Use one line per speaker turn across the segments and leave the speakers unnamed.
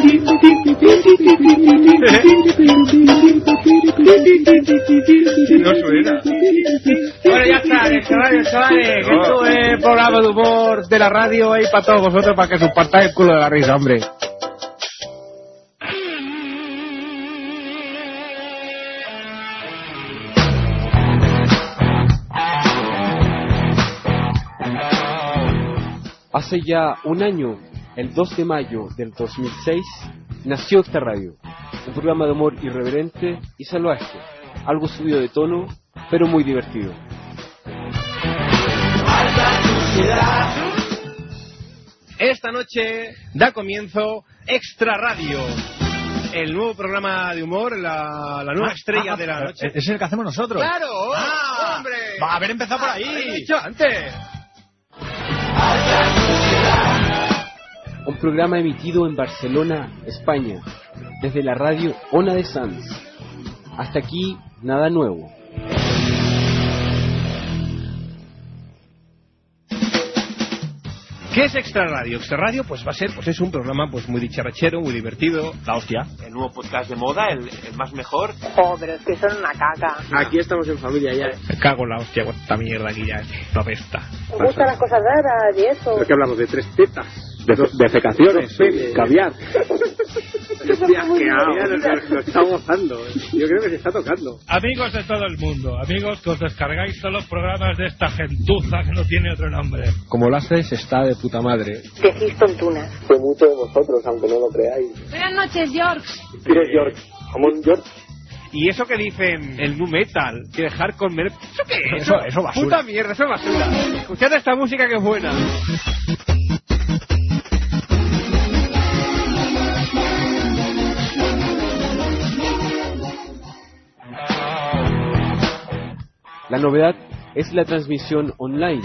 No suena.
Bueno, ya está, chavales, chavales. eh, Que esto es programa de humor de la radio ahí para todos vosotros para que os partáis el culo de la risa, hombre.
Hace ya un año, el 2 de mayo del 2006, nació esta radio, un programa de humor irreverente y salvaje, algo subido de tono, pero muy divertido.
Esta noche da comienzo Extra Radio, el nuevo programa de humor, la, la nueva estrella de la noche.
Es el que hacemos nosotros.
¡Claro!
oh,
¡Hombre!
Ah, Va a haber empezado por ahí.
Ah, Lo he dicho antes!
Un programa emitido en Barcelona, España, desde la radio Ona de Sanz. Hasta aquí, nada nuevo.
¿Qué es Extra Radio? Extra Radio pues va a ser, pues es un programa pues muy dicharachero, muy divertido.
La hostia.
el nuevo podcast de moda, el, el más mejor.
Pobres, que son una caca.
Aquí estamos en familia ya.
Me cago en la hostia con esta mierda aquí ya, la pesta.
Me gustan las cosas raras y eso.
Porque hablamos de tres tetas.
De, defecaciones,
penes.
caviar.
Lo está gozando. eh. Yo creo que se está tocando.
Amigos de todo el mundo, amigos que os descargáis todos los programas de esta gentuza que no tiene otro nombre.
Como lo haces, está de puta madre.
Decís tontunas.
Fue mucho de vosotros, aunque no lo creáis.
Buenas noches, Yorks.
Tires George. Jamón George.
Y eso que dicen el nu metal, que dejar con mer... ¿Eso qué es?
Eso- eso basura.
Puta mierda, eso es basura. Escuchad esta música que es buena.
La novedad es la transmisión online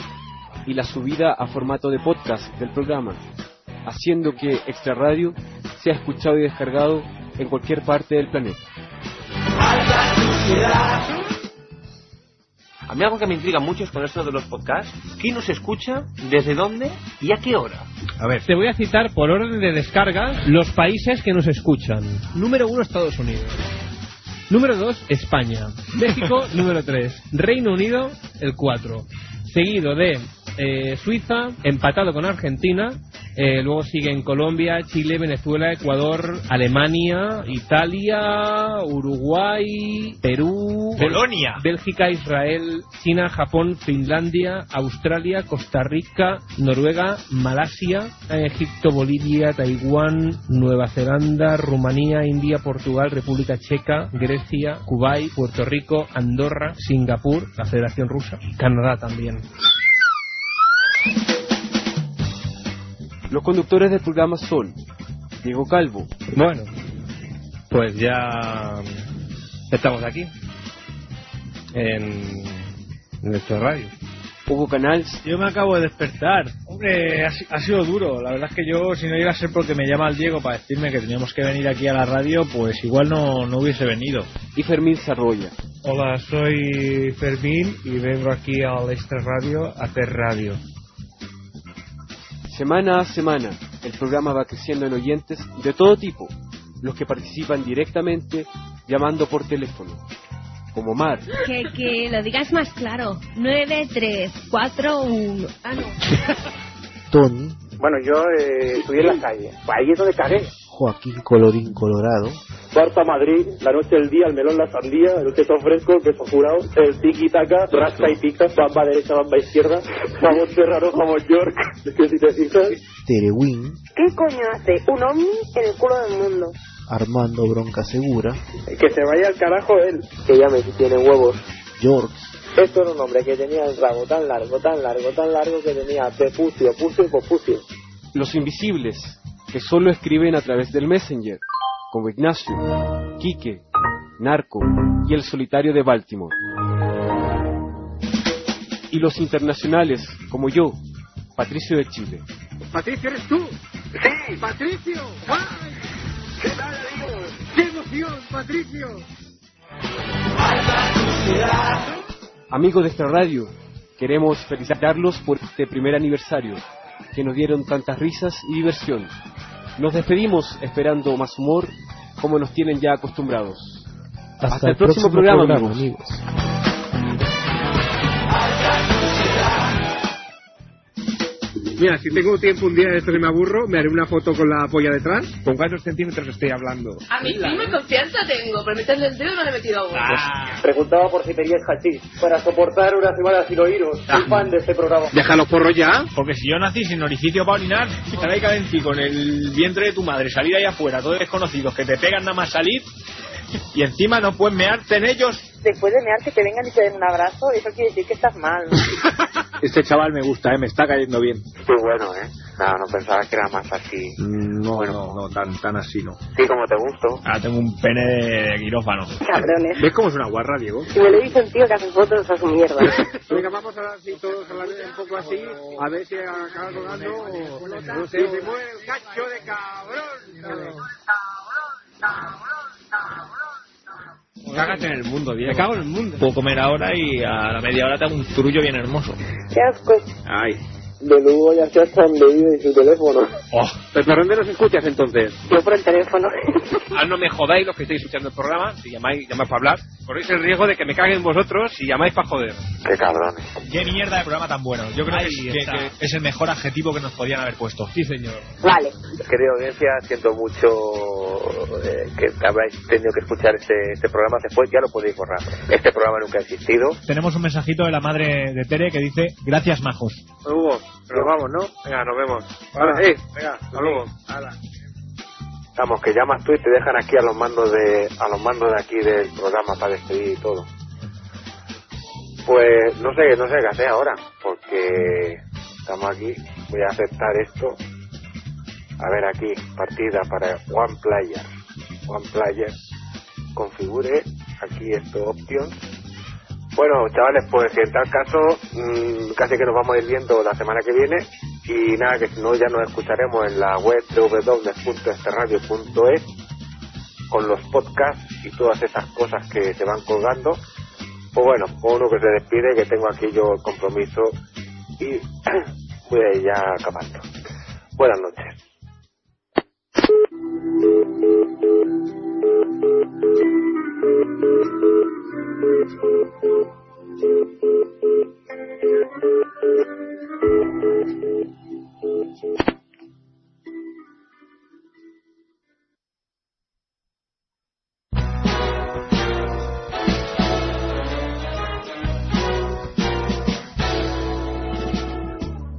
y la subida a formato de podcast del programa, haciendo que Extra Radio sea escuchado y descargado en cualquier parte del planeta.
A mí algo que me intriga mucho es con esto de los podcasts. ¿Quién nos escucha? ¿Desde dónde? ¿Y a qué hora?
A ver.
Te voy a citar por orden de descarga los países que nos escuchan. Número 1, Estados Unidos. Número 2, España. México, número 3. Reino Unido, el 4. Seguido de eh, Suiza, empatado con Argentina. Eh, luego siguen Colombia, Chile, Venezuela, Ecuador, Alemania, Italia, Uruguay, Perú,
Polonia.
Bélgica, Israel, China, Japón, Finlandia, Australia, Costa Rica, Noruega, Malasia, eh, Egipto, Bolivia, Taiwán, Nueva Zelanda, Rumanía, India, Portugal, República Checa, Grecia, Kuwait, Puerto Rico, Andorra, Singapur, la Federación Rusa, y Canadá también.
Los conductores del programa son Diego Calvo,
Bueno, pues ya estamos aquí en este nuestro radio.
Hugo Canals,
Yo me acabo de despertar. Hombre, ha, si- ha sido duro. La verdad es que yo, si no llega a ser porque me llama el Diego para decirme que teníamos que venir aquí a la radio, pues igual no, no hubiese venido.
y Fermín Sarroya.
Hola, soy Fermín y vengo aquí al Extra Radio a hacer radio.
Semana a semana, el programa va creciendo en oyentes de todo tipo, los que participan directamente llamando por teléfono, como Mar,
Que, que lo digas más claro. 9, 3, 4, 1. Ah, no.
Tony,
Bueno, yo eh, estudié en la calle. Ahí es donde cagué.
Joaquín Colorín Colorado,
Barpa Madrid, la noche, el día, el melón, la sandía, el queso fresco, el queso curado, el tiki taka, rasca y pica, bamba derecha, bamba izquierda, jamón serrano, jamón york, que si te fijas,
Terewin,
¿Qué coño hace un ovni en el culo del mundo?
Armando Bronca Segura,
que se vaya al carajo él, que llame si tiene huevos.
George,
Esto era un hombre que tenía el rabo tan largo, tan largo, tan largo que tenía prepucio, pucio y pospucio.
los invisibles, que solo escriben a través del Messenger, como Ignacio, Quique, Narco y el solitario de Baltimore. Y los internacionales, como yo, Patricio de Chile.
Patricio, ¿eres tú? Sí. Patricio. ¡Ay! ¿Qué tal, amigos? ¡Qué emoción, Patricio!
Amigos de esta radio, queremos felicitarlos por este primer aniversario que nos dieron tantas risas y diversión. Nos despedimos esperando más humor, como nos tienen ya acostumbrados. Hasta, el, próximo, programa, amigos.
Mira, si tengo tiempo un día de esto y me aburro, me haré una foto con la polla detrás. ¿Con cuántos centímetros estoy hablando?
A mi firme confianza tengo, por meterle el dedo no le he metido aún.
Ah.
Preguntaba por si teníais hachís para soportar una semana sin oíros. Soy fan de este programa.
Déjalo porro ya.
Porque si yo nací sin oricidio para orinar, estar ahí cadenci con el vientre de tu madre, salir ahí afuera, todos desconocidos que te pegan nada más salir y encima no puedes mearte en ellos.
Después de mear que te vengan y te den un abrazo, eso quiere decir que estás mal.
Este chaval me gusta, ¿eh? me está cayendo bien.
Qué bueno, ¿eh? No, no pensaba que era más así.
No, no, no, tan, tan así no.
Sí, como te gusto.
Ah, tengo un pene de quirófano.
Cabrones.
¿Ves cómo es una guarra, Diego?
Si me lo dice un tío que hace fotos a su mierda.
Venga, vamos a dar así todos a la vez, un poco así, a ver si acaba rodando o... No sé, se mueve el cacho de cabrón.
Cágate en el mundo, Diego. Me cago en el mundo. Puedo comer ahora y a la media hora te hago un turullo bien hermoso.
Qué asco.
Ay.
De Lugo ya se hasta donde vive y su teléfono.
Oh,
¿Pero por dónde nos escuchas entonces?
Yo por el teléfono.
Ah, no me jodáis los que estáis escuchando el programa, si llamáis, llamáis para hablar. Corréis el riesgo de que me caguen vosotros si llamáis para joder.
Qué cabrones.
qué mierda de programa tan bueno. Yo creo
Ahí
que, que-
está.
que es el mejor adjetivo que nos podían haber puesto.
Sí, señor.
Vale.
Querida audiencia, siento mucho eh, que habráis tenido que escuchar este, este programa. Después ya lo podéis borrar. Este programa nunca ha existido.
Tenemos un mensajito de la madre de Tere que dice, gracias majos.
Pues, Hugo, pero vamos, ¿no? Venga, nos vemos. Ahora sí, venga, hasta luego.
Vamos, que llamas tú y te dejan aquí a los mandos de a los mandos de aquí del programa para despedir y todo. Pues no sé, no sé qué hacer ahora, porque estamos aquí. Voy a aceptar esto. A ver aquí, partida para One Player. One Player. Configure aquí esto options. Bueno, chavales, pues en tal caso, mm, casi que nos vamos a ir viendo la semana que viene. Y nada, que si no, ya nos escucharemos en la web www.esterradio.es con los podcasts y todas esas cosas que se van colgando. Pues bueno, uno que se despide, que tengo aquí yo el compromiso y voy a ir ya acabando. Buenas noches.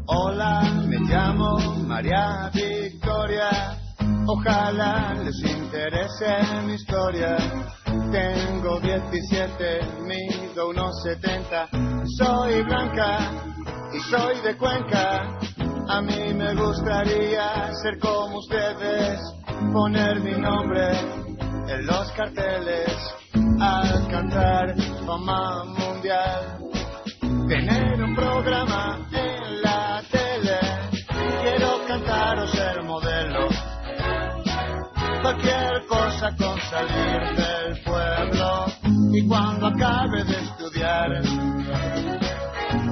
Hola, me llamo María Victoria. Ojalá les interese mi historia. Tengo 17, mido unos 70. Soy blanca y soy de Cuenca. A mí me gustaría ser como ustedes, poner mi nombre en los carteles al cantar fama mundial. Tener un programa en la tele. Quiero cantar o ser modelo. Cualquier cosa con salir del pueblo. Y cuando acabe de estudiar,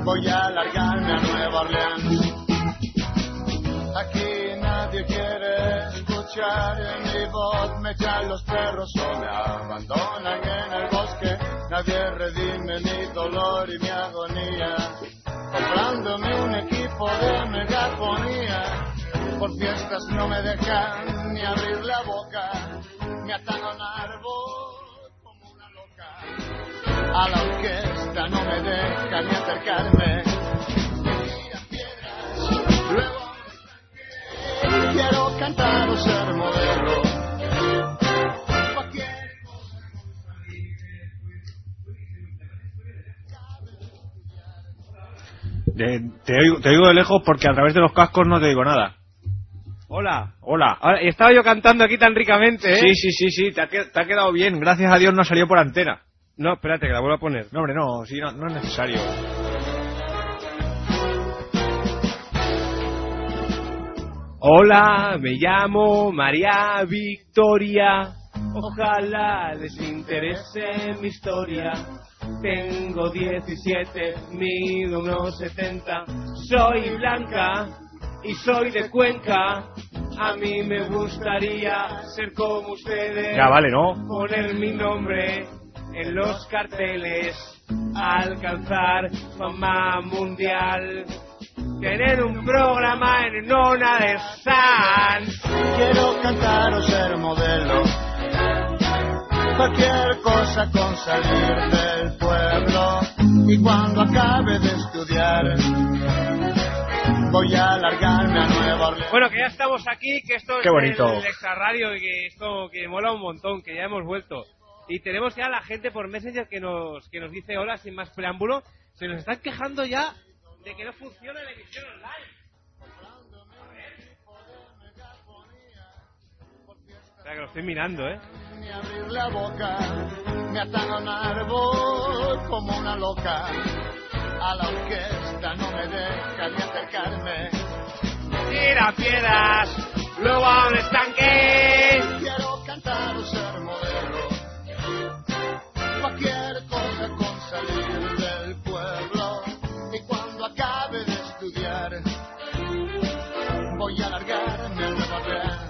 voy a largarme a Nueva Orleans. Aquí nadie quiere escuchar mi voz. Me echan los perros o me abandonan en el bosque. Nadie redime mi dolor y mi agonía. Comprándome un equipo de megafonía. Por fiestas no me dejan ni abrir la boca. Me atan a un árbol como una loca. A la orquesta no me dejan ni acercarme. Luego quiero cantar o ser modelo.
Eh, te, oigo, te oigo de lejos porque a través de los cascos no te digo nada.
Hola.
Hola.
Ahora, y estaba yo cantando aquí tan ricamente, ¿eh?
Sí, sí, sí, sí, te ha, que- te ha quedado bien. Gracias a Dios no salió por antena.
No, espérate, que la vuelvo a poner.
No, hombre, no, sí, no, no es necesario.
Hola, me llamo María Victoria. Ojalá les interese mi historia. Tengo 17, mido unos 70. Soy blanca
y soy de Cuenca. A mí me gustaría ser como ustedes.
Ya vale, ¿no?
Poner mi nombre en los carteles. Alcanzar fama mundial. Tener un programa en Nona de Sans.
Quiero cantar o ser modelo. Cualquier cosa con salir del pueblo. Y cuando acabe de estudiar, voy a largarme a Nueva Orleans.
Bueno, que ya estamos aquí, que esto
Qué
es
bonito.
el extra radio y que esto que mola un montón, que ya hemos vuelto. Y tenemos ya la gente por Messenger que nos que nos dice hola sin más preámbulo, se nos están quejando ya de que no funciona la emisión online. O sea, que lo estoy mirando, ¿eh?
Ni abrir la boca, me atan a un árbol como una loca. A la orquesta no me deja ni acercarme.
Tira piedras, luego a un estanque.
Quiero cantar o ser modelo. Cualquier cosa con salir del pueblo. Y cuando acabe de estudiar, voy a largarme a Nueva Orleans.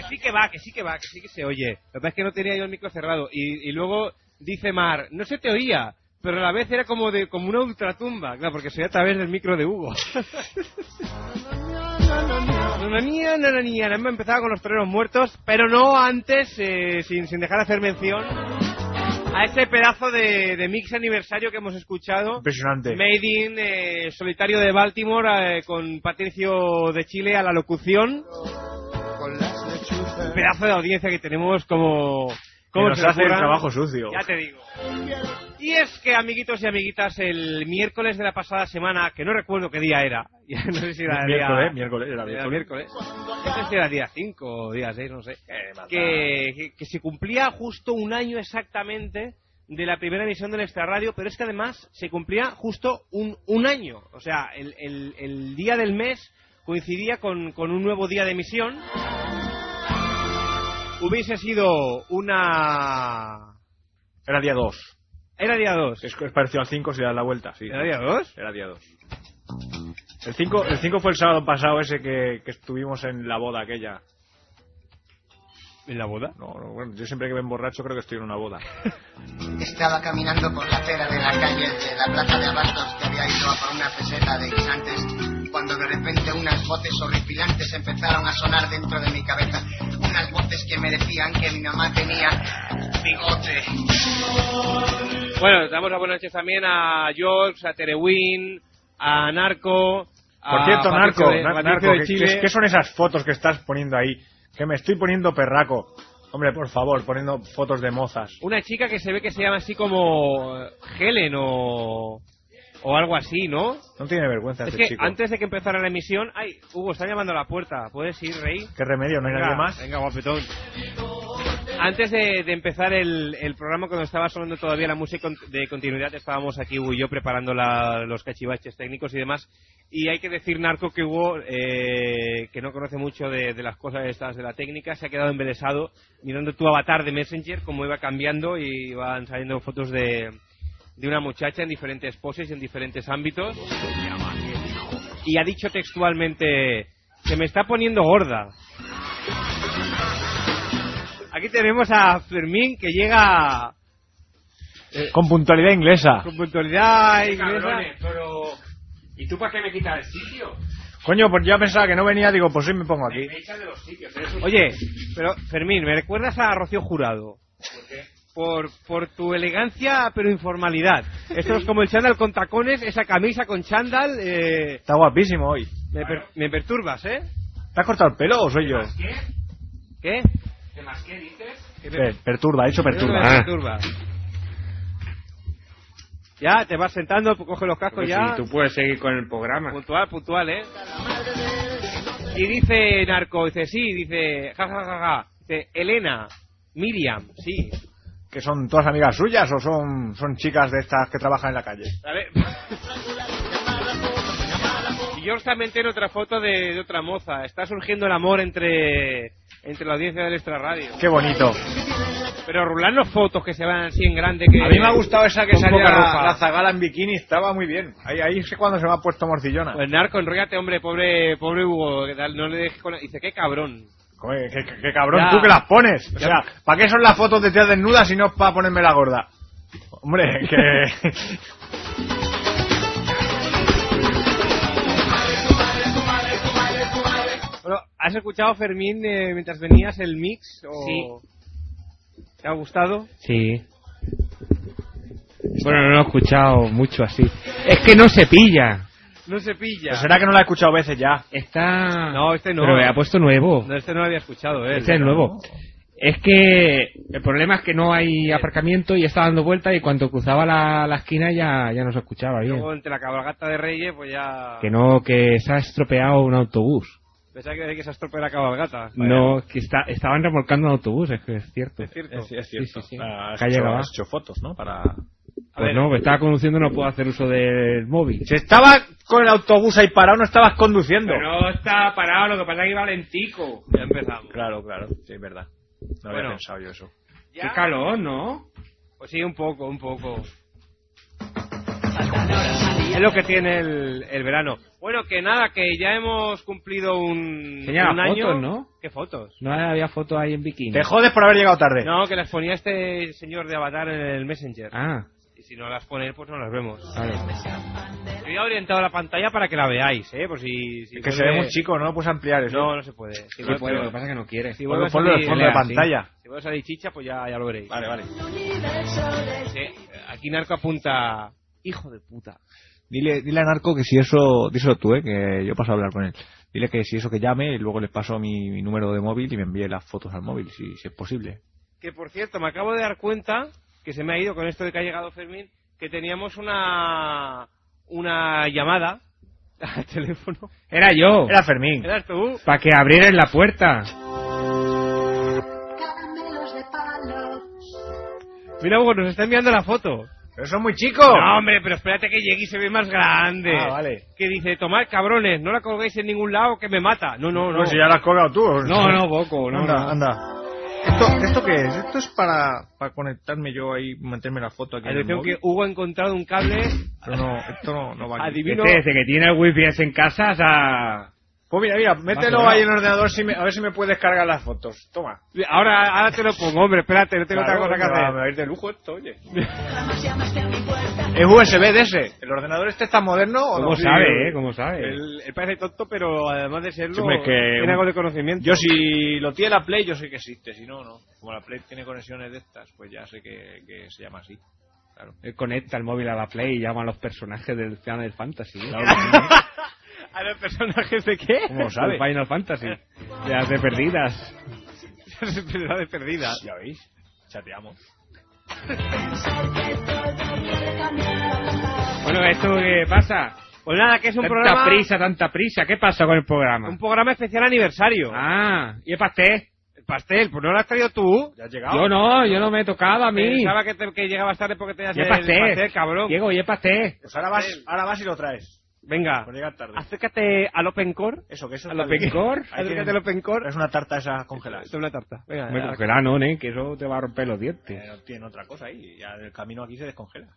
Que sí que va, que sí que va, que sí que se oye. Lo que pasa es que no tenía yo el micro cerrado. Y, y luego dice Mar, no se te oía, pero a la vez era como de como una ultratumba. Claro, porque se oía a través del micro de Hugo. Nananía, nananía, nananía. Empezaba con los toreros muertos, pero no antes, eh, sin, sin dejar de hacer mención a ese pedazo de, de mix aniversario que hemos escuchado.
Impresionante.
Made in eh, Solitario de Baltimore eh, con Patricio de Chile a la locución. Un pedazo de audiencia que tenemos como... como
Que nos
se le
hace el
ocurra.
trabajo sucio.
Ya te digo. Y es que, amiguitos y amiguitas, el miércoles de la pasada semana, que no recuerdo qué día era, ya no sé si era el día-
Miércoles, miércoles, era
era
miércoles.
no sé si era día 5 o día 6, no sé.
Eh,
Que, que- que se cumplía justo un año exactamente de la primera emisión del Extra Radio, pero es que además se cumplía justo un, un año. O sea, el, el- el día del mes coincidía con, con un nuevo día de emisión. Hubiese sido una...
Era día 2.
Era día 2.
Es, es parecido al 5 si das la vuelta, sí.
¿Era día 2?
Era día 2. El 5 el cinco fue el sábado pasado ese que, que estuvimos en la boda aquella.
¿En la boda?
No, no, bueno, yo siempre que me emborracho creo que estoy en una boda.
Estaba caminando por la acera de la calle de la plaza de abastos que había ido a por una peseta de guisantes cuando de repente unas voces horripilantes empezaron a sonar dentro de mi cabeza. Unas voces que me decían que mi mamá tenía bigote.
Bueno, damos las buenas noches también a George, a Terewin, a Narco. Ah, a
Por cierto,
Patricio
Narco,
de-
Na-
Patricio
Narco,
de
¿qué-
Chile.
¿qué, qué son esas fotos que estás poniendo ahí? Que me estoy poniendo perraco. Hombre, por favor, poniendo fotos de mozas.
Una chica que se ve que se llama así como eh, Helen o, o algo así, ¿no?
No tiene vergüenza
Es
este
que
chico.
antes de que empezara la emisión... ¡Ay, Hugo, están llamando a la puerta! ¿Puedes ir, Rey?
¿Qué remedio? ¿No hay
Venga,
nadie más?
Venga, guapetón. Antes de, de empezar el, el programa, cuando estaba sonando todavía la música de continuidad, estábamos aquí Hugo y yo preparando la- los cachivaches técnicos y demás. Y hay que decir, Narco, que Hugo, eh, que no conoce mucho de, de las cosas estas de la técnica, se ha quedado embelesado mirando tu avatar de Messenger, cómo iba cambiando y van saliendo fotos de, de una muchacha en diferentes poses y en diferentes ámbitos. Y ha dicho textualmente, se me está poniendo gorda. Aquí tenemos a Fermín que llega
Con puntualidad inglesa.
con puntualidad inglesa.
Cabrones, pero... ¿Y tú para qué me quitas el sitio?
Coño, pues ya pensaba que no venía, digo, pues sí me pongo aquí.
Me echas de los sitios. eres un-
Oye, pero Fermín, ¿me recuerdas a Rocío Jurado?
¿Por qué?
Por, por tu elegancia pero informalidad. Esto es como el chándal con tacones, esa camisa con chándal. eh,
Está guapísimo hoy.
me, per- me perturbas, ¿eh?
¿Te has cortado el pelo o soy
Ah,
yo?
¿Qué?
¿Qué?
¿Qué más qué dices?
Que me-
Per- Eh, perturba, he dicho perturba.
Me perturba. Ya, te vas sentando, coge los cascos
Pues
ya.
sí, tú puedes seguir con el programa.
Puntual, puntual, ¿eh? Y dice Narco, dice, sí, dice, ja, ja, ja, ja. Dice, Elena, Miriam, sí.
¿Que son todas amigas suyas o son, son chicas de estas que trabajan en la calle?
A ver. Y George también tiene otra foto de, de otra moza. Está surgiendo el amor entre, entre la audiencia del Extra Radio.
Qué bonito.
Pero Rulán los fotos que se van así en grande que...
A mí me ha gustado esa que
con
salía
poca
la,
ropa.
la zagala en bikini, estaba muy bien. Ahí, ahí es cuando se me ha puesto morcillona.
Pues narco, enróllate, hombre, pobre, pobre Hugo, que tal, no le dejes con... la- Dice, qué cabrón.
Joder, qué, qué- qué cabrón
Ya.
tú que las pones. O
Ya.
sea, ¿para qué son las fotos de tía desnuda si no es para ponerme la gorda? Hombre, que...
Bueno, ¿has escuchado, Fermín, eh, mientras venías el mix? O... ¿Te ha gustado?
Sí. Bueno, no lo he escuchado mucho así. Es que no se pilla.
No se pilla.
Pues será que no la he escuchado veces ya.
Está...
No, este no.
Pero me ha puesto nuevo.
No, este no lo había escuchado, él.
Este es nuevo. Es que el problema es que no hay aparcamiento y está dando vueltas y cuando cruzaba la, la esquina ya, ya no se escuchaba bien.
Luego, entre la cabalgata de Reyes, pues ya...
Que no, que se ha estropeado un autobús.
Pensaba que decía que se estropeó la cabalgata.
No, es que está, estaban remolcando un autobús, es que es cierto.
Es cierto.
Sí, es cierto. Ah, has
Calle
hecho-
Gabá.
has hecho fotos, ¿no? Para...
Pues no, que estaba conduciendo no puedo hacer uso del móvil.
Si estaba con el autobús ahí parado, no estabas conduciendo.
no está parado, lo que pasa es que iba lentico.
Ya empezamos.
Claro, claro, sí, es verdad. No
Bueno.
había pensado yo eso.
Ya.
Qué calor, ¿no?
Pues sí, un poco, un poco. Es lo que tiene el, el verano. Bueno, que nada, que ya hemos cumplido un,
Señala
un año.
fotos, ¿no?
¿Qué fotos?
No había foto ahí en bikini.
Te jodes por haber llegado tarde.
No, que las ponía este señor de Avatar en el Messenger.
Ah,
Y si no las pone él, pues no las vemos.
vale.
Yo ya he orientado la pantalla para que la veáis, ¿eh? Por si, si
Es que se
vuelve-
ve muy chico, no lo puedes ampliar eso.
No, no se puede. Si
Sí
vuelve-
puede, lo que pasa es que no quiere.
Si
Ponlo-
vuelve a
ponlo en el
salir-
fondo de
sí.
pantalla.
Si vuelve a salir chicha, pues ya, ya lo veréis.
Vale, vale.
Sí, aquí Narco apunta... Hijo de puta.
Dile, dile a Narco que si eso, díselo tú, eh, que yo paso a hablar con él. Dile que si eso que llame y luego le paso mi, mi número de móvil y me envíe las fotos al móvil, si, si es posible.
Que por cierto, me acabo de dar cuenta que se me ha ido con esto de que ha llegado Fermín, que teníamos una una llamada al teléfono.
Era yo.
Era Fermín.
¿Eras tú?
Para que abrieran la puerta.
Mira, Hugo, nos está enviando la foto.
¡Pero eso es muy chico!
No, hombre, pero espérate que llegue y se ve más grande.
Ah, vale.
Que dice, tomad, cabrones, no la colgáis en ningún lado que me mata. No, no, no.
Pues
No, Pues si ya la has colgado tú.
No, no, Boco, no.
anda,
no.
anda. ¿Esto, ¿Esto qué es? ¿Esto es para, para conectarme yo ahí, meterme la foto aquí en el
Atención
móvil?
que Hugo ha encontrado un cable.
Esto no, esto no, no va aquí.
Adivino.
Este, este que tiene el wifi es en casa, o sea...
Pues mira, mira,
Más o
mételo
menos.
ahí en el ordenador si me- a ver si me puedes cargar las fotos. Toma.
Ahora, ahora te lo pongo, hombre, espérate, no tengo
Claro,
otra cosa que
me va-
hacer.
Me va a ir de lujo esto, oye. es USB de ese. ¿El ordenador este está moderno o
¿Cómo
no?
sabe, eh? ¿Cómo sabe?
Él, él parece tonto, pero además de serlo,
Sí, hombre, es que-
tiene algo de conocimiento.
Yo si lo tiene la Play, yo sé que existe. Si no, no. Como la Play tiene conexiones de estas, pues ya sé que, que se llama así. Claro.
Él Eh, conecta el móvil a la Play y llama a los personajes del Final Fantasy. ¿eh?
¿eh? ¿A los personajes de qué?
¿Cómo lo
Del Final Fantasy. De las de perdidas.
Personajes de perdida.
Ya veis. Chateamos.
Bueno, ¿esto qué pasa?
Pues nada, que es un
tanta
programa...
prisa, tanta prisa. ¿Qué pasa con el programa?
Un programa especial aniversario.
Ah, ¿y el pastel?
El pastel, pues no lo has traído tú.
Ya has llegado.
Yo no, yo no me he tocado a mí.
Pensaba que, te- que llegabas tarde porque tenías
¿Y el
el
pastel?
pastel, cabrón.
Diego, ¿y el pastel?
Pues ahora vas, ahora vas y lo traes.
Venga,
Por llegar tarde.
acércate al Open Core.
Eso, que eso.
¿Al
está
Open
bien.
Core?
Ahí
Acércate
tienen-
al Open Core.
Es una tarta esa congelada.
Esto es una tarta. Venga,
Me
ya.
cogerá, no, ¿eh? Que eso te va a romper los dientes.
Eh, tienen otra cosa ahí. Ya del camino aquí se descongela.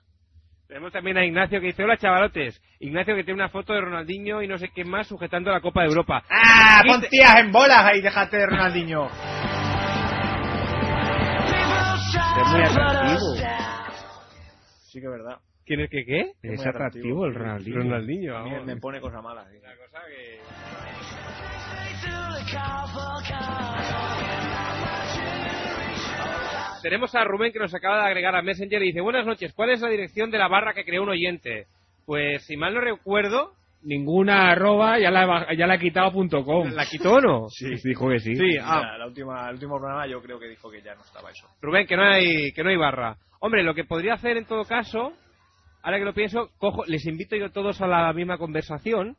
Tenemos también a Ignacio que dice, hola chavalotes. Ignacio que tiene una foto de Ronaldinho y no sé quién más sujetando la Copa de Europa.
¡Ah!
pon
tías en bolas ahí! ¡Déjate de Ronaldinho!
Es muy atractivo.
Sí que es verdad.
¿Quién es que qué?
muy
Es atractivo el Ronaldinho.
Ronaldinho,
A mí
vamos.
me pone cosa mala. sí.
Una cosa que- Tenemos a Rubén que nos acaba de agregar a Messenger y dice, buenas noches, ¿cuál es la dirección de la barra que creó un oyente? Pues si mal no recuerdo,
Ninguna arroba ya la, he baj- ya la he quitado punto com.
¿la quitó o no?
Sí.
Dijo que sí.
Sí,
Ah,
ah,
la, la última, el último programa yo creo que dijo que ya no estaba eso.
Rubén, que no hay, que no hay barra. Hombre, lo que podría hacer en todo caso, ahora que lo pienso, cojo, les invito yo todos a la misma conversación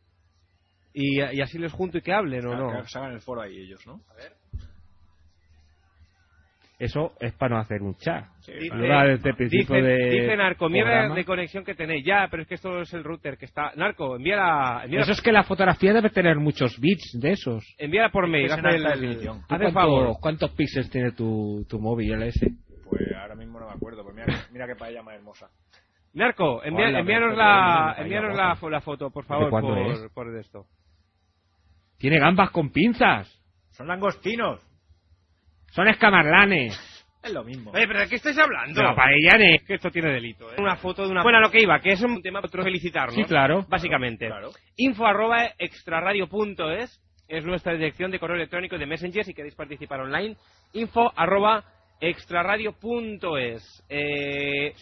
y, y así les junto y que hablen o
Ah,
no.
Que se hagan el foro ahí ellos, ¿no?
Eso es para no hacer un chat.
Sí,
Dice-
Ayuda desde el este principio
dice,
de
dice Narco, mierda
programa.
de conexión que tenéis. Ya, pero es que esto es el router que está. Narco, envíala, envíala,
Eso es que la fotografía debe tener muchos bits de esos.
envíala por mail.
Es que es
Haz
en alta
el,
definición.
¿Tú
haz
cuánto-
el favor.
¿Cuántos píxeles tiene tu, tu móvil ese?
Pues no me acuerdo, pues mira, que- mira qué paella más hermosa.
Narco, envía-
Hola,
envíanos,
Narco,
la,
que me
Ah, envíanos
llamo.
la, fo- la foto, por favor,
¿De cuándo
por,
es?
por de esto.
Tiene gambas con pinzas.
Son langostinos.
Son escamarlanes.
Es lo mismo.
Oye, ¿pero de qué estáis hablando?
De la paella, ¿eh?
Es que esto tiene delito, ¿eh? Una foto de una... Bueno, a lo que iba, que es un tema para otro felicitarnos.
Sí, claro.
Básicamente. Info arroba extraradio.es es nuestra dirección de correo electrónico y de Messenger si queréis participar online. Info arroba extraradio.es eh,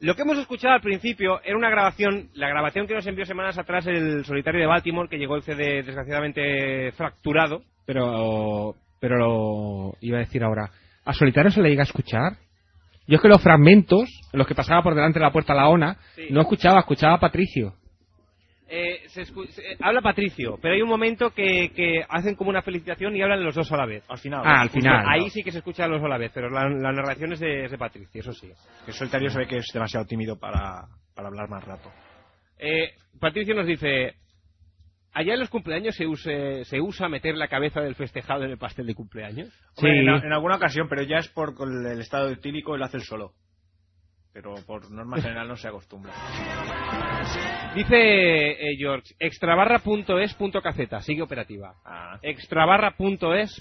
Lo que hemos escuchado al principio era una grabación, la grabación que nos envió semanas atrás el solitario de Baltimore, que llegó el CD desgraciadamente fracturado.
Pero, pero lo iba a decir ahora. ¿A Solitario se le llega a escuchar? Yo es que los fragmentos, en los que pasaba por delante de la puerta la ONA,
Sí.
no escuchaba, escuchaba a Patricio.
Eh, se escu- se- eh, habla Patricio, pero hay un momento que, que hacen como una felicitación y hablan los dos a la vez. Al final.
Ah, al final.
Ahí sí que se escucha a los dos a la vez, pero la, la narración es de, es de Patricio, eso sí.
Que el solitario se ve que es demasiado tímido para, para hablar más rato.
Eh, Patricio nos dice, allá en los cumpleaños se, use- se usa meter la cabeza del festejado en el pastel de cumpleaños.
Hombre, en, a- en alguna ocasión, pero ya es por con el estado etílico, él hace el solo. Pero por norma general no se acostumbra.
Dice eh, George, extrabarra.es.kz, sigue operativa.
Ah.
Extrabarra.es.kz.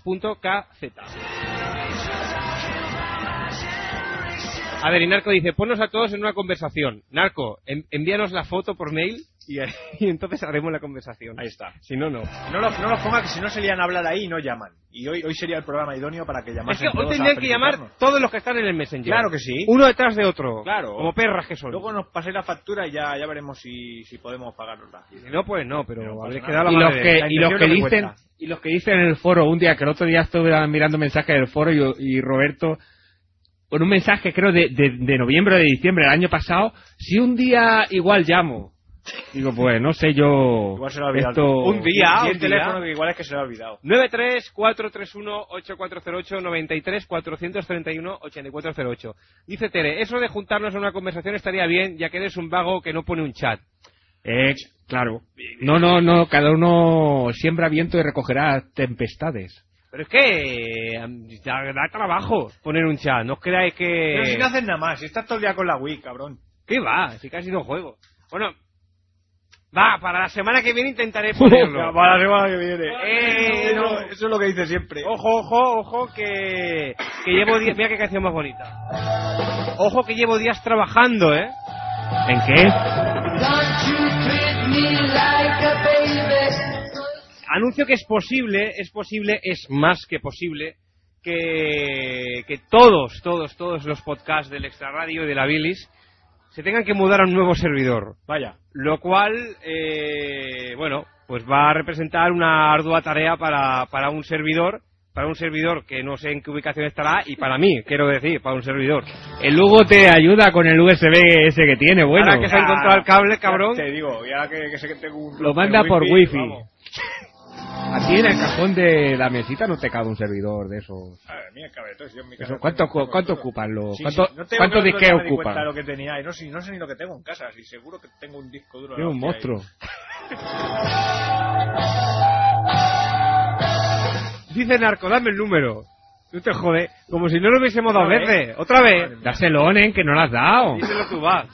A ver, y Narco dice, ponnos a todos en una conversación. Narco, en- envíanos la foto por mail y, y entonces haremos la conversación. Ahí
está.
Si no, no.
No los, no los ponga que si no se lían a hablar ahí y no llaman. Y hoy, hoy sería el programa idóneo para que
Es
llamasen
que hoy
todos a
tendrían que
felicitarnos.
llamar todos los que están en el Messenger.
Claro que sí.
Uno detrás de otro.
Claro.
Como perras que son.
Luego nos paséis la factura y ya, ya veremos si, si podemos pagarla.
Si no, pues no, pero, habréis
nada.
quedado la
y los
madre de-
que,
la
y los que
intención es
dicen
vuestra.
y los que dicen en el foro un día que el otro día estuve mirando mensajes del foro y, y Roberto con un mensaje creo de, de, de noviembre o de diciembre del año pasado si un día igual llamo digo pues no sé yo
Igual se lo ha olvidado.
esto
Un día,
Y
un
el
día.
teléfono que igual es que se lo ha olvidado.
93-431-8408-93-431-8408. Dice Tere, eso de juntarnos en una conversación estaría bien, ya que eres un vago que no pone un chat.
Eh, claro no no no cada uno siembra viento y recogerá tempestades
Pero es que eh, da, da trabajo poner un chat, no os creáis que...
Pero si no haces nada más, si estás todo el día con la Wii, cabrón.
Eh. ¿Qué va? Si casi no juego. Bueno, va, para la semana que viene intentaré ponerlo.
Para la semana que viene.
Eh,
eso,
no.
eso es lo que dice siempre.
Ojo, ojo, ojo, que, que llevo días... Mira qué canción más bonita. Ojo que llevo días trabajando, ¿eh?
en qué
anuncio que es posible, es posible, es más que posible que, que todos, todos, todos los podcasts del Extra Radio y de la Bilis se tengan que mudar a un nuevo servidor.
Vaya.
Lo cual, eh, bueno, pues va a representar una ardua tarea para, para un servidor, para un servidor que no sé en qué ubicación estará y para mí, quiero decir, para un servidor.
el Lugo te ayuda con el USB ese que tiene bueno
Ahora que se ha encontrado el cable, cabrón.
Te digo, y ahora que, que sé que tengo un
Lo
router
manda por wifi.
vamos.
Así en el cajón de la mesita no te cabe un servidor de esos.
A ver, mira, cabretones, yo en mi
Eso,
casa
¿cuánto
tengo-
cu- cuánto
tengo-
ocupan los-
Sí,
cuánto-
sí, no tengo
cuántos
el otro
disqueos
día me di
ocupan?
cuenta lo que tenía, y no, sé- no sé ni lo que tengo en casa, si seguro que tengo un disco duro.
Es un monstruo.
Dice Narco, dame el número. No te jode. Como si no lo hubiésemos dado veces. Otra vez.
Dáselo, Onen, que no lo has dado.
Díselo tú, va.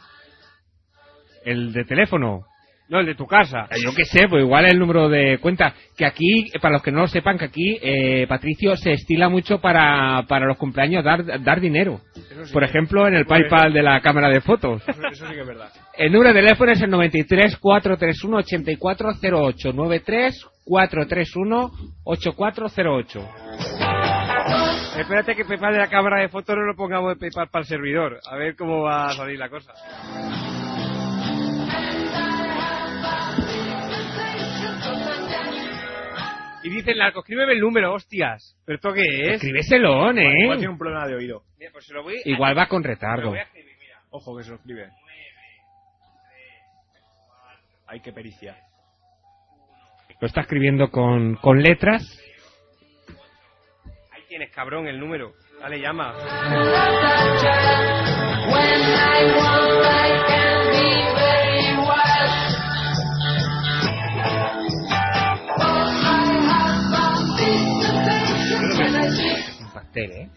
El de teléfono.
No, el de tu casa.
Eh, Yo qué sé, pues igual el número de cuenta. Que aquí, eh, para los que no lo sepan, que aquí eh, Patricio se estila mucho para, para los cumpleaños dar, dar dinero. Por ejemplo, en el
Pues
Bueno.
PayPal de la cámara de fotos.
Eso, eso sí que es verdad.
El número de teléfono es el 93 431 8408. 93 431 8408.
Espérate que PayPal de la cámara de fotos no lo pongamos de PayPal para el servidor. A ver cómo va a salir la cosa. Y dice el narco, escríbeme el número, hostias. ¿Pero esto qué es?
Escribéselo,
Igual-
¿eh?
Igual tiene un problema de oído.
Mira, pues se lo voy a-
Igual va con
se lo
retardo.
voy a escribir, mira.
Ojo que se lo escribe. Ay, qué pericia.
Lo está escribiendo con, con letras.
Ahí tienes, cabrón, el número. Dale, llama.
Un pastel, ¿eh?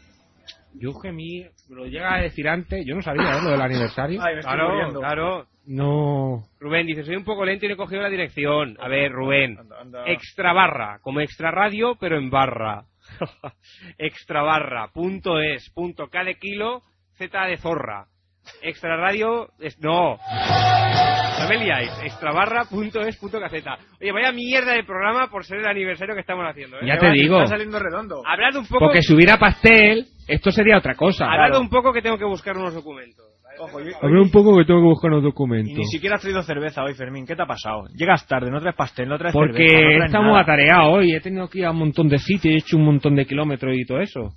Yo gemí, me lo llega a decir antes, yo no sabía ¿eh? lo del aniversario.
Ay, me estoy
Claro,
muriendo.
claro.
No.
Rubén dice, soy un poco lento y no he cogido la dirección. A ver, Rubén. Extra barra, como extra radio, pero en barra. extra barra, punto es, punto K de kilo, Z de zorra. Extra radio, es, no. No me liáis. Extra barra, punto es, punto caseta. Oye, vaya mierda de programa por ser el aniversario que estamos haciendo. ¿eh?
Ya te digo.
Está saliendo redondo.
Hablad un poco,
Porque si hubiera pastel, esto sería otra cosa.
hablad un poco que tengo que buscar unos documentos.
Ojo, yo-
Habrá un poco que tengo que buscar los
Y
documentos.
ni siquiera has traído cerveza hoy, Fermín. ¿Qué te ha pasado? Llegas tarde, no traes pastel, no traes
Porque
cerveza, no traes
estamos
nada.
atareados hoy. He tenido que ir a un montón de sitios, he hecho un montón de kilómetros y todo eso.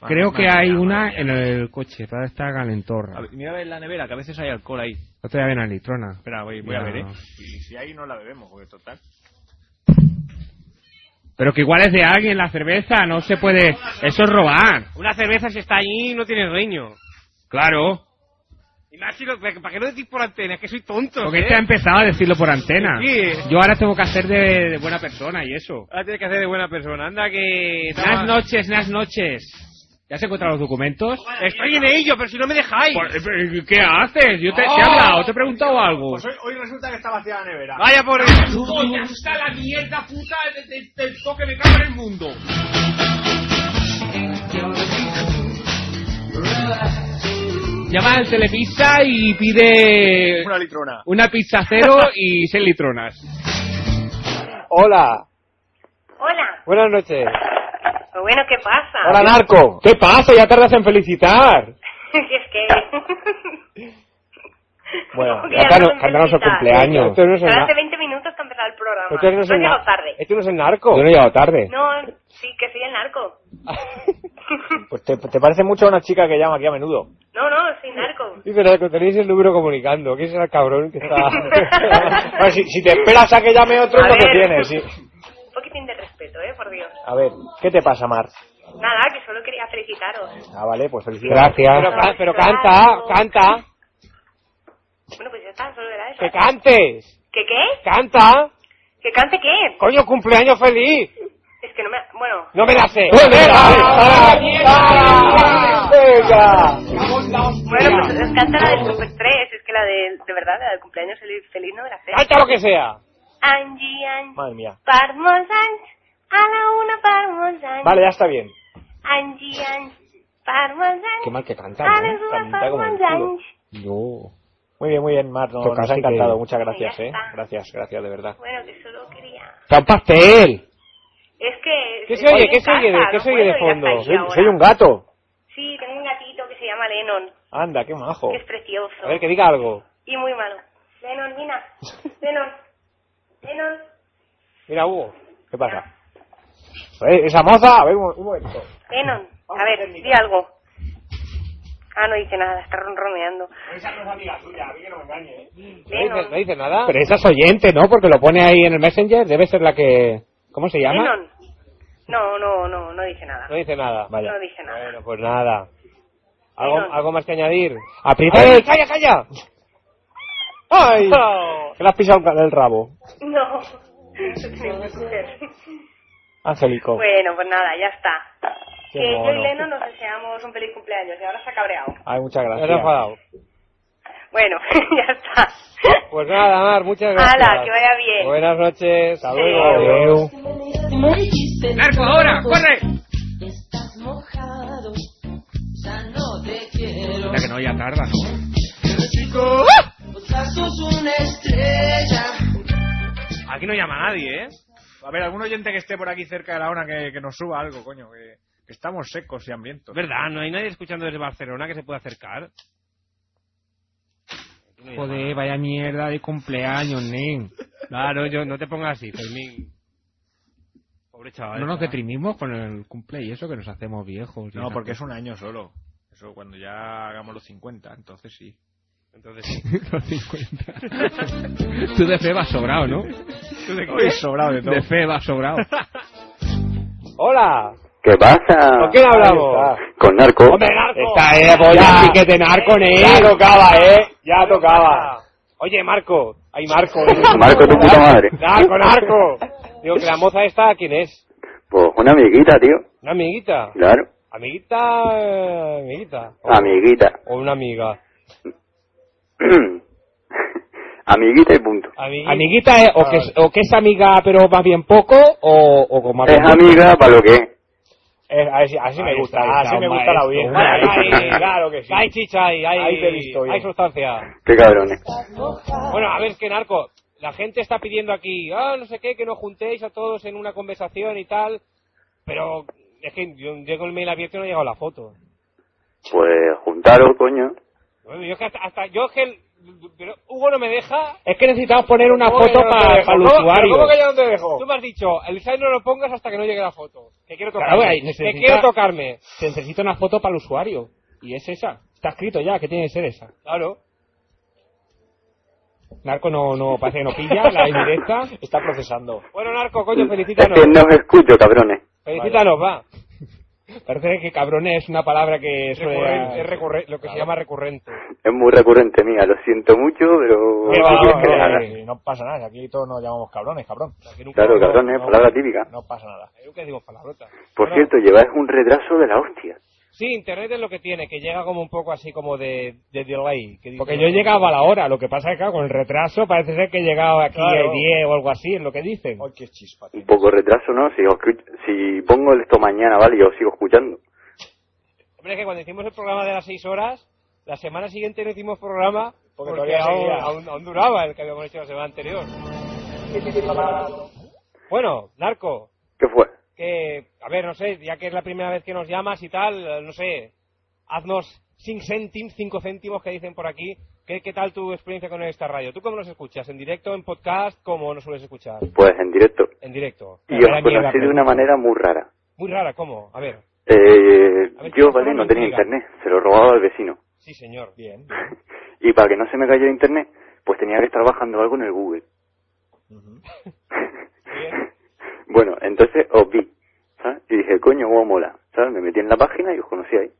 Madre
Creo que
mía,
hay
madre
una
mía.
en el coche, todavía está calentorra.
A ver, Mira a ver la nevera, que a veces hay alcohol ahí.
No te voy a ver en la litrona.
Espera, voy, voy a
Ya.
ver, ¿eh? Y si ahí no la bebemos, porque total.
Pero que igual es de alguien la cerveza, no se puede... Eh, Eso es robar.
Una cerveza si está allí no tiene dueño.
Claro.
Y más si lo- ¿Para qué lo decís por antena? Es que soy tonto. ¿eh?
Porque este ha empezado a decirlo por antena.
Sí. eh.
Yo ahora tengo que hacer de, de buena persona y eso.
Ahora tienes que hacer de buena persona. Anda que...
Buenas noches, buenas noches. ¿Ya has encontrado los documentos?
Estoy en ello, pero si no me dejáis.
Por- eh, pero, ¿Qué haces? Yo te, te he hablado, te he preguntado algo.
Pues
hoy, resulta que está vacía la nevera.
Vaya por
¡Coño, está la mierda puta de- de- del toque me cago en el mundo! Llama al Telepizza y pide
Una litrona.
una pizza cero y seis litronas.
Hola,
Hola. Ah.
buenas noches.
Pero bueno, ¿qué pasa?
Hola, Narco. ¿Qué pasa? Ya tardas en felicitar.
es que...
Bueno,
¿Cómo que
ya
ya
canta-
tardas en
cántanos el
felicitar?
cumpleaños. Esto Este no es el,
Ahora
na-
hace 20 minutos que ha empezado el programa.
esto no es
Tú has
el na-
llegado tarde.
esto no es el narco. Yo no he llegado tarde.
No, sí, que soy el narco.
Pues te, te parece mucho a una chica que llama aquí a menudo.
No, no, soy narco.
Dice, Narco, tenéis el número comunicando. ¿Quién será el cabrón que está...? Bueno, si, si te esperas a que llame otro,
A
no te
ver.
tienes. sí.
Un poquitín de respeto, ¿eh? Por Dios.
A ver, ¿qué te pasa, Mar?
Nada, que solo quería felicitaros.
Ah, vale, pues felicidades. Gracias.
Pero ca- pero canta,
canta.
Bueno, pues ya está, solo era eso.
¡Que cantes!
¿Que qué?
¡Canta!
¿Que cante qué?
¡Coño, cumpleaños feliz!
Es que no me... Bueno...
¡No me la sé!
Bueno, pues eh, canta la del Super 3, es que la de, de verdad, la del cumpleaños feliz, feliz no me la sé.
¡Canta lo que sea!
Angie, Angie,
Madre mía.
parmesan, a la una parmesan.
Vale, ya está bien.
Angie, Angie, parmesan,
Qué mal que canta,
a la
¿no?
una
Canta como el
parmesan.
culo. No. Muy bien, muy bien, Mar. no-
Toca,
nos ha
así que-
Pues encantado. Muchas gracias,
Ya
eh.
está.
Gracias, gracias, de verdad.
Bueno, que solo quería...
¡Tan pastel!
Es que...
¿Qué se
estoy
oye?
en
¿Qué se
casa,
oye de, qué
no
se oye de
puedo ir hasta
fondo?
ahí
Soy,
ahora.
soy un gato.
Sí, tengo un gatito que se llama Lennon,
Anda, qué majo.
que es precioso.
A ver, que diga algo.
Y muy malo. Lennon, mira. Lennon. Lennon.
Mira, Hugo. ¿Qué pasa? A ver, esa moza, a ver, un, un momento.
Lennon. A ver, di algo. Ah, no dice nada, está ronroneando.
Esa no es amiga suya, a mí que no me engañe. ¿eh?
Lennon.
¿No dice nada?
Pero esa es oyente, ¿no? Porque lo pone ahí en el Messenger. Debe ser la que... ¿Cómo se llama?
Lennon. No, no, no, no dice nada.
No dice nada. Vaya.
No dice nada.
Bueno, pues nada. ¿Algo,
Lennon.
algo más que añadir?
Aprieta-
¡Ay, calla, calla! ¡Ay! Que le has pisado el rabo,
No. Eso tiene que ser.
Angélico.
Bueno, pues nada, ya está.
Qué
que yo
mono.
y Lennon nos deseamos un feliz cumpleaños y ahora se ha cabreado.
Ay, muchas gracias.
Ya te has enfadado.
Bueno, ya está.
Pues nada, Mar, muchas gracias.
Hala, que vaya bien.
Buenas noches. Hasta luego.
Adiós.
¡Narco, ahora! ¡Corre! Ya que no, ya tarda, ¿no?
Aquí no llama nadie, ¿eh?
A ver, algún oyente que esté por aquí cerca de la una que, que nos suba algo, coño. Que, que estamos secos y hambrientos.
¿Verdad? No hay nadie escuchando desde Barcelona que se pueda acercar. Aquí no llama.
Joder, vaya mierda de cumpleaños, nen.
Claro, yo no te pongas así, Fermín. Pobre chaval.
No nos deprimimos con el cumple y eso que nos hacemos viejos. y
No,
esas
porque es
cosas.
un año solo. Eso cuando ya hagamos los 50, entonces sí.
Entonces sí.
Los 50. Tú de fe vas sobrado, ¿no?
¿Tú de qué? sobrado de todo.
De fe vas sobrado.
Hola.
¿Qué pasa?
¿Con quién hablamos?
Ah. Con narco.
¡Hombre, narco!
Esta es boya
Ya.
sí que te narco, nen.
Ya tocaba, ¿eh? Ya tocaba. Oye, Marco. Ay, Marco.
Marco, tu puta madre.
Narco, narco. Digo, que la moza esta, ¿quién es?
Pues una amiguita, tío.
Una amiguita.
Claro.
Amiguita, eh, amiguita. O-
Amiguita.
O una amiga.
Amiguita y punto. Ah.
Amiguita,
eh,
es, o, que, es- o que es amiga pero más bien poco, o, o con más
Es
bien poco.
amiga para lo que es.
Eh, así, así me gusta, así me gusta la audiencia. Ay, claro que sí. Hay chicha ahí, hay,
Ahí te he
hay sustancia.
Qué cabrones.
Bueno, a ver, que narco, la gente está pidiendo aquí, ah, no sé qué, que nos juntéis a todos en una conversación y tal, pero es que yo llego el mail abierto y no ha llegado la foto.
Pues juntaros, coño.
Bueno, yo es que hasta, hasta- yo es que el- pero Hugo no me deja.
Es que necesitamos poner una
¿Cómo que
foto
yo no te
para
dejo?
el
¿Cómo-
usuario.
pero ¿Cómo que yo no te dejo? Tú me has dicho, el site no lo pongas hasta que no llegue la foto. Que quiero tocarme.
Claro, ahí
que
necesita-
quiero tocarme.
Se necesita una foto para el usuario. Y es esa. Está escrito ya, que tiene que ser esa.
Claro.
Narco no, no parece que no pilla la indirecta. Está procesando.
Bueno, Narco, coño,
Es
felicítanos.
que no os escucho, cabrones.
Felicítanos, va.
Parece que cabrón es una palabra que suele...
Recurren- es recurre- lo que se llama recurrente.
Es muy recurrente mía, lo siento mucho, pero...
Pero
¿qué
vamos,
quieres que le haga?
eh, no pasa nada, aquí todos nos llamamos cabrones, cabrón.
Claro, cabrones, palabra típica.
No pasa nada.
Nunca digo palabrotas.
Por cierto, lleváis un retraso de la hostia.
Sí, Internet es lo que tiene, que llega como un poco así como de, de delay. que dice-
Porque yo llegaba a la hora, lo que pasa es que claro, con el retraso parece ser que he llegado aquí
Claro.
a 10 o algo así, es lo que dicen.
Un poco de retraso, ¿no? Si, os escuch- si pongo esto mañana, ¿vale? Yo os sigo escuchando.
Hombre, es que cuando hicimos el programa de las 6 horas, la semana siguiente no hicimos programa porque,
todavía
aún,
seguía.
aún- aún duraba el que habíamos hecho la semana anterior. Bueno, Narco,
¿Qué fue?
que, a ver, no sé, ya que es la primera vez que nos llamas y tal, eh, no sé, haznos 5 céntimos, 5 céntimos que dicen por aquí. ¿Qué, ¿Qué tal tu experiencia con esta radio? ¿Tú cómo nos escuchas? ¿En directo, en podcast? ¿Cómo nos sueles escuchar?
Pues en directo.
En directo.
Y os conocí de una manera muy rara.
Muy rara, ¿cómo? A ver,
Eh,
A ver,
yo,
¿cómo
¿vale? No
me
tenía
intriga?
internet, se lo robaba al vecino.
sí, señor. Bien.
Y para que no se me cayera internet, pues tenía que estar bajando algo en el Google. bueno, entonces os vi, ¿sabes? Y dije, coño, cómo mola, ¿sabes? Me metí en la página y os conocí ahí.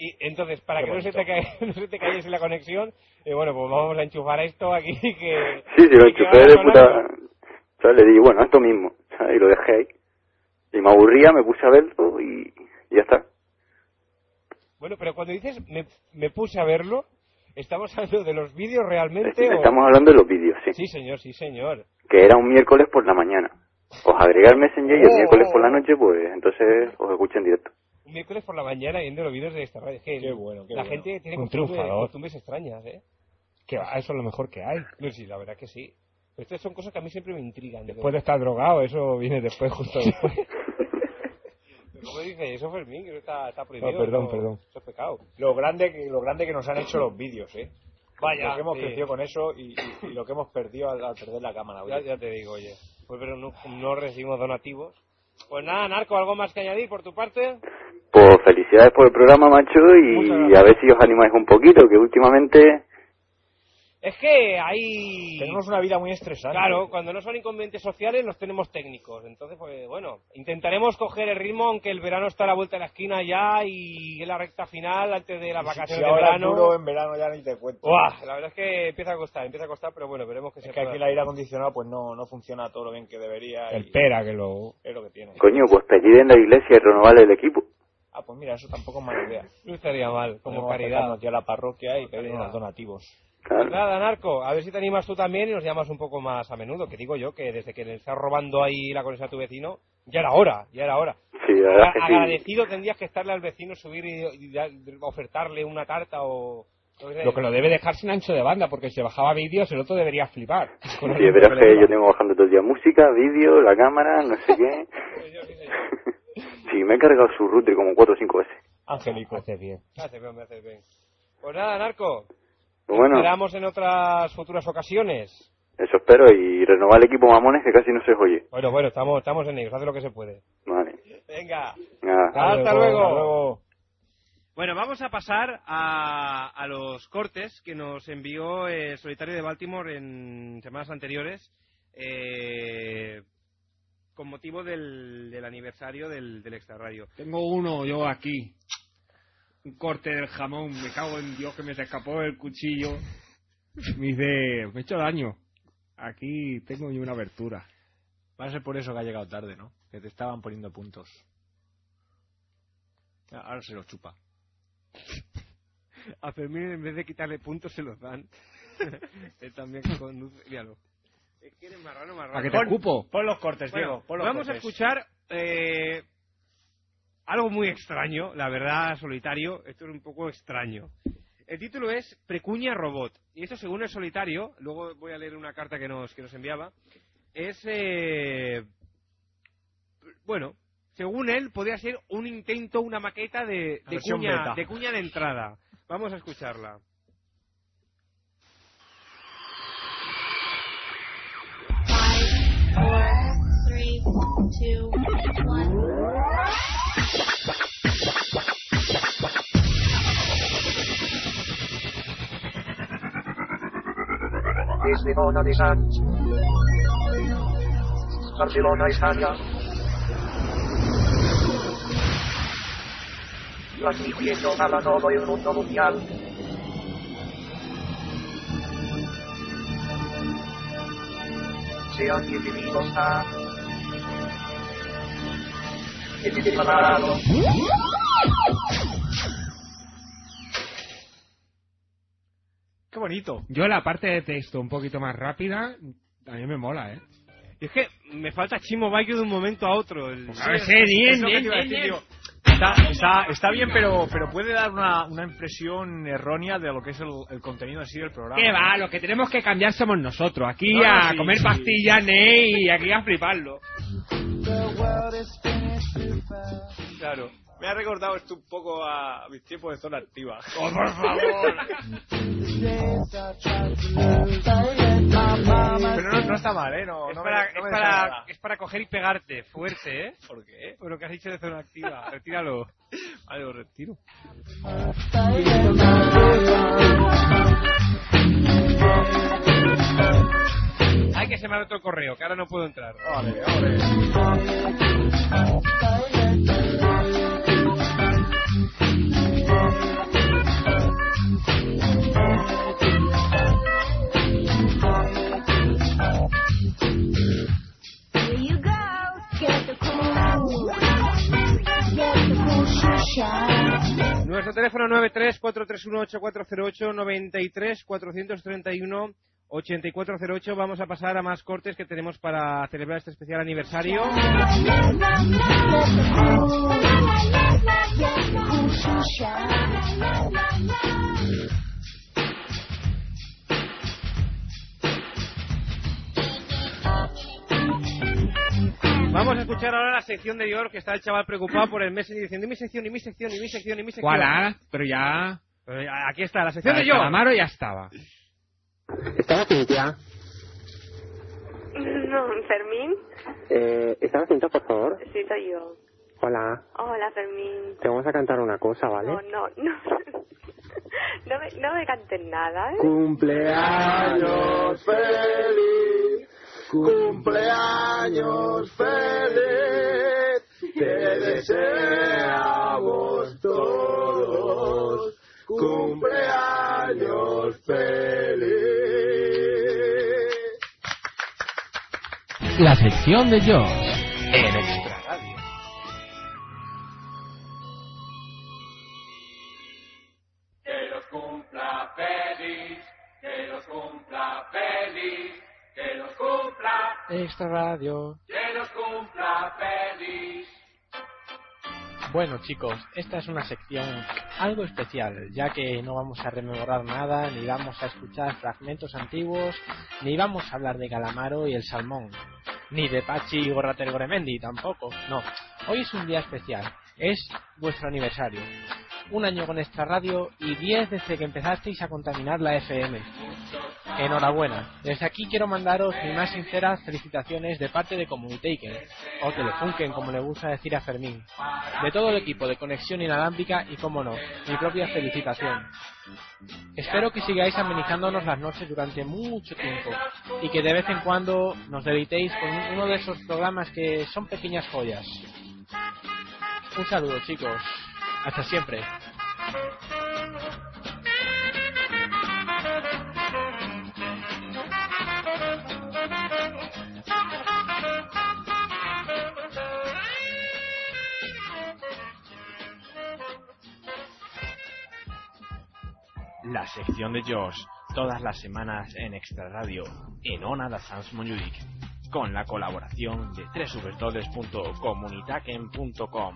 Y entonces, para que no se, te ca- no se te cayese la conexión, eh, bueno, pues vamos a enchufar esto aquí que...
Sí, sí, lo
y que
enchufé
vamos
de
con
puta...
algo.
¿sabes? Le dije, bueno, esto mismo, ¿sabes? Y lo dejé ahí. Y me aburría, me puse a verlo y, y ya está.
Bueno, pero cuando dices me, me puse a verlo, ¿estamos hablando de los vídeos realmente? o-
Estamos hablando de los vídeos, sí.
Sí, señor, sí, señor.
Que era un miércoles por la mañana. Os agregué al Messenger
Oh.
y el miércoles por la noche, pues entonces os escucho en directo.
Un miércoles por la mañana viendo los vídeos de esta radio. Es que la
bueno.
gente tiene
Un
costumbre-
triunfador.
costumbres extrañas, ¿eh? Que va, eso es lo mejor que hay. No, sí, la verdad que sí. Pero estas son cosas que a mí siempre me intrigan. digo,
Después de estar drogado, eso viene después, justo después.
¿Cómo dice eso, Fermín? Que eso está, está prohibido.
No,
Ah,
perdón,
eso-
perdón.
Eso es pecado.
Lo grande, que, lo grande que nos han hecho los vídeos, ¿eh?
Vaya, eh,
Lo que hemos
sí.
crecido con eso y, y- y lo que hemos perdido al, al perder la cámara.
Ya, ya te digo, oye. Pues pero no, no recibimos donativos. Pues nada, Narco, ¿algo más que añadir por tu parte?
Pues felicidades por el programa, macho, y a ver si os animáis un poquito, que últimamente...
Es que hay...
Tenemos una vida muy estresante.
Claro, cuando no son inconvenientes sociales los tenemos técnicos. Entonces, pues bueno, intentaremos coger el ritmo aunque el verano está a la vuelta de la esquina ya y en la recta final antes de las
Si
vacaciones de
ahora es
verano.
duro, en verano ya ni te cuento.
Buah, la verdad es que empieza a costar, empieza a costar, pero bueno, veremos que se
Es que aquí el
pueda.
aire acondicionado pues no, no funciona todo lo bien que debería. y
Espera que lo...
Es lo que tiene.
Coño, pues pedir en la iglesia y renovar el equipo.
Ah, pues mira, eso tampoco es mala idea.
No estaría mal, como
Podemos acercarnos
caridad.
aquí a la parroquia y pedir unos donativos.
Pues Nada, Narco, a ver si te animas tú también y nos llamas un poco más a menudo, que digo yo que desde que le estás robando ahí la conexión a tu vecino, ya era hora, ya era hora.
Sí, la verdad
Aga-
es que sí.
Agradecido tendrías que estarle al vecino, subir y, y dar- ofertarle una tarta o... no sé.
Lo que lo debe dejar sin ancho de banda, porque si bajaba vídeos el otro debería flipar. Con
Sí,
el
verás que
problema.
yo tengo bajando todo el día música, vídeo, la cámara, no sé qué. sí, me he cargado su router como cuatro o cinco veces.
Angélico.
Haces bien.
Me haces bien, me haces bien. Pues nada, Narco,
Pero bueno,
esperamos en otras futuras ocasiones.
eso espero, y renovar el equipo mamones que casi no se os oye.
Bueno, bueno, estamos, estamos en ellos, haz lo que se puede.
Vale.
Venga,
Nada.
hasta luego.
Bueno, vamos a pasar a, a los cortes que nos envió eh, Solitario de Baltimore en semanas anteriores eh, con motivo del, del aniversario del, del extrarradio.
Tengo uno yo aquí. Un corte del jamón. Me cago en Dios que me se escapó el cuchillo. Me dice, Eh, me he hecho daño. Aquí tengo yo una abertura.
Va a ser por eso que ha llegado tarde, ¿no? Que te estaban poniendo puntos.
Ahora se lo chupa.
A Fermín en vez de quitarle puntos se los dan. Él también conduce. Míralo. Es que eres marrano, marrano.
¿Para que te ocupo?
Pon los cortes,
Bueno,
Diego. Pon los
vamos a
cortes.
escuchar eh, algo muy extraño, la verdad, solitario. Esto es un poco extraño. El título es Precuña Robot. Y esto, según el solitario, luego voy a leer una carta que nos, que nos enviaba, es. eh, bueno, según él, podría ser un intento, una maqueta de,
La
de,
versión
cuña,
beta.
de cuña de entrada. Vamos a escucharla.
Three, two, one.
Lisbona, Bizant. Barcelona, Italia. Classificato alla nuova Europa mondiale. Se anche Filippo sta. E ti preparato.
Qué bonito.
Yo la parte de texto un poquito más rápida, a mí me mola, ¿eh?
Y es que me falta Chimo Bayo de un momento a otro. El-
Pues, a ver, sí, bien,
Es lo que
bien,
te iba a
bien,
decir,
bien.
digo,
Está, está, está bien, pero, pero puede dar una, una impresión errónea de lo que es el, el contenido en sí del programa.
¿Qué va? Lo que tenemos que cambiar somos nosotros. Aquí
No, no,
a
sí,
comer
sí.
pastillas, Ney, y aquí a fliparlo.
Claro. Me ha recordado esto un poco a mis tiempos de zona activa.
¡Oh, por favor!
Pero no, no está mal, ¿eh? No,
es,
no me-
para,
no me
es para-
desagrada.
es para coger y pegarte fuerte, ¿eh?
¿Por qué?
Por lo que has dicho de zona activa. Retíralo. Vale, lo retiro. Hay que sembrar otro correo, que ahora no puedo entrar.
Here you go. Get the cool. Get the cool shisha.
Nuestro teléfono 93-431-8408, 93-431-8408. Vamos a pasar a más cortes que tenemos para celebrar este especial aniversario.
Get the cool shisha.
Vamos a escuchar ahora la sección de Dior, que está el chaval preocupado por el Messenger diciendo y mi sección, y mi sección, y mi sección, y mi sección.
ah?
Voilà, pero ya...
Pero ya- Aquí está, la sección
Para
de Dior.
Calamaro ya estaba.
¿Estaba Cintia?
No, Fermín,
Eh, ¿Estaba Cintia, por favor?
sí soy yo.
Hola.
Hola, Fermín.
Te vamos a cantar una cosa, ¿vale?
No, no, no. No me, no me cantes nada, ¿eh?
Cumpleaños feliz, cumpleaños feliz, te deseamos todos, cumpleaños feliz.
La sección de yo en extra.
Que los cumpla feliz, que los cumpla feliz, que los cumpla,
Extra Radio.
que los cumpla feliz.
Bueno chicos, esta es una sección algo especial, ya que no vamos a rememorar nada, ni vamos a escuchar fragmentos antiguos, ni vamos a hablar de calamaro y el salmón, ni de Pachi y Gorrater Goremendi tampoco, no. Hoy es un día especial, es vuestro aniversario. Un año con Extra Radio y 10 desde que empezasteis a contaminar la FM. Enhorabuena. Desde aquí quiero mandaros mis más sinceras felicitaciones de parte de Communitaken, o Telefunken, como le gusta decir a Fermín. De todo el equipo de Conexión Inalámbrica y, como no, mi propia felicitación. Espero que sigáis amenizándonos las noches durante mucho tiempo y que de vez en cuando nos deleitéis con uno de esos programas que son pequeñas joyas. Un saludo, chicos. Hasta siempre.
la sección de Josh, todas las semanas en Extra Radio, en Ona da Sans Moñudic, con la colaboración de www.comunitaken.com.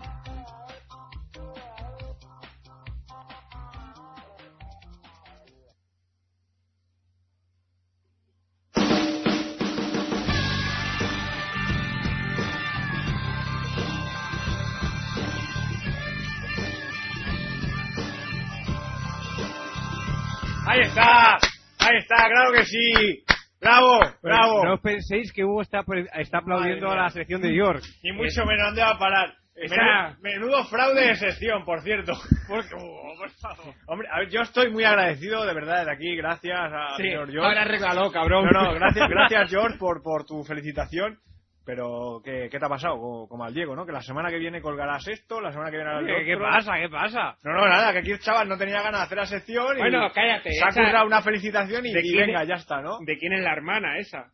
¡Ahí está! ¡Ahí está! ¡Claro que sí! ¡Bravo!
Pero
¡Bravo!
Pues No penséis que Hugo está, pre- está aplaudiendo a la selección de York.
Ni mucho menos dónde va a parar.
Está-
Menudo, menudo fraude de sección, por cierto. Porque, oh, por favor. Hombre, a ver, yo estoy muy agradecido de verdad de aquí, gracias a
Sí,
señor George.
ahora arréglalo, cabrón.
No, no, gracias, gracias George por, por tu felicitación. Pero, ¿qué, qué te ha pasado? Como, como al Diego, ¿no? Que la semana que viene colgarás esto, la semana que viene harás lo
¿Qué, qué
otro.
pasa? ¿Qué pasa?
No, no, nada, que aquí el chaval no tenía ganas de hacer la sección y
Bueno, cállate,
se ha
esa-
currado una felicitación y,
¿De
y
quién
venga,
es?
ya está, ¿no?
¿De quién es la hermana esa?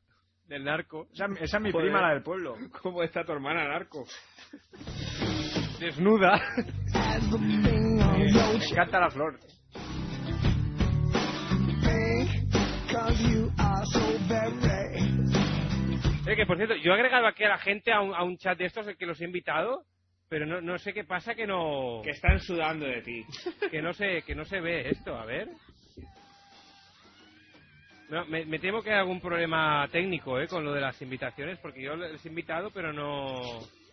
Del narco.
Esa, esa es mi
Joder.
prima, la del pueblo.
¿Cómo está tu hermana narco? Desnuda.
Me encanta la flor.
Eh, que por cierto, yo he agregado aquí a la gente a un, a un chat de estos el que los he invitado, pero no, no sé qué pasa que no
Que están sudando de ti.
que no se que no se ve esto. A ver. No, me, me temo que hay algún problema técnico eh, con lo de las invitaciones, porque yo les he invitado, pero no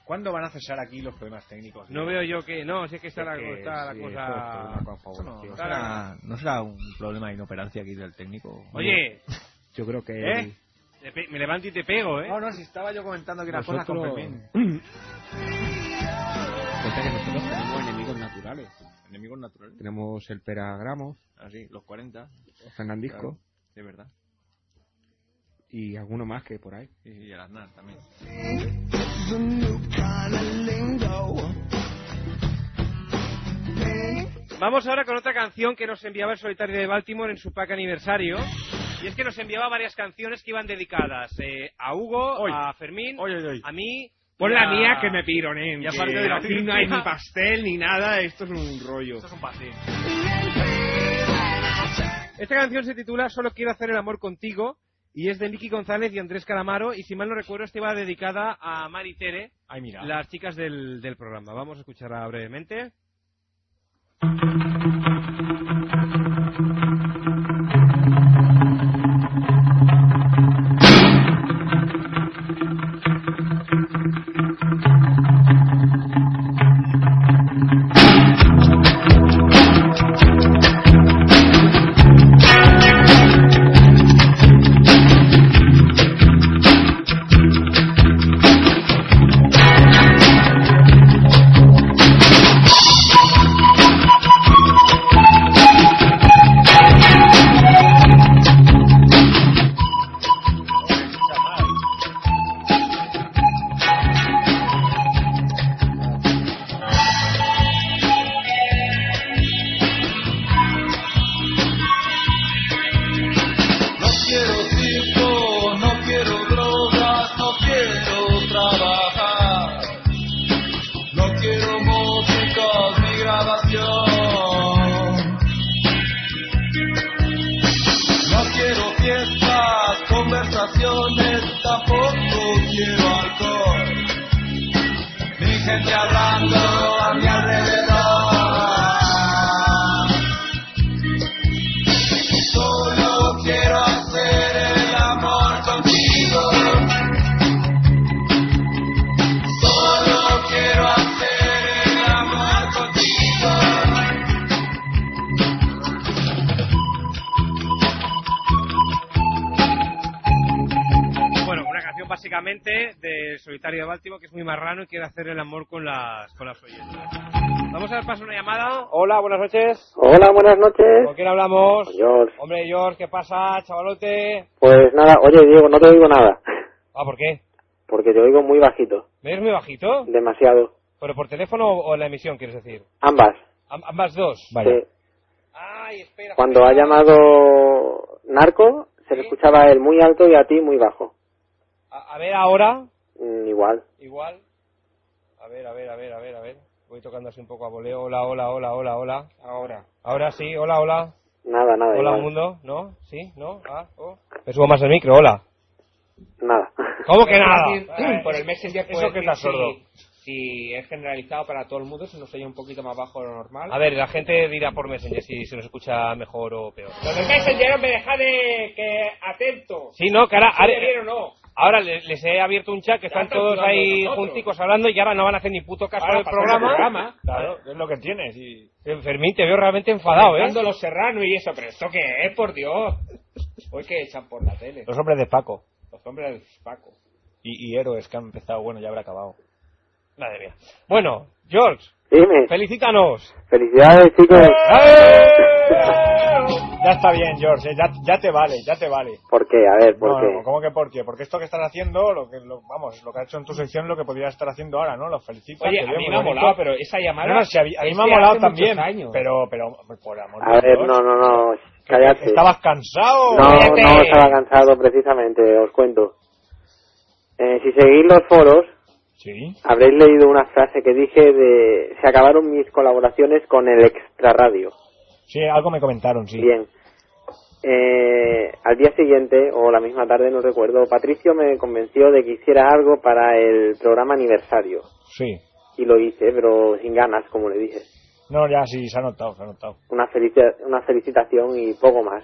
¿Cuándo van a cesar aquí los problemas técnicos?
no veo yo que no, si es que está la,
Porque
está la
sí,
cosa.
esto es una confabulación.
Está la-
¿No será un problema de inoperancia aquí del técnico?
Oye,
Yo creo que...
¿Eh? te pe- me levanto y te pego, ¿eh?
No, no, si estaba yo comentando que era cosa
Nosotros-
con Fermín.
Cuenta que nosotros tenemos enemigos naturales.
Enemigos naturales.
Tenemos el Peragramos,
Así, los 40.
Fernandisco.
Claro, de verdad.
Y alguno más que por ahí.
Y, y el Aznar también.
Vamos ahora con otra canción que nos enviaba el solitario de Baltimore en su pack aniversario. Y es que nos enviaba varias canciones que iban dedicadas eh, a Hugo, a Fermín, a mí.
Pon
y
la
a-
mía que me pironen.
y aparte
que
de la
aquí no hay
tuya.
ni pastel ni nada. Esto es un rollo.
Esto es un paseo.
Esta canción se titula Solo quiero hacer el amor contigo y es de Miki González y Andrés Calamaro. Y si mal no recuerdo, esta iba dedicada a Mari Tere,
Ay, mira.
las chicas del, del programa. Vamos a escucharla brevemente.
No quiero circo, no quiero drogas, no quiero trabajar. No quiero músicos ni grabación. No quiero fiestas, conversaciones, tampoco quiero alcohol. Mi gente hablando a mi alrededor. Solo quiero hacer el amor contigo. Solo quiero hacer el amor contigo.
Bueno, una canción básicamente de Solitario de Baltimore que es muy marrano y quiere hacer el amor con las, con las oyentes. Vamos a dar paso a una llamada. Hola, buenas noches.
Hola, buenas noches.
¿Con quién hablamos?
George.
Hombre, George, ¿qué pasa, chavalote?
Pues nada, oye Diego, no te oigo nada,
Ah, ¿por qué?
porque te oigo muy bajito,
¿Me oyes muy bajito?
demasiado.
¿Pero por teléfono o en la emisión, quieres decir?
Ambas. Eh,
Am- ambas dos.
Sí.
Ay, espera.
Cuando ha
espera.
llamado Narco, se le escuchaba a él muy alto y a ti muy bajo.
A, a ver, ahora.
Mm, igual.
Igual. A ver, a ver, a ver, a ver, a ver. Voy tocando así un poco a voleo. Hola, hola, hola, hola, hola.
Ahora.
Ahora sí, hola, hola.
Nada, nada.
Hola,
igual.
mundo. ¿No? ¿Sí? ¿No? ¿Ah? ¿Oh? Me subo más el micro, hola.
Nada.
¿Cómo que nada?
Por el Messenger pues,
Eso que estás sordo.
Si, si es generalizado para todo el mundo, se nos oye un poquito más bajo de lo normal.
A ver, la gente dirá por Messenger si se nos escucha mejor o peor.
Los del Messenger me deja de que atento.
Sí, no, que ahora-
Si me vieron o no.
Ahora le- les, he abierto un chat que están
están
todos
jugando
ahí
nosotros.
junticos hablando y ahora no van a hacer ni puto caso
Ahora
del
pasamos
programa.
el programa.
Claro, es lo que tienes. Y... Fermín, te veo realmente enfadado, ¿eh?
Comentando los serranos y eso, pero ¿esto qué es? Por Dios. Hoy que echan por la tele.
Los hombres de Paco.
Los hombres del Paco.
Y, y héroes que han empezado, bueno, ya habrá acabado.
Madre mía. Bueno, George,
Dime.
felicítanos.
Felicidades, eh, chicos.
¡Eh!
Ya está bien, George, eh, ya, ya te vale, ya te vale.
¿Por qué? A ver, ¿por
No,
qué?
no, ¿cómo que por qué? Porque esto que estás haciendo, lo que lo, vamos, lo que ha hecho en tu sección, lo que podrías estar haciendo ahora, ¿no? Lo felicito.
Oye,
que
a
bien,
mí
muy
me ha
bonito.
molado, pero esa llamada
No, no, sí, a, mí- a mí
es
me ha
de
molado
hace muchos
también.
años.
Pero, pero, por amor
A
de
ver,
Dios.
no, no, no. Cállate.
¿Estabas cansado?
No, no estaba cansado precisamente, os cuento. Eh, si seguís los foros,
Sí.
habréis leído una frase que dije de se acabaron mis colaboraciones con el extrarradio.
Sí, algo me comentaron, sí.
Bien. Eh, al día siguiente, o la misma tarde, no recuerdo, Patricio me convenció de que hiciera algo para el programa aniversario.
Sí.
Y lo hice, pero sin ganas, como le dije.
No, ya sí, se ha notado, se ha notado.
Una, felici- una felicitación y poco más.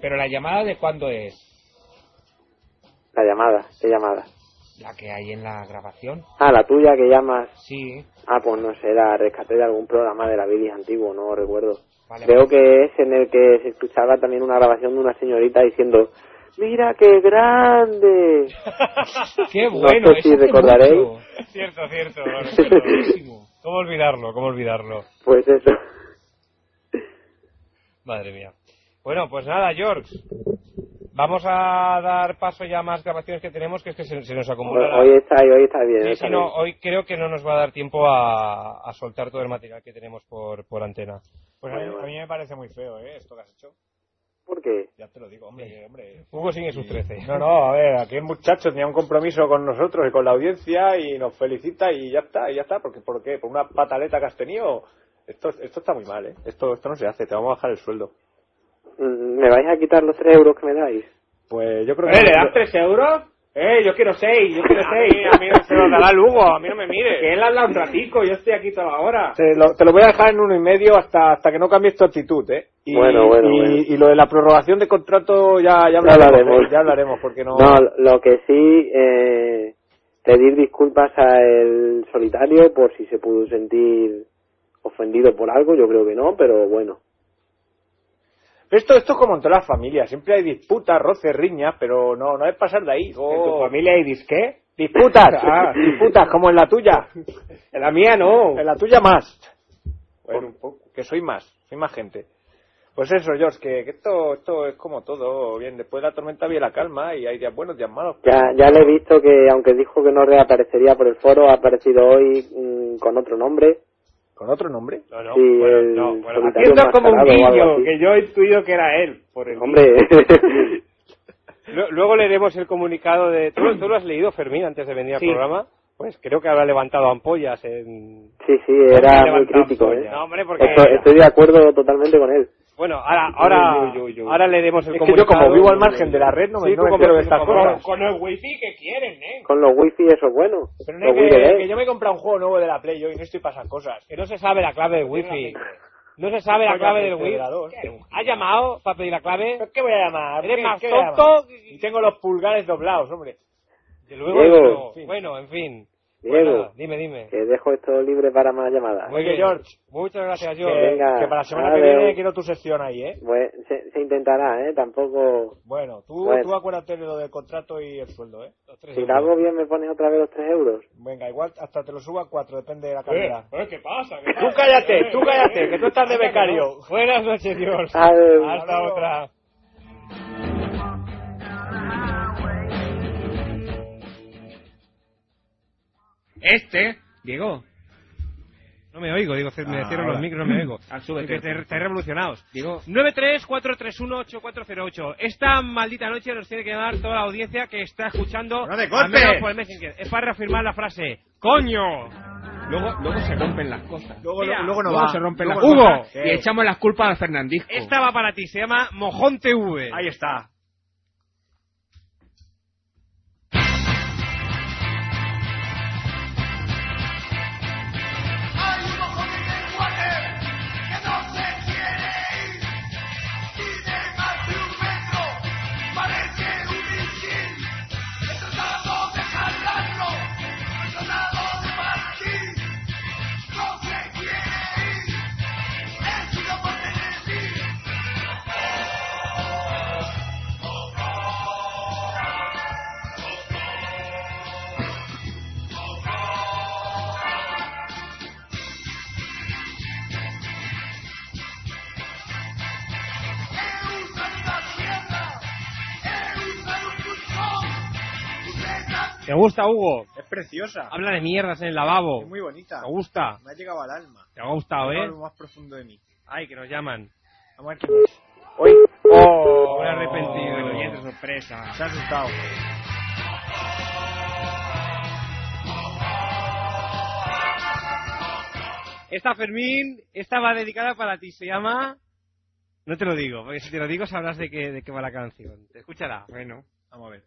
Pero la llamada de cuándo es?
La llamada, qué llamada.
La que hay en la grabación.
Ah, la tuya que llamas.
Sí.
Ah, pues no sé, la rescaté de algún programa de la Bilis antiguo, no recuerdo.
Vale,
Creo que es en el que se escuchaba también una grabación de una señorita diciendo, mira qué grande.
Qué
No
bueno.
sé si
eso hace
recordaréis.
mucho. Cierto, cierto. bueno, buenísimo. ¿Cómo olvidarlo? ¿Cómo olvidarlo?
Pues eso.
Madre mía. Bueno, pues nada, George. Vamos a dar paso ya a más grabaciones que tenemos, que es que se, se nos acumula. la-
Hoy está, hoy está bien.
Sí,
está
sí, no,
bien.
hoy creo que no nos va a dar tiempo a, a soltar todo el material que tenemos por, por antena. eh,
Pues a mí, a mí me parece muy feo, ¿eh? Esto que has hecho.
¿Por qué?
Ya te lo digo, hombre, que, hombre.
Hugo sigue sus 13.
No, no, a ver, aquí el muchacho tenía un compromiso con nosotros y con la audiencia y nos felicita y ya está, y ya está. Porque, ¿Por qué? ¿Por una pataleta que has tenido? Esto, esto está muy mal, ¿eh? Esto, esto no se hace, te vamos a bajar el sueldo.
Mm, ¿Me vais a quitar los tres euros que me dais?
Pues yo creo que...
¿Eh, ¿Le das 3 euros? Eh, yo quiero 6, yo quiero 6.
a mí no se lo dará Lugo, a mí no me mires.
Que él habla un ratico, yo estoy aquí toda la hora.
Te lo, te lo voy a dejar en uno y medio hasta, hasta que no cambies tu actitud, ¿eh? Y,
Bueno, bueno,
y,
bueno.
y lo de la prorrogación de contrato ya, ya
Ya
hablaremos.
hablaremos.
¿eh? Ya hablaremos, porque no...
No, lo que sí, eh, pedir disculpas a el solitario por si se pudo sentir ofendido por algo, yo creo que no, pero bueno.
Pero esto, esto es como en todas las familias, siempre hay disputas, roces, riñas, pero no, no es pasar de ahí.
¿En
Oh.
tu familia hay disqué?
Disputas, ah, disputas, como en la tuya.
En la mía no.
En la tuya más.
Bueno, un poco.
Que soy más, soy más gente. Pues eso, George, que, que esto, esto es como todo. Bien, después de la tormenta viene la calma y hay días buenos, días malos.
Ya, ya le he visto que, aunque dijo que no reaparecería por el foro, ha aparecido hoy mm, con otro nombre.
¿Con otro nombre?
No, no,
Sí,
bueno,
el
no, bueno,
solitario
haciendo como un
enmascarado o algo
guiño,
así.
que yo he intuido que era él, por el
Hombre,
Lu- Luego leeremos el comunicado de... ¿Tú, lo- tú lo has leído, Fermín, antes de venir
Sí.
al programa? Pues creo que habrá levantado ampollas en...
sí, sí,
Hombre,
era muy
levanta
crítico.
ampollas.
¿eh?
No, hombre, porque-
Esto- este estoy de acuerdo totalmente con él.
Bueno, ahora, ahora,
Uy, uy, uy, uy.
ahora leeremos el
Es que yo,
comunicado.
como vivo al margen de la red, no me-
Sí, tú
no me
como-
entero de estas
como-
cosas.
Con el wifi que quieren, ¿eh?
Con los wifi eso es bueno.
Pero
Los
no, que,
wifi de él.
que yo me he comprado un juego nuevo de la Play yo y no estoy pasando cosas.
Que no se sabe la clave del wifi. No se sabe la
Oiga,
clave del
este
wifi.
de la dos.
¿Ha llamado para pedir la clave?
¿Qué voy a llamar?
Eres
¿Qué-
más
qué voy a llamar?
tonto que-
Y tengo los pulgares doblados, hombre.
Y luego,
Diego.
luego- Bueno, en fin. Pues
Diego.
nada, dime, dime.
Que dejo esto libre para más llamadas.
Muy
Oye,
bien.
George.
Muchas gracias,
Que,
George.
Venga,
que para la semana que
adiós.
viene quiero tu sección ahí, ¿eh?
Bueno, se, se intentará, ¿eh? Tampoco...
Bueno, tú,
Bueno.
tú acuérdate de lo del contrato y el sueldo, ¿eh? Los tres
Si lo
euros.
hago bien me pones otra vez los tres euros.
Venga, igual hasta te lo suba a cuatro, depende de la
Eh,
calidad.
eh, ¿qué pasa?
Tú
Eh,
cállate, tú cállate, que tú estás de becario.
Buenas noches, George.
Adiós.
Hasta otra.
Este, Diego,
No me oigo, digo, ce- me
Ah,
cierro
ahora.
los micros, no me oigo.
Ah, súbete.
Que te- Estáis revolucionados.
Diego.
934318408. Esta maldita noche nos tiene que dar toda la audiencia que está escuchando.
No te
al
cortes.
menos por el Messenger. Es para reafirmar la frase. ¡Coño!
Luego, luego se rompen las cosas.
Luego,
Mira,
luego no
luego
va.
se rompen
Luego
las
no
cosas.
va.
Sí.
Y echamos las culpas al Fernandisco.
Esta va para ti, se llama Mojón TV.
Ahí está.
Hay un ojo de lenguaje que no se quiere ir. Tiene más de un metro, parece un misil. He tratado de jalarlo, he tratado de partir. No se quiere ir. He sido por decir. He usado una sierra, he usado un pulsón. Ustedes
¿Te gusta, Hugo?
Es preciosa.
Habla de mierdas en el lavabo.
Es muy bonita.
¿Te gusta?
Me ha llegado al alma.
¿Te ha gustado, eh?
Lo más profundo de mí.
Ay, que nos llaman.
Vamos a ver quién es.
Me he arrepentido, el oyente sorpresa.
Oh. Se ha asustado.
Esta, Fermín, esta va dedicada para ti, se llama... No te lo digo, porque si te lo digo sabrás de qué, de qué va la canción. Te escuchará.
Bueno.
Vamos a ver.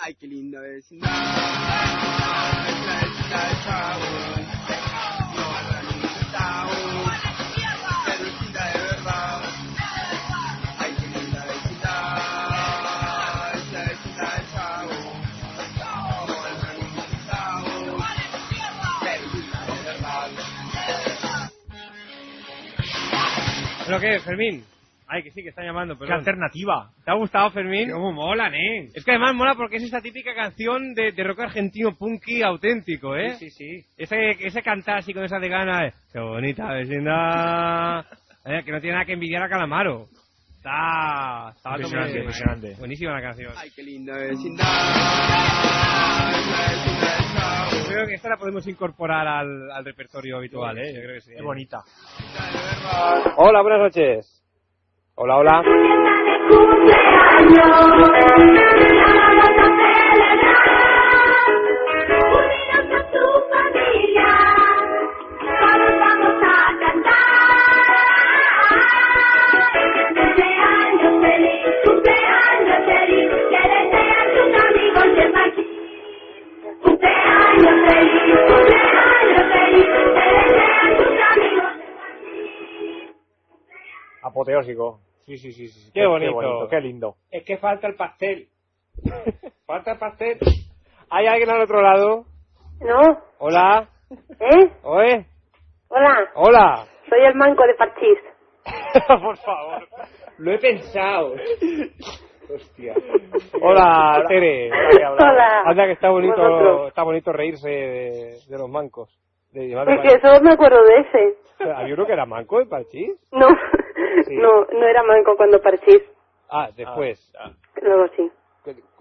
Ay, qué linda vecindad. Es la vecindad de Chavo. No a la libertad. Pero es linda de verdad. Ay, qué linda vecindad. Es la vecindad de Chavo. No a la libertad. Pero es linda de verdad.
¿Pero qué, Fermín? Ay, que sí, que están llamando,
Qué
perdón.
alternativa.
¿Te ha gustado, Fermín?
¿Cómo molan, eh?
Es que además mola porque es esta típica canción de, de rock argentino punky auténtico, ¿eh?
Sí, sí, sí.
Ese, ese cantar así con esa de ganas, qué bonita vecindad. Eh, que no tiene nada que envidiar a Calamaro. Está, está a tope.
Impresionante, impresionante.
Buenísima la canción.
Ay, qué linda vecindad. Es la vecindad de Chavo.
Yo creo que esta la podemos incorporar al, al repertorio habitual, ¿eh? Yo creo que sí.
Es bonita.
Hola, buenas noches. Hola, hola.
Apoteósico.
Sí, sí, sí. sí.
Qué bonito, qué lindo.
Es que falta el pastel. falta el pastel. ¿Hay alguien al otro lado?
No,
Hola.
¿eh?
¿Oe?
Hola,
Hola.
soy el manco de parchís.
Por favor. Lo he pensado. Hostia. Hola, Tere.
Hola.
Anda que está bonito,
Vosotros.
está bonito reírse de, de los mancos. De llevar
Es que solo me acuerdo de ese.
Había uno que era manco en Parchís.
No, no, no era manco cuando parchís.
Ah, después.
Luego sí.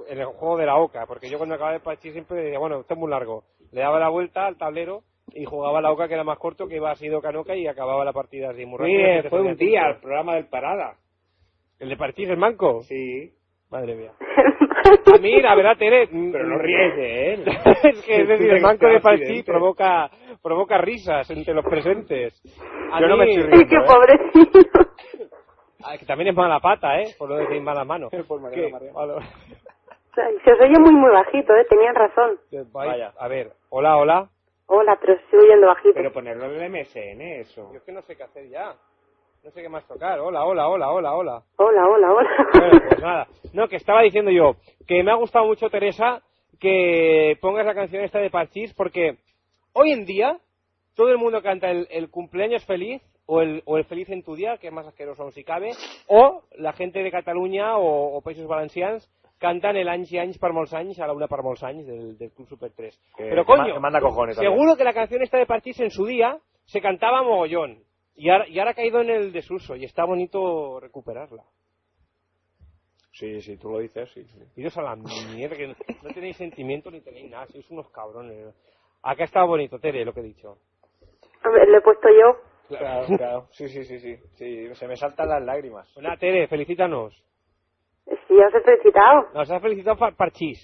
en el juego de la oca, porque yo cuando acababa de parchís siempre decía, bueno, esto es muy largo. Le daba la vuelta al tablero y jugaba la oca que era más corto, que iba así de canoca y acababa la partida así muy rápido.
Oye,
que
fue
tenía
un día
tiempo.
al programa del Parada.
¿El de parchís, el manco?
Sí.
Madre mía.
Ah,
Ah, A mí, la verdad, Tere...
Pero no ríes de él.
es que, es
Tú
decir,
te
el manco de
estás
parchís
accidente.
provoca, provoca risas entre los presentes. A
Yo no
mí-
me estoy riendo, Sí, qué ¿eh?
pobrecito.
Ah, que también es mala pata, ¿eh? Por no decir mala mano.
Mariano,
Que-
Se os oye muy, muy bajito, ¿eh? Tenían razón.
Vaya. A ver, hola, hola.
Hola, pero estoy oyendo bajito.
Pero ponerlo en el MSN, eso.
Yo es que no sé qué hacer ya. No sé qué más tocar. Hola, hola, hola, hola, hola.
Hola, hola, hola.
Bueno, pues nada. No, que estaba diciendo yo que me ha gustado mucho, Teresa, que pongas la canción esta de Parchís porque hoy en día todo el mundo canta el, el cumpleaños feliz o el, o el feliz en tu día, que es más asqueroso aún si cabe,
Oh,
o la gente de Cataluña o, o Países Valencians cantan el anys i anys per molts anys a la una per molts anys del, del Club Super 3.
Que-
Pero
que ma-
coño,
que manda cojones también.
seguro que la canción esta de Parchís en su día se cantaba mogollón y ahora, y ahora ha caído en el desuso y está bonito recuperarla.
Sí, sí, tú lo dices, sí. sí.
Iros a la mierda, que no, no tenéis sentimientos ni tenéis nada, sois unos cabrones. Acá está bonito, Tere, lo que he dicho.
Hombre, Lo he puesto yo.
Claro, claro. Sí, sí, sí, sí, sí. Se me saltan las lágrimas.
Hola, Tere, felicítanos.
Sí, os he felicitado.
Nos has felicitado par- Parchís.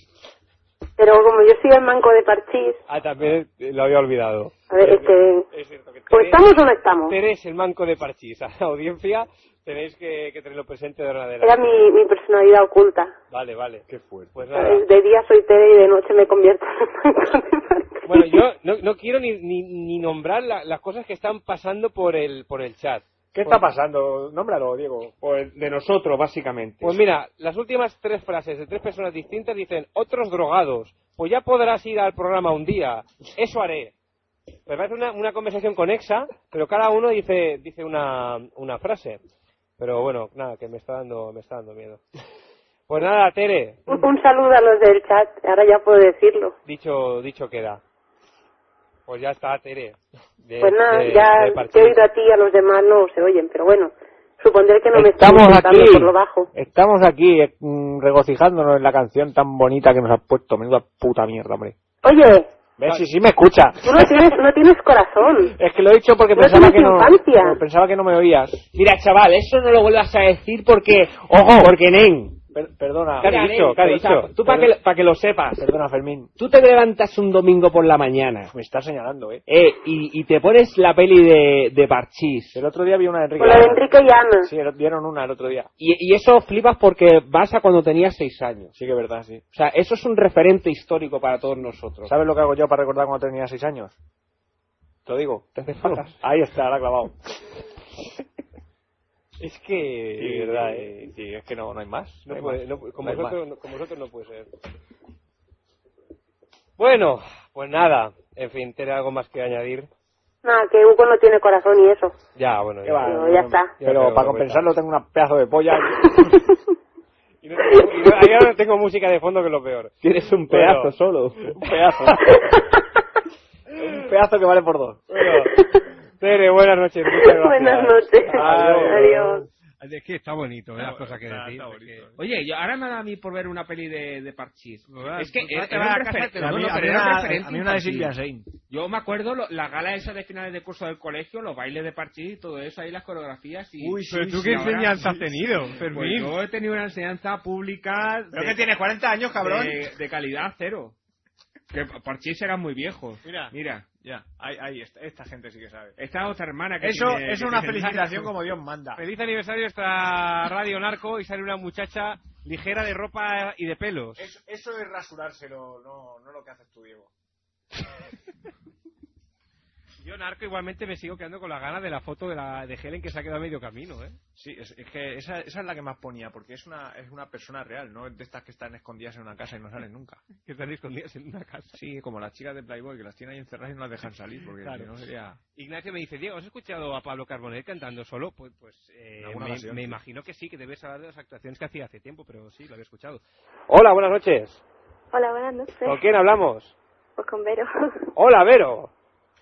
Pero como yo soy el manco de parchís,
Ah, también eh, lo había olvidado.
a ver, este...
Es cierto que
¿O
Tere-
estamos o no estamos?
Tere es ¿Eh? el manco de Parchís. A la audiencia tenéis que, que tenerlo presente de ahora en
Era
adelante.
mi, mi personalidad oculta. Eh,
Vale, vale. Qué fuerte. Pues nada.
De día soy Tere y de noche me convierto en manco de parchís.
Bueno, yo no, no quiero ni, ni, ni nombrar la- las cosas que están pasando por el, por el chat.
¿Qué
Por-
está pasando? Nómbralo, Diego.
Pues de nosotros, básicamente.
Pues mira, las últimas tres frases de tres personas distintas dicen otros drogados. Pues ya podrás ir al programa un día. Eso haré. Me parece una, una conversación conexa, pero cada uno dice dice una, una frase. Pero bueno, nada, que me está dando me está dando miedo. Pues nada, Tere,
Un, un saludo a los del chat, ahora ya puedo decirlo.
dicho dicho queda. Pues ya está, Tere. De-
Pues nada,
de- de
ya
parchís.
te he oído a ti y a los demás no se oyen, pero bueno, supondré que no me están
Estamos
escuchando
aquí.
por lo bajo.
Estamos aquí eh, mm, regocijándonos en la canción tan bonita que nos has puesto. Menuda puta mierda, hombre.
Oye,
¿Ves? Sí, sí me escucha.
tú no tienes, no tienes corazón.
Es que lo he dicho porque
No
pensaba
tienes
que no,
infancia.
no, pensaba que no me oías.
Mira, chaval, eso no lo vuelvas a decir porque... Ojo, porque nen.
Per- perdona.
¿Qué has dicho? ¿Qué has dicho? Tú para que, pa' que lo sepas.
Perdona, Fermín.
Tú te levantas un domingo por la mañana
Me estás señalando, ¿eh?
eh, y, y te pones la peli de, de Parchís.
El otro día vi una de Enrique.
Con la de
Llana.
Enrique y Ana.
Sí, el- vieron una el otro día.
Y, y eso flipas porque vas a cuando tenías seis años.
Sí que es verdad, sí.
O sea, eso es un referente histórico para todos nosotros.
¿Sabes lo que hago yo para recordar cuando tenía seis años? Te lo digo. Te haces patas. Ahí está, la ha clavado.
Es que
Sí, es verdad, eh. Sí, es que no, no hay más.
No
hay
puede-
más.
no puede- con,
No hay
vosotros, no- con vosotros no puede ser. Bueno, pues nada. En fin, ¿tiene algo más que añadir?
Nada, que Hugo no tiene corazón y eso.
Ya, bueno.
Qué
ya.
va,
Pero ya está.
Ya
Pero
tengo
para
que
compensarlo tengo una pedazo de polla.
Y no tengo- y no- ahí ahora no tengo música de fondo, que es lo peor.
Tienes un
pedazo
solo. Un pedazo. un pedazo que vale por dos.
Bueno, Tere, buenas noches. muchas gracias.
Buenas noches. Adiós.
Es que está bonito, ¿eh? las cosas que decir.
Oye, yo ahora me da a mí por ver una peli de, de Parchís. Es que
Ahora
era,
te
era
vas
un
a casa,
refer-
te
no,
lo
no,
doy.
pero era un referente
a mí una de
infantil.
Silvia Sein.
Yo me acuerdo lo- la gala esa de finales de curso del colegio, los bailes de Parchís y todo eso, ahí las coreografías y...
Uy, pero
y
tú qué
ahora-
enseñanza has tenido,
Pues
Fermín.
yo he tenido una enseñanza pública...
Creo
de-
que tienes 40 años, cabrón.
De, de calidad cero. Que Parchís eran muy viejos.
Mira.
Mira.
Ya, ahí, ahí está. esta gente sí que sabe.
Esta otra hermana que
Eso
tiene-
es
que
una
tiene-
felicitación como Dios manda.
Feliz aniversario a esta radio narco y sale una muchacha ligera de ropa y de pelos.
Eso, eso es rasurárselo, no, no lo que haces tú, Diego.
Yo narco igualmente me sigo quedando con la gana de la foto de, la, de Helen que se ha quedado a medio camino, ¿eh?
Sí, es, es que esa, esa es la que más ponía, porque es una, es una persona real, no es de estas que están escondidas en una casa y no salen nunca.
Que están escondidas en una casa.
Sí, como las chicas de Playboy, que las tienen ahí encerradas y no las dejan salir, porque
Claro.
si no sería...
Ignacio me dice, Diego, ¿has escuchado a Pablo Carbonell cantando solo? Pues, pues eh,
En alguna
me,
ocasión,
me
sí.
imagino que sí, que debes saber de las actuaciones que hacía hace tiempo, pero sí, lo había escuchado.
Hola, buenas noches.
Hola, buenas noches.
¿Con quién hablamos?
Pues con Vero.
Hola, Vero.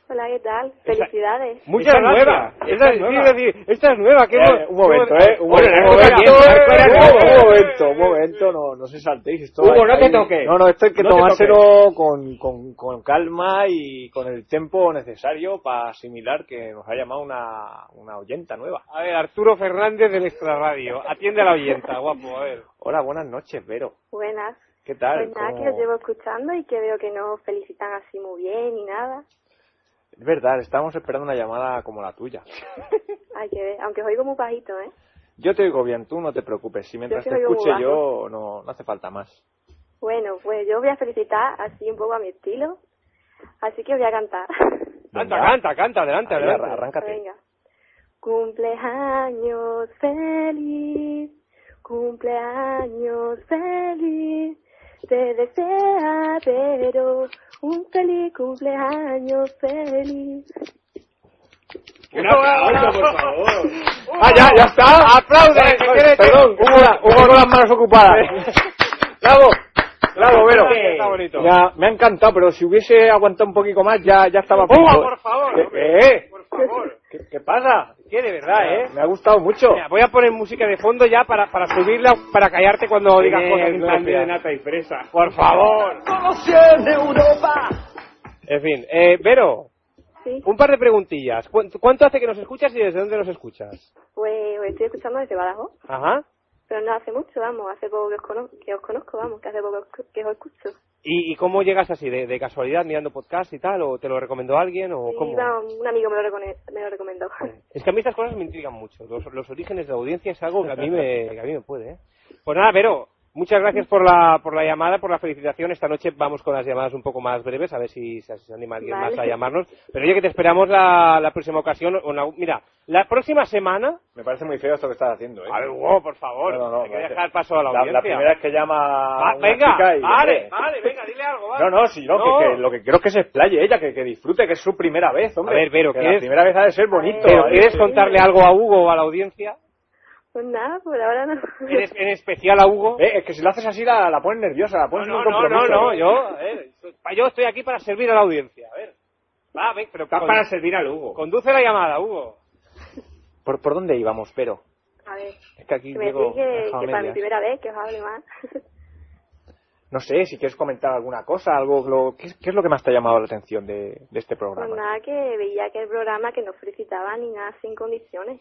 Hola, ¿qué tal? Felicidades.
Muchas
Esta es
gracias.
nueva,
Esta,
esta es
sí,
nueva.
es decir, esta es nueva. qué
Eh,
mo-
un
qué
momento,
mo-
eh. Un
Bueno, en este la
momento,
época
eh,
bien, Marco era nuevo.
un momento, un momento, no, no se saltéis. Esto
Hugo,
hay-
no te
hay-
toques.
No, no, esto hay que
No te
tomárselo con, con, con calma y con el tiempo necesario para asimilar que nos ha llamado una, una oyenta nueva.
A ver, Arturo Fernández del Extra Radio. Atiende a la oyenta, guapo, a ver.
Hola, buenas noches, Vero.
Buenas.
¿Qué tal?
Pues nada,
¿Cómo-
que os llevo escuchando y que veo que no os felicitan así muy bien ni nada.
Es verdad, estábamos esperando una llamada como la tuya.
Hay que ver, aunque os oigo muy bajito, ¿eh?
Yo te oigo bien, tú no te preocupes. Si mientras
Yo
te
te oigo
escuche
muy
yo, no, no hace falta más.
Bueno, pues yo voy a felicitar así un poco a mi estilo
Así que voy a cantar.
Canta, canta, canta, adelante,
Ahí,
adelante.
arra- arráncate.
Venga. Cumpleaños feliz, cumpleaños feliz. Te desea, pero un feliz cumpleaños feliz.
Un aplauso, por favor.
¡Ah, ya, ya está! ¡Aplaude!
Joder,
que
joder,
quiere-
Perdón, hubo, la- hubo las manos ocupadas. Bravo, bravo, Vero.
Está bonito.
Me ha, me ha encantado, pero si hubiese aguantado un poquitico más, ya, ya estaba. Eh,
¡Buba, por favor!
¿Qué,
hombre!
qué?
¡Por favor!
¿Qué, qué pasa?
¿Qué de verdad, eh?
Me ha gustado mucho.
Mira, voy a poner música de fondo ya para, para subirla, para callarte cuando digas
Bien,
cosas en plan
gracias.
de nata y fresa. Por favor. Ah, En fin, eh, Vero,
Sí,
un par de preguntillas. ¿Cu- ¿Cuánto hace que nos escuchas y desde dónde nos escuchas?
pues os estoy escuchando desde Badajoz,
Ajá.
pero no hace mucho, vamos, hace poco que os, cono- que os conozco, vamos, que hace poco que os- que os escucho.
¿Y, y cómo llegas así? ¿De, de casualidad mirando podcast y tal? ¿O te lo recomendó alguien? ¿O
Sí,
cómo?
vamos, un amigo me lo, recone- me lo recomendó.
Es que a mí estas cosas me intrigan mucho. Los, los orígenes de la audiencia es algo que a mí me, que a mí me puede. ¿eh? Pues nada, Vero, muchas gracias por la, por la llamada, por la felicitación. Esta noche vamos con las llamadas un poco más breves, a ver si, se- se anima alguien
Vale.
más a llamarnos. Pero ya que te esperamos la, la próxima ocasión. o en algún- mira, la próxima semana.
Me parece muy feo esto que estás haciendo, ¿eh?
A ver, wow, por favor,
No, no, no,
hay que
gracias.
dejar paso a la audiencia.
primera es que llama.
Va,
a una
venga,
chica y-
vale,
hombre.
vale, venga, dile algo, va.
No, no, si no, Que, que lo que quiero es que se explaye ella, que, que disfrute, que es su primera vez, hombre.
A ver, Vero,
que
¿qué
la
es?
primera vez ha de ser bonito. ¿eh?
Pero,
ha de
¿Quieres
ser-
contarle algo a Hugo o a la audiencia?
Pues nada, por ahora no.
¿En, es- en especial a Hugo?
Eh, es que si lo haces así la, la pones nerviosa, la
No,
pones en
no,
un
no, no,
compromiso.
no, yo, a ver, pa- yo estoy aquí para servir a la audiencia, a ver. Va, ve, pero con-
para servir al Hugo.
Conduce la llamada, Hugo.
¿Por, por dónde íbamos, Vero?
A ver,
Es que aquí
que me
llego
decís que,
dejado a
que para mi
medias.
primera vez que os hable más.
No sé, si quieres comentar alguna cosa, algo... lo- ¿qué, es- qué es lo que más te ha llamado la atención de, de este
Pues
programa?
nada, que veía que el programa que no felicitaba ni nada sin condiciones.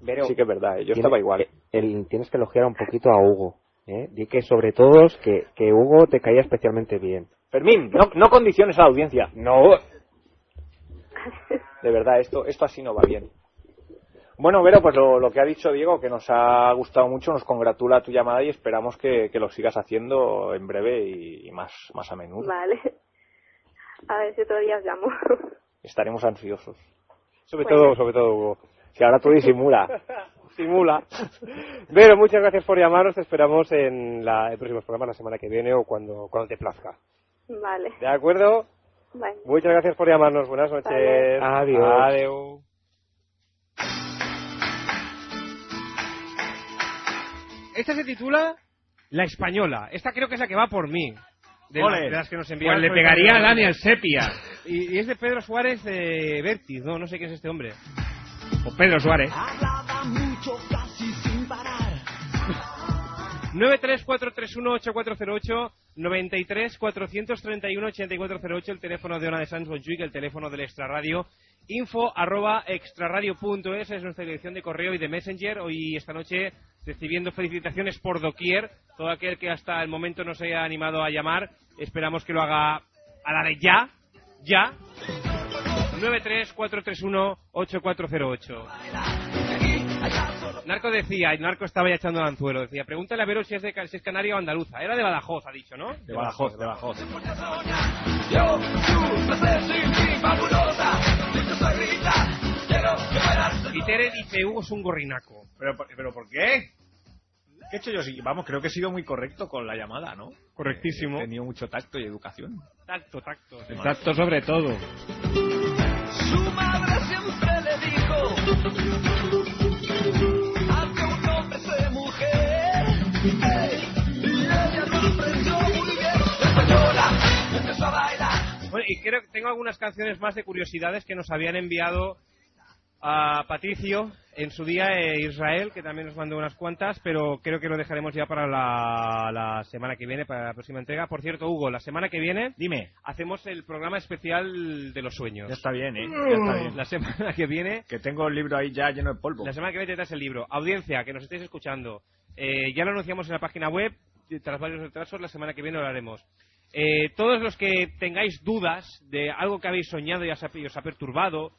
Vero, sí que es verdad, eh, yo
Tiene-
estaba igual.
el- tienes que elogiar un poquito a Hugo. ¿eh? Di que sobre todos que, que Hugo te caía especialmente bien.
Fermín, no, no condiciones a la audiencia. No. De verdad, esto, esto así no va bien. Bueno, Vero, pues lo, lo que ha dicho Diego, que nos ha gustado mucho, nos congratula tu llamada y esperamos que, que lo sigas haciendo en breve y, y más, más a menudo.
Vale. A ver si otro día os llamo.
Estaremos ansiosos.
Sobre
Bueno.
todo, sobre todo, Hugo.
Si ahora tú disimula.
Simula. Pero muchas gracias por llamarnos, te esperamos en la, el próximo programa, la semana que viene o cuando, cuando te plazca.
Vale.
¿De acuerdo?
Vale.
Muchas gracias por llamarnos, buenas noches.
Vale.
Adiós.
Adiós.
Esta se titula La Española. Esta creo que es la que va por mí. De,
Ole.
las, de las que nos envían.
Pues le pegaría a Daniel Sepia.
Y, y es de Pedro Suárez de Vértiz, ¿no? No sé quién es este hombre.
O Pedro Suárez.
Ah,
934318408 934318408 el teléfono de Ona de Sanz Bonjuic, el teléfono del Extraradio info arroba extraradio.es es nuestra dirección de correo y de messenger hoy esta noche recibiendo felicitaciones por doquier todo aquel que hasta el momento no se haya animado a llamar esperamos que lo haga a la de ya ya 934318408 Narco decía, y Narco estaba ya echando el anzuelo, decía, pregúntale a Vero si es, de, Ca- si es canaria o andaluza. Era de Badajoz, ha dicho, ¿no?
De Badajoz, de Badajoz.
Y Tere dice, Hugo es un gorrinaco.
Pero, pero ¿por qué? ¿Qué he hecho yo? Sí, Vamos, creo que he sido muy correcto con la llamada, ¿no?
Correctísimo.
He tenido mucho tacto y educación.
Tacto, tacto.
Exacto, sobre todo.
Bueno, y creo que tengo algunas canciones más de curiosidades que nos habían enviado a Patricio en su día, eh, Israel, que también nos mandó unas cuantas, pero creo que lo dejaremos ya para la, la semana que viene, para la próxima entrega. Por cierto, Hugo, la semana que viene
Dime.
hacemos el programa especial de los sueños.
Ya está bien, ¿eh? Ya está bien.
La semana que viene
Que tengo el libro ahí ya lleno de polvo.
La semana que viene te traes el libro. Audiencia, que nos estéis escuchando. eh, ya lo anunciamos en la página web. y Tras varios retrasos, la semana que viene lo haremos. Eh, todos los que tengáis dudas de algo que habéis soñado y os ha, y os ha perturbado,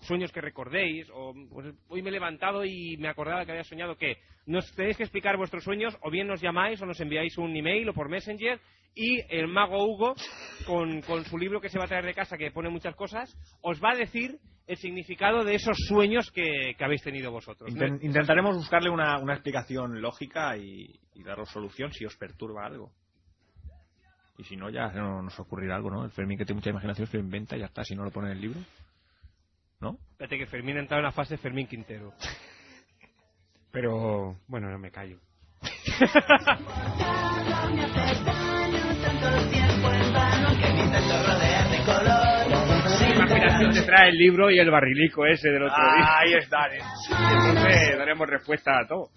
sueños que recordéis, o pues, hoy me he levantado y me acordaba que había soñado que nos tenéis que explicar vuestros sueños, o bien nos llamáis o nos enviáis un email o por Messenger Y el mago Hugo, con, con su libro que se va a traer de casa, que pone muchas cosas, os va a decir el significado de esos sueños que, que habéis tenido vosotros.
Inten- intentaremos buscarle una, una explicación lógica y, y daros solución si os perturba algo. Y si no, ya no nos ocurrirá algo, ¿no? El Fermín que tiene mucha imaginación se lo inventa y ya está, si no lo pone en el libro. ¿No?
Espérate que Fermín ha entrado en la fase Fermín Quintero.
Pero, bueno, no me callo. Imaginación te trae el libro y el barrilico ese del otro día.
Ahí está, ¿eh?
Entonces daremos respuesta a todo.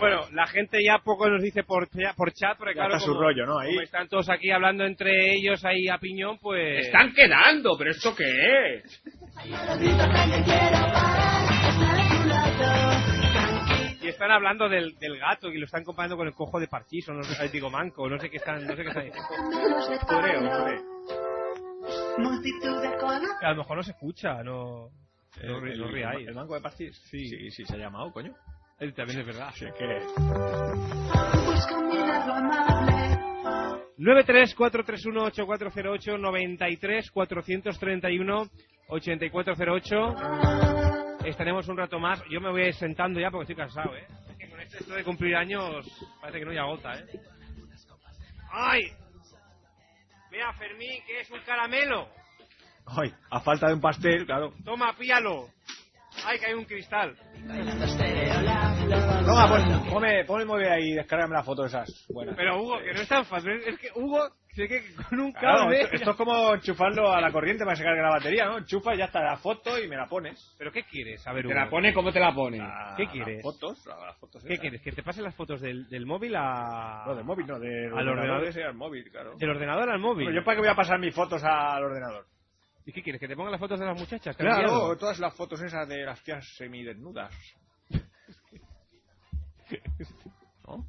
Bueno, la gente ya poco nos dice por, cha- por chat, porque
Ya
claro,
está su
como,
rollo, ¿no? Ahí.
como están todos aquí hablando entre ellos ahí a piñón, pues...
Están quedando, pero ¿esto qué es?
Y están hablando del, del gato y lo están comparando con el cojo de parchís o no sé, digo manco, no sé qué están, no sé qué están diciendo. Joder, hombre. Que a lo mejor no se escucha, no... No, ri- no riáis.
¿El banco de Parchís? Sí. sí, sí, se ha llamado, coño.
Eh, También es verdad.
Sí, que...
93-431-8408-93-431-8408. Estaremos un rato más. Yo me voy a ir sentando ya porque estoy cansado, ¿eh? Es que con este- esto de cumplir años parece que no hay agota, ¿eh? ¡Ay! Vea, Fermín, que es un caramelo.
Ay, a falta de un pastel, claro.
Toma, píalo. ¡Ay, que hay un cristal! pues.
Toma, pon, ponme, ponme el móvil ahí y descárgame la foto de esas. Buenas.
Pero Hugo, que no es tan fácil. Es que Hugo, sé que con un
Claro,
cable...
esto, esto es como enchufarlo a la corriente para que se cargue la batería, ¿no? Enchufa, ya está la foto y me la pones.
¿Pero qué quieres? A ver,
¿Te
Hugo.
la pone? ¿Cómo te la pone?
La-
¿Qué quieres?
Ah, Las fotos, la- las fotos
¿Qué
esas.
quieres? ¿Que te pasen las fotos del, del móvil a...
No, del móvil, no, del
Al ordenador.
ordenador. ese, al móvil, claro.
Del ordenador al móvil.
Pero yo para qué voy a pasar mis fotos al ordenador.
¿Y qué quieres? ¿Que te pongan las fotos de las muchachas? que han
Claro,
liado?
todas las fotos esas de las tías semidesnudas. ¿No?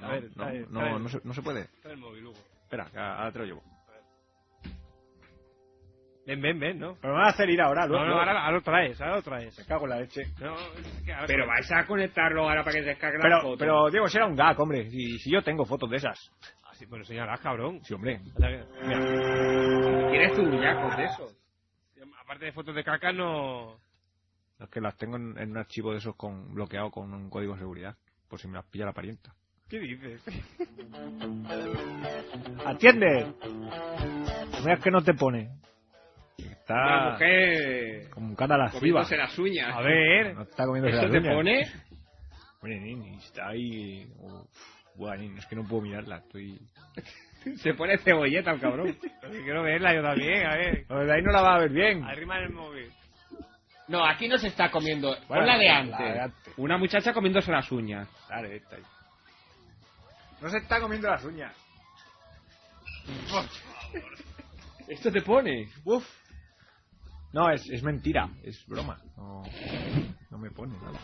A ver,
no,
trae-
no,
trae-
no se, no se puede.
Trae el móvil, Hugo.
Espera, que ahora te lo llevo.
Ven, ven, ven, ¿no?
Pero me van a hacer ir ahora,
No,
luego.
no, ahora, ahora lo traes, ahora lo traes.
Me cago en la leche.
No, es que ahora-
Pero vais a conectarlo ahora para que descargue la
Pero,
foto.
pero Diego, será un gag, hombre. Si, si yo tengo fotos de esas.
Ah, sí, bueno, señalas, cabrón.
Sí, hombre.
¿Quieres tu muñeco de eso?
Aparte de fotos de caca, no...
Es que las tengo en, en un archivo de esos con, bloqueado con un código de seguridad. Por si me las pilla la parienta.
¿Qué dices?
¡Atiende! Veas que no te pone.
La
Está
mujer
Ah. como un cara lasciva.
comiéndose las uñas.
A ver...
No está comiéndose
¿Esto
las
te
uñas.
pone?
Oye, nin, está ahí... Uf, buah, nin, es que no puedo mirarla. Estoy...
Se pone cebolleta al cabrón.
que Quiero verla yo también, a ver.
No, de ahí no la va a ver bien.
Arrima el móvil.
No, aquí no se está comiendo. Pon
Bueno,
la de
la
antes.
de antes.
Una muchacha comiéndose las uñas.
Dale, esta ahí. No se está comiendo las uñas.
¿Esto te pone?
Uf. No, es, es mentira. Es broma. No, no me pone nada.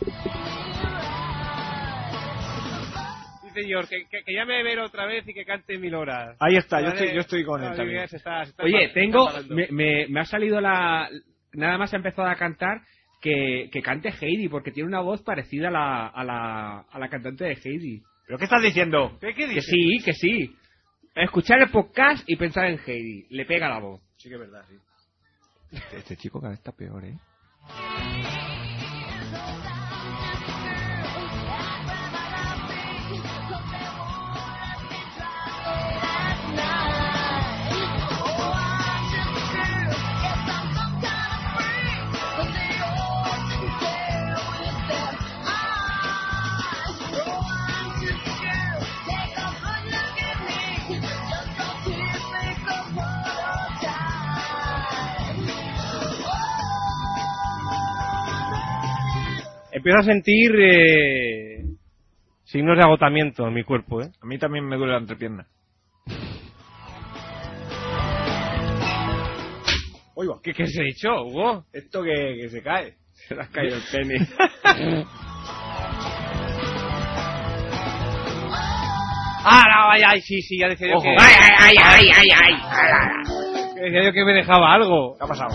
Sí, señor, que, que, que llame a ver otra vez y que cante mil horas.
Ahí está, yo
Vale.
estoy, yo estoy con él
Ah,
también.
bien, se está- se está
Oye,
parando,
tengo.
se está parando.
Me, me- me ha salido la. Nada más ha empezado a cantar que, que cante Heidi, porque tiene una voz parecida a la, a la, a la cantante de Heidi.
¿Pero qué estás diciendo?
¿Qué, qué
Que
dices?
sí, que sí. Escuchar el podcast y pensar en Heidi. Le pega la voz.
Sí que es verdad, sí. Este, este chico cada vez está peor, ¿eh?
Empiezo a sentir eh, signos de agotamiento en mi cuerpo, ¿eh?
A mí también me duele la entrepierna. Oiga,
¿Qué, qué se ha hecho, Hugo?
esto que, que se cae.
Se le ha caído el tenis.
¡Ah, no, ay, ay! Sí, sí, ya decía yo
Ojo.
que...
¡Ay, ay, ay, ay, ay, ay! ¡Ala,
Que Decía yo que me dejaba algo.
¿Qué ha pasado?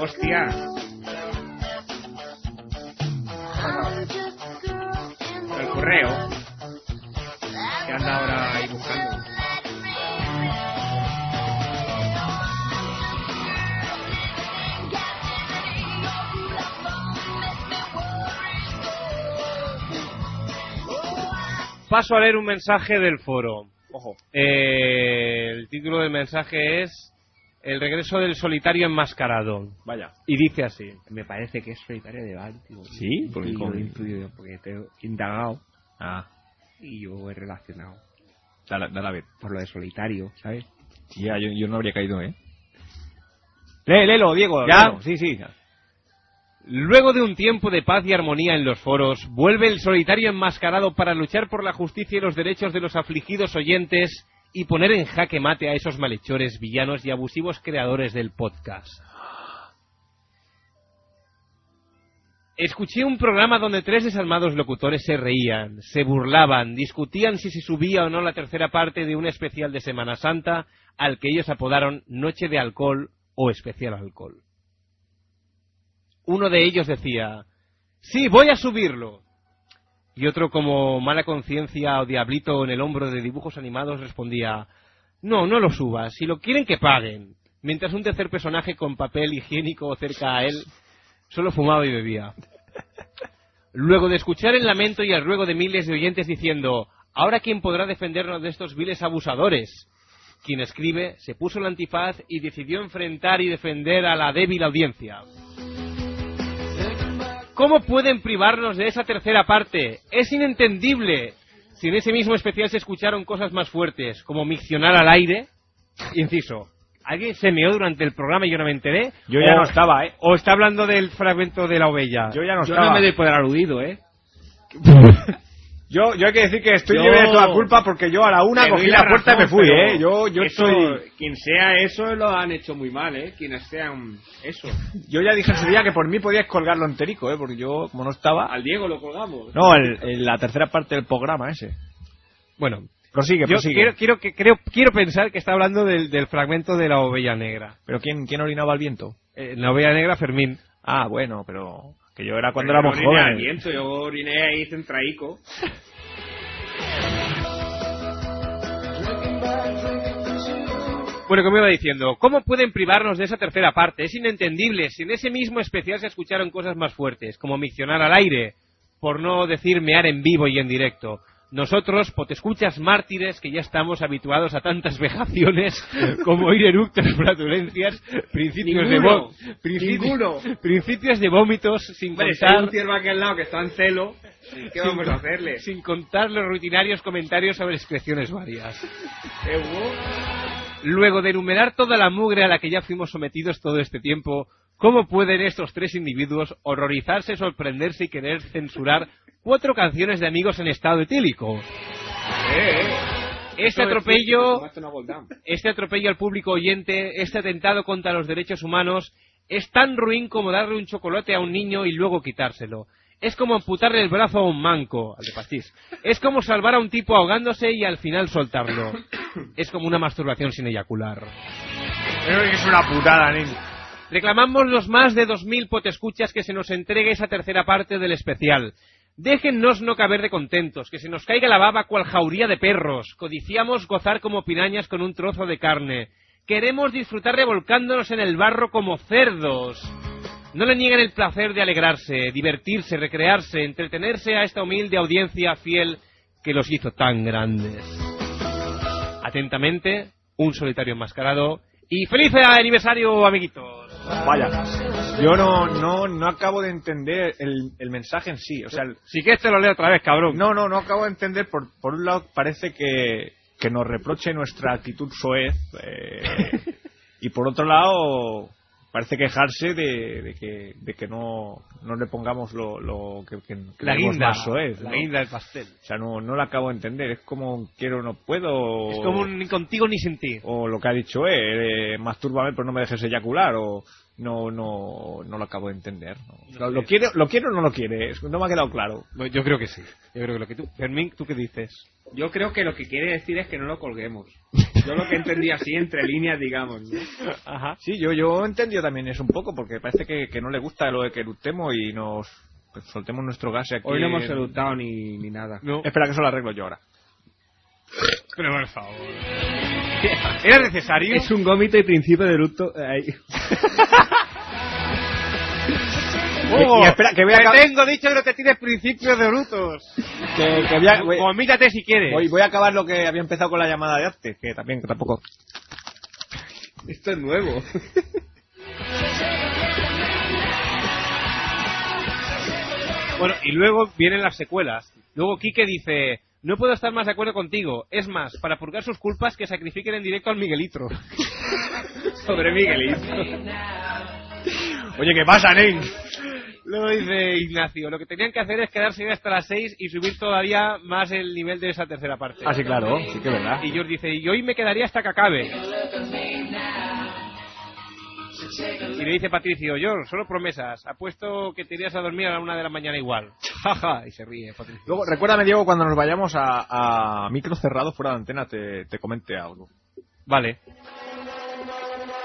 Hostia. El correo. Que anda ahora ahí buscando.
Paso a leer un mensaje del foro.
Ojo.
Eh, el título del mensaje es El regreso del solitario enmascarado.
Vaya.
Y dice así.
Me parece que es solitario de Báltico.
Sí,
porque
porque
yo
con-
he influido, porque te he indagado
Ah,
y yo he relacionado
dale, dale a ver.
por lo de solitario, ¿sabes?
Ya, yo, yo no habría caído, ¿eh? Lé, léelo, Diego.
¿Ya?
léelo. Sí, sí.
Luego de un tiempo de paz y armonía en los foros, vuelve el solitario enmascarado para luchar por la justicia y los derechos de los afligidos oyentes y poner en jaque mate a esos malhechores, villanos y abusivos creadores del podcast. Escuché un programa donde tres desalmados locutores se reían, se burlaban, discutían si se subía o no la tercera parte de un especial de Semana Santa al que ellos apodaron Noche de Alcohol o Especial Alcohol uno de ellos decía, sí, voy a subirlo. Y otro, como mala conciencia o diablito en el hombro de dibujos animados, respondía, no, no lo subas, si lo quieren que paguen. Mientras un tercer personaje con papel higiénico cerca a él solo fumaba y bebía. Luego de escuchar el lamento y el ruego de miles de oyentes diciendo, ahora quién podrá defendernos de estos viles abusadores. Quien escribe se puso el antifaz y decidió enfrentar y defender a la débil audiencia. ¿Cómo pueden privarnos de esa tercera parte? Es inentendible. Si en ese mismo especial se escucharon cosas más fuertes, como miccionar al aire, inciso. ¿Alguien se meó durante el programa y yo no me enteré?
Yo ya
O-
no estaba, ¿eh?
¿O está hablando del fragmento de la ovella?
Yo ya no
Yo
estaba.
no me doy por aludido, ¿eh?
Yo, yo hay que decir que estoy
Yo-
libre de toda culpa porque yo a la una
Te doy
cogí la, puerta y me
razón,
fui,
pero
¿eh? Yo, yo
eso,
estoy...
Quien sea eso lo han hecho muy mal, ¿eh? Quienes sean eso.
Yo ya dije ese día que por mí podías colgarlo enterico, ¿eh? Porque yo, como no estaba...
Al Diego lo colgamos.
No, el, el- la tercera parte del programa ese.
Bueno,
Prosigue,
yo
prosigue.
quiero, quiero, que, creo, quiero pensar que está hablando del, del fragmento de la ovella negra.
¿Pero quién, quién orinaba al viento?
Eh, la ovella negra, Fermín.
Ah, bueno, pero... Que yo era cuando
Pero
éramos
yo oriné al
jóvenes.
viento, yo oriné ahí centraico.
Bueno, como iba diciendo, ¿cómo pueden privarnos de esa tercera parte? Es inentendible. Si en ese mismo especial se escucharon cosas más fuertes, como miccionar al aire, por no decir mear en vivo y en directo. Nosotros, potescuchas mártires, que ya estamos habituados a tantas vejaciones como ir eructas, flatulencias, principios
Ninguno.
de vó- principi-
Ninguno.
principios de vómitos, sin
Hombre, si hay
contar
un tierno aquí al lado que está en celo, ¿qué
sin-
vamos a hacerle?
Sin contar los rutinarios comentarios sobre excreciones varias.
Eh, hubo-
Luego de enumerar toda la mugre a la que ya fuimos sometidos todo este tiempo, ¿cómo pueden estos tres individuos horrorizarse, sorprenderse y querer censurar cuatro canciones de amigos en estado etílico?
Eh, eh.
Este
Esto es
atropello-
cierto, esto no volvamos.
Este atropello al público oyente, este atentado contra los derechos humanos, es tan ruin como darle un chocolate a un niño y luego quitárselo. Es como amputarle el brazo a un manco, al de pastís. Es como salvar a un tipo ahogándose y al final soltarlo. Es como una masturbación sin eyacular.
Es una putada, niño.
Reclamamos los más de 2.000 potescuchas que se nos entregue esa tercera parte del especial. Déjennos no caber de contentos, que se nos caiga la baba cual jauría de perros. Codiciamos gozar como pirañas con un trozo de carne. Queremos disfrutar revolcándonos en el barro como cerdos. No le nieguen el placer de alegrarse, divertirse, recrearse, entretenerse a esta humilde audiencia fiel que los hizo tan grandes. Atentamente, un solitario enmascarado y feliz aniversario, amiguitos.
Vaya. Yo no, no, no acabo de entender el, el mensaje en sí. O sea, el-
Si quieres te lo leo otra vez, cabrón.
no, no, no acabo de entender. Por, por un lado, parece que, que nos reproche nuestra actitud soez. eh, y por otro lado, parece quejarse de, de que, de que no, no le pongamos lo, lo que, que
La guinda,
es,
la guinda del pastel.
O sea, no, no lo acabo de entender. Es como un quiero, no puedo.
Es como un ni contigo ni sin ti.
O lo que ha dicho él, eh, mastúrbame pero no me dejes eyacular. O no no no lo acabo de entender. ¿no? Lo, lo quiere, lo quiere o no lo quiere. Es- No me ha quedado claro.
Yo creo que sí. Yo creo que lo que tú. Fermín, ¿tú qué dices?
Yo creo que lo que quiere decir es que no lo colguemos. Yo lo que entendí así, entre líneas, digamos. ¿no?
Ajá. Sí, yo, yo he entendido también eso un poco, porque parece que, que no le gusta lo de que eructemos y nos pues, soltemos nuestro gas aquí.
Hoy no hemos
en-
saludado ni, ni nada.
Espera, que eso lo arreglo yo ahora.
Pero por favor. ¿Era necesario?
Es un gómito y principio de luto. eh, Ay.
Y- y espera, que voy a acab-
Oh, Te tengo dicho que no te tienes principios de brutos.
Que, que voy a- voy-
Vomítate si quieres.
voy- voy a acabar lo que había empezado con la llamada de antes, que también, que tampoco.
Esto es nuevo. bueno, y luego vienen las secuelas. Luego Quique dice, no puedo estar más de acuerdo contigo. Es más, para purgar sus culpas, que sacrifiquen en directo al Miguelito. Sobre Miguelito.
Oye, ¿eh? ¿qué pasa, Nen?
Lo dice Ignacio. Lo que tenían que hacer es quedarse ahí hasta las 6 y subir todavía más el nivel de esa tercera parte.
Ah, sí, claro, sí que es verdad.
Y George dice, y hoy me quedaría hasta que acabe. Y le dice Patricio, George, solo promesas. Apuesto que te irías a dormir a la una de la mañana igual. Jaja, y se ríe Patricio.
Luego, recuérdame, Diego, cuando nos vayamos a, a micro cerrado fuera de antena, te, te comente algo.
Vale.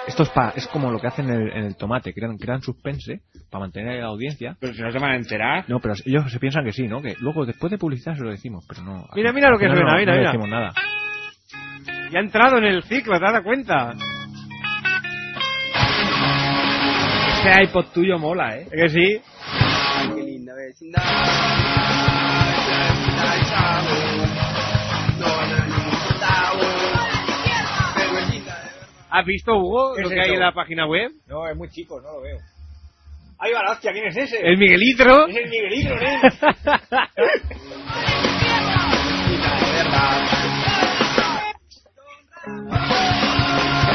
Esto es, pa- es como lo que hacen en el, en el tomate, crean, crean suspense para mantener a la audiencia.
Pero si no se van a enterar.
No, pero ellos se piensan que sí, ¿no? Que luego después de publicidad se lo decimos, pero no.
Mira, mira lo que
no,
suena,
no,
mira,
no
mira.
decimos nada.
Ya ha entrado en el ciclo, ¿te has dado cuenta?
Ese iPod tuyo mola, ¿eh?
que sí.
Ay, qué linda vecindad. Nuestra vecindad es amor. No la necesitamos, pero es linda, ¿eh?
¿Has visto, Hugo,
¿Qué
lo
es
que hay
eso?
en la página web?
No, es muy chico, no lo veo. ¡Ahí va la hostia! ¿Quién es ese?
El Miguelitro.
Es el Miguelito, ¿eh?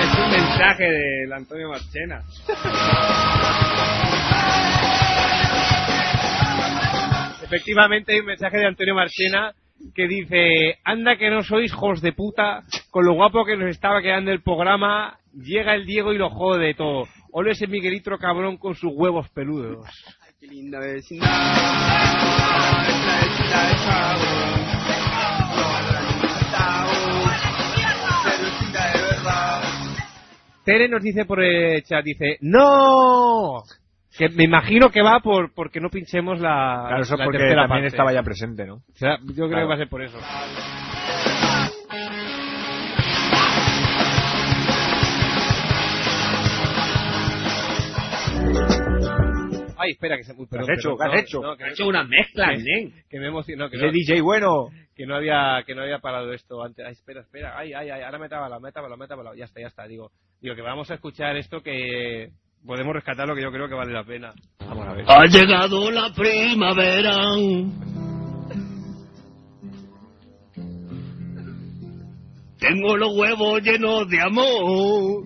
Es un mensaje del Antonio Marchena.
Efectivamente, hay un mensaje de Antonio Marchena que dice: Anda que no sois hijos de puta, con lo guapo que nos estaba quedando el programa, llega el Diego y lo jode todo. Ole ese Miguelitro cabrón con sus huevos peludos.
Ay, qué eh, linda vecindad. Nuestra vecindad es amor. No la necesitamos, pero es linda de verdad.
Tere nos dice por el chat: dice, ¡No! Que me imagino que va por porque no pinchemos la,
Claro, eso
la
porque
tercera
también
parte.
estaba ya presente, ¿no?
O sea, yo creo
Claro.
que va a ser por eso. Ay, espera, que se... Uy, perdón,
has hecho?
perdón,
¿Qué has
no,
hecho?
no, que-
Ha hecho una mezcla,
que-
nen.
Que me emocionó, que
Ese
no,
DJ bueno.
que no había que no había parado esto antes. Ay, espera, espera. Ay, ay, ay, ahora métamela, métamela, métamela. Ya está, ya está. Digo, digo que vamos a escuchar esto que podemos rescatar lo que yo creo que vale la pena.
Vamos a ver.
Ha llegado la primavera. Tengo los huevos llenos de amor.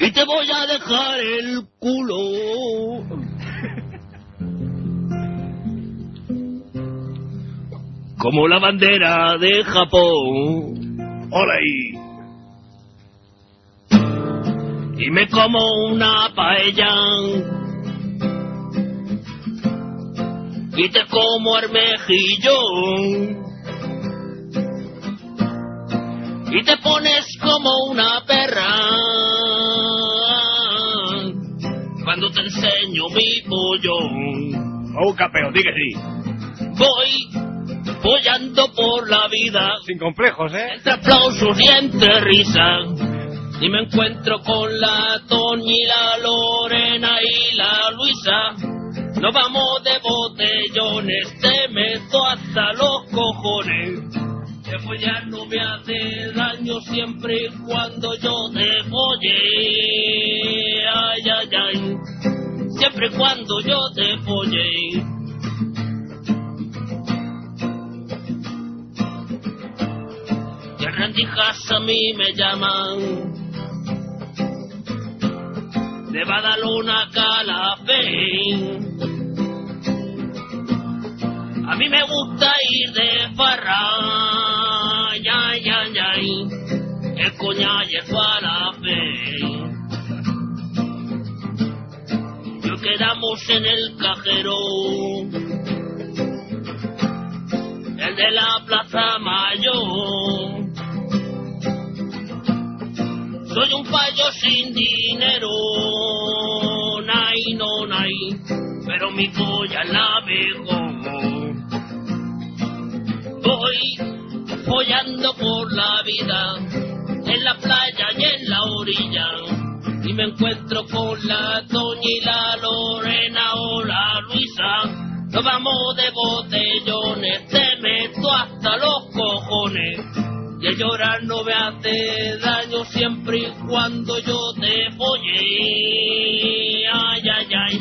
Y te voy a dejar el culo. Como la bandera de Japón. Hola ahí. y me como una paella. Y te como armejillón. Y te pones como una perra. Cuando te enseño mi pollón. Oh, capeo, di que sí. Voy pollando por la vida.
Sin complejos, ¿eh?
Entre aplausos y entre risas y me encuentro con la Toñi, la Lorena y la Luisa. Nos vamos de botellones, te meto hasta los cojones. Que follar no me hace daño siempre y cuando yo te folle. Ay, ay, ay. Siempre y cuando yo te folle. Y el Rendijas a mí me llaman. De Badalona, Calafén. A mí me gusta ir de farra. Ya, ya, ya. El coña y el falafel. Yo quedamos en el cajero el de la Plaza Mayor. Soy un payo sin dinero, nay, no, nay, pero mi polla es la mejor. Voy follando por la vida, en la playa y en la orilla, y me encuentro con la Doña y la Lorena o la Luisa. Nos vamos de botellones, te meto hasta los cojones. Y el llorar no me hace daño siempre y cuando yo te folle. Ay, ay, ay.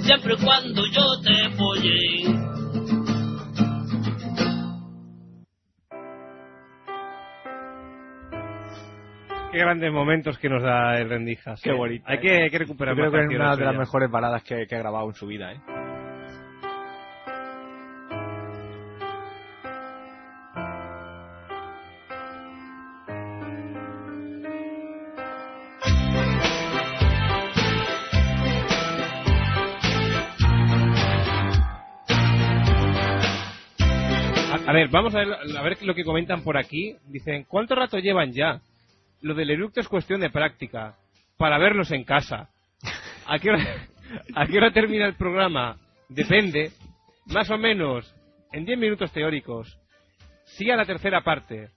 Siempre y cuando yo te folle.
Qué grandes momentos que nos da el Rendijas.
Qué bonito,
Hay
¿eh?
que, hay que recuperar
Yo creo
más
que es
canciones
una de las
suyas.
mejores baladas que, que ha grabado en su vida, ¿eh?
A ver, vamos a ver, a ver lo que comentan por aquí. Dicen, ¿cuánto rato llevan ya? Lo del eructo es cuestión de práctica, para verlos en casa. ¿A qué hora, a qué hora termina el programa? Depende. Más o menos, en 10 minutos teóricos. Sí a la tercera parte.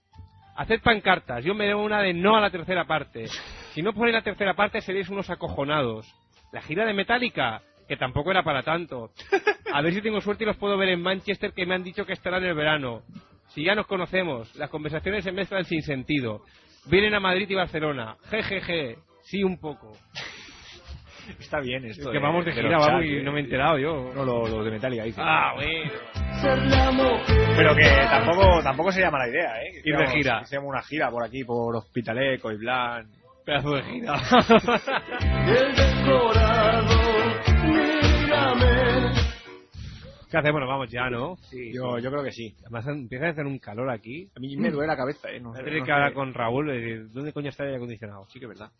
Haced pancartas. Yo me debo una de no a la tercera parte. Si no ponéis la tercera parte, seréis unos acojonados. La gira de Metallica, que tampoco era para tanto. A ver si tengo suerte y los puedo ver en Manchester, que me han dicho que estarán el verano. Si ya nos conocemos, las conversaciones se mezclan sin sentido. Vienen a Madrid y Barcelona. Jejeje. Sí, un poco.
Está bien esto.
que vamos de gira,
los
vamos,
chats,
y
eh.
no me he enterado yo.
No, lo, lo de Metallica dice.
Ah, bueno.
Pero que tampoco, tampoco sería mala idea, ¿eh? Que
Ir de
hiciéramos-
gira.
Hiciéramos una gira por aquí, por Hospitaleco y Blan.
Pedazo de gira.
El descorado, mírame.
¿Qué hacemos? Bueno, vamos ya, ¿no?
Yo, yo creo que sí.
Además, empieza a hacer un calor aquí.
A mí me duele la cabeza, ¿eh? No
Voy
sé,
a tener
no
que hablar
sé.
con Raúl. eh, ¿Dónde coño está el aire acondicionado?
Sí que es verdad.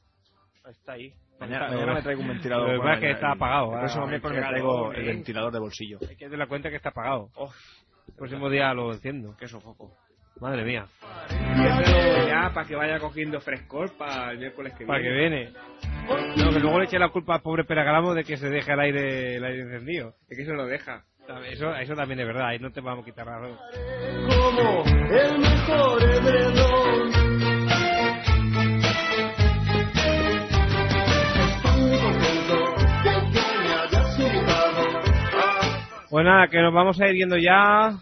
Está ahí.
Mañana, mañana me traigo un ventilador.
Lo que
por
pasa
la
es que está
mañana.
apagado.
El
ah,
próximo miércoles me
qué
traigo
calor,
el
eh.
ventilador de bolsillo.
Hay que darle la cuenta que está apagado. el próximo día lo enciendo.
Qué sofoco.
Madre mía.
Ya, para que vaya cogiendo frescor para el miércoles que
Para que
viene.
viene. No, que luego le eche la culpa al pobre Peragramo de que se deje el aire, el aire encendido.
Es que eso lo deja.
Eso, eso también es verdad, ahí no te vamos a quitar nada.
como el mejor edredón. Estoy contento de que me hayas invitado a
Pues nada, que nos vamos a ir yendo ya.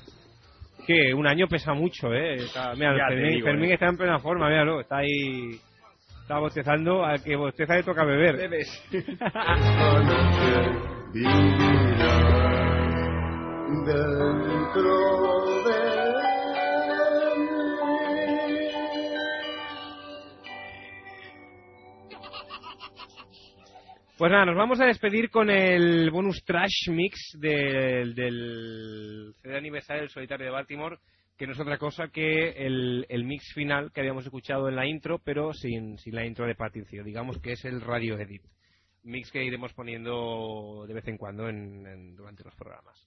Que un año pesa mucho, ¿eh? Está- mira,
Ya te
Fermín,
digo,
Fermín
eh.
está en plena forma, míralo, está ahí. Está bostezando, al que bosteza le toca beber. Bebes.
esta noche vivirá dentro de mí.
Pues nada, nos vamos a despedir con el bonus trash mix del, del CD aniversario del solitario de Baltimore, que no es otra cosa que el, el mix final que habíamos escuchado en la intro, pero sin, sin la intro de Patricio. Digamos que es el Radio Edit. Mix que iremos poniendo de vez en cuando en- en- durante los programas.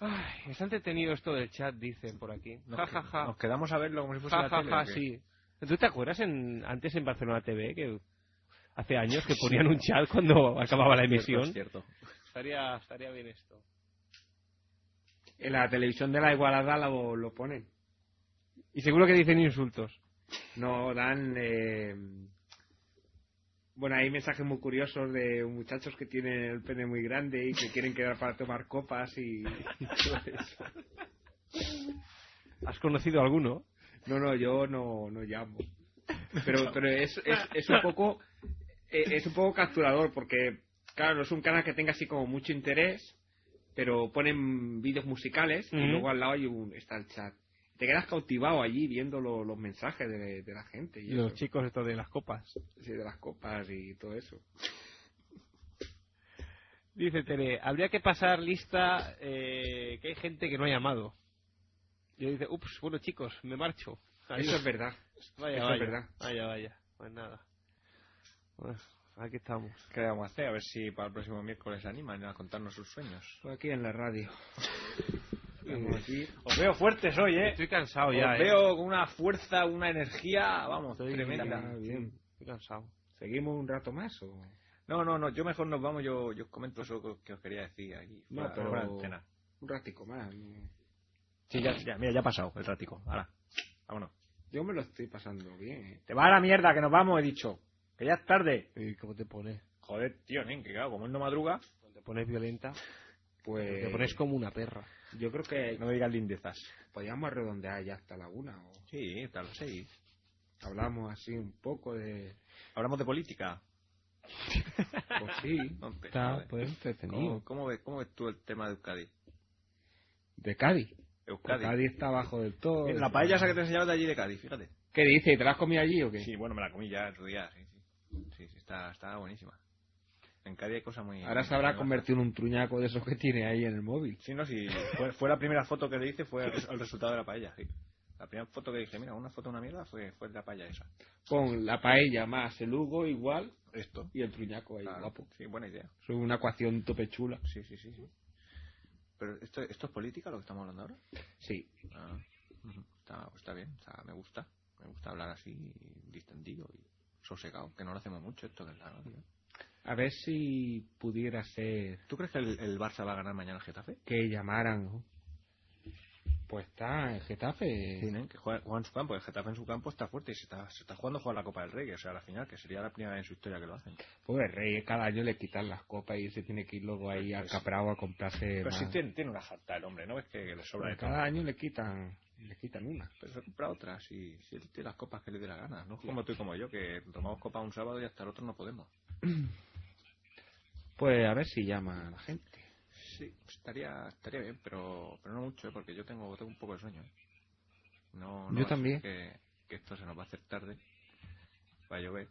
Ay, está entretenido esto del chat, dicen por aquí.
Nos,
Ja, ja, ja.
nos quedamos a verlo como si fuese
Ja,
la
ja,
tele,
ja,
¿o qué?
sí. ¿Tú te acuerdas en, antes en Barcelona TV que hace años que ponían un chat cuando acababa la
Es
emisión?
cierto. es cierto.
Estaría, estaría bien esto.
En la televisión de la igualdad lo, lo ponen.
Y seguro que dicen insultos.
No dan. eh, Bueno, hay mensajes muy curiosos de muchachos que tienen el pene muy grande y que quieren quedar para tomar copas y.
¿Has conocido alguno?
No, no, yo no, no llamo. Pero, pero es, es, es un poco eh, es un poco capturador porque, claro, es un canal que tenga así como mucho interés, pero ponen vídeos musicales y
Ujú.
luego al lado hay un, está el chat. te quedas cautivado allí viendo lo- los mensajes de, de la gente. Y
Y los
eso.
chicos estos de las copas.
Sí, de las copas y todo eso.
Dice Tere, habría que pasar lista eh, que hay gente que no ha llamado. Y dice, ups, bueno chicos, me marcho.
Eso es verdad.
Vaya,
Eso es
vaya,
verdad.
Vaya, vaya. Pues nada. Bueno, aquí estamos.
¿Qué vamos a hacer? A ver si para el próximo miércoles se animan a contarnos sus sueños.
Aquí en la radio. Estamos aquí.
Os veo fuertes hoy, ¿eh?
Estoy cansado
Os
ya, ¿eh?
veo con una fuerza, una energía, vamos, tremenda.
Estoy cansado.
¿Seguimos un rato más o...?
No, no, no, yo mejor nos vamos, yo, yo os comento eso que os- que os quería decir aquí.
No,
fuera-
pero-
fuera de antena.
Un ratico más. no.
Sí, ya, ya, mira, ya ha pasado el ratico. Ahora, vámonos.
Yo me lo estoy pasando bien, ¿eh?
Te va a la mierda que nos vamos, he dicho. Que ya es tarde.
¿Y cómo te pones?
Joder, tío, nen, que claro, como él no madruga,
Te pones violenta.
Pues...
Te pones como una perra.
Yo creo que
no me digas lindezas.
podíamos redondear ya hasta la una o...
Sí, tal, sí.
Hablamos así un poco de...
Hablamos de política.
Pues sí.
Hombre,
Está,
joder.
pues, entretenido.
¿Cómo, cómo ves, ¿Cómo ves tú el tema de Euskadi?
De Cádiz.
Euskadi.
Cádiz está abajo del todo.
Mira, la paella esa que te enseñaba de allí de Cádiz, fíjate.
¿Qué dices? ¿Te la has comido allí o qué?
Sí, bueno, me la comí ya el otro día, sí, sí. Sí, sí, está, está buenísima. En Cádiz hay cosas muy...
Ahora se habrá convertido en un truñaco de esos que tiene ahí en el móvil.
Sí, no, sí. Fue, fue la primera foto que le hice, fue el, res- el resultado de la paella, sí. La primera foto que dije, mira, una foto de una mierda fue, fue de la paella esa.
Pon la paella más el Hugo igual
Esto.
y el truñaco ahí,
Claro.
guapo.
Sí, buena idea.
Eso es una ecuación tope chula.
Sí, sí, sí. sí. Pero esto, esto es política lo que estamos hablando ahora.
Sí.
Ah, ujú. está, está bien, está- me gusta. Me gusta hablar así, distendido y sosegado, que no lo hacemos mucho esto que es la radio.
A ver si pudiera ser
¿Tú crees que el, el Barça va a ganar mañana el Getafe?
que llamaran. ¿no? Pues está en Getafe.
Tienen que jugar, juegan en su campo. El Getafe en su campo está fuerte y se está, se está jugando a jugar la Copa del Rey, o sea, la final, que sería la primera vez en su historia que lo hacen.
Pobre rey, eh, cada año le quitan las copas y se tiene que ir luego ahí a Caprao a comprarse.
Pero
más.
Pues- sí tiene, tiene una jarta el hombre, ¿no? Es que, que le sobra de
Pero
todo.
cada año le quitan, le quitan una.
Pero se compra otras y si él tiene las copas que le dé la gana. No es como tú y como yo, que tomamos copas un sábado y hasta el otro no podemos.
Pues a ver si llama a la gente.
Sí, estaría, estaría bien, pero, pero no mucho, ¿eh? porque yo tengo, tengo un poco de sueño. ¿eh? No, no
Yo
va a ser
también.
Que, que esto se nos va a hacer tarde, va a llover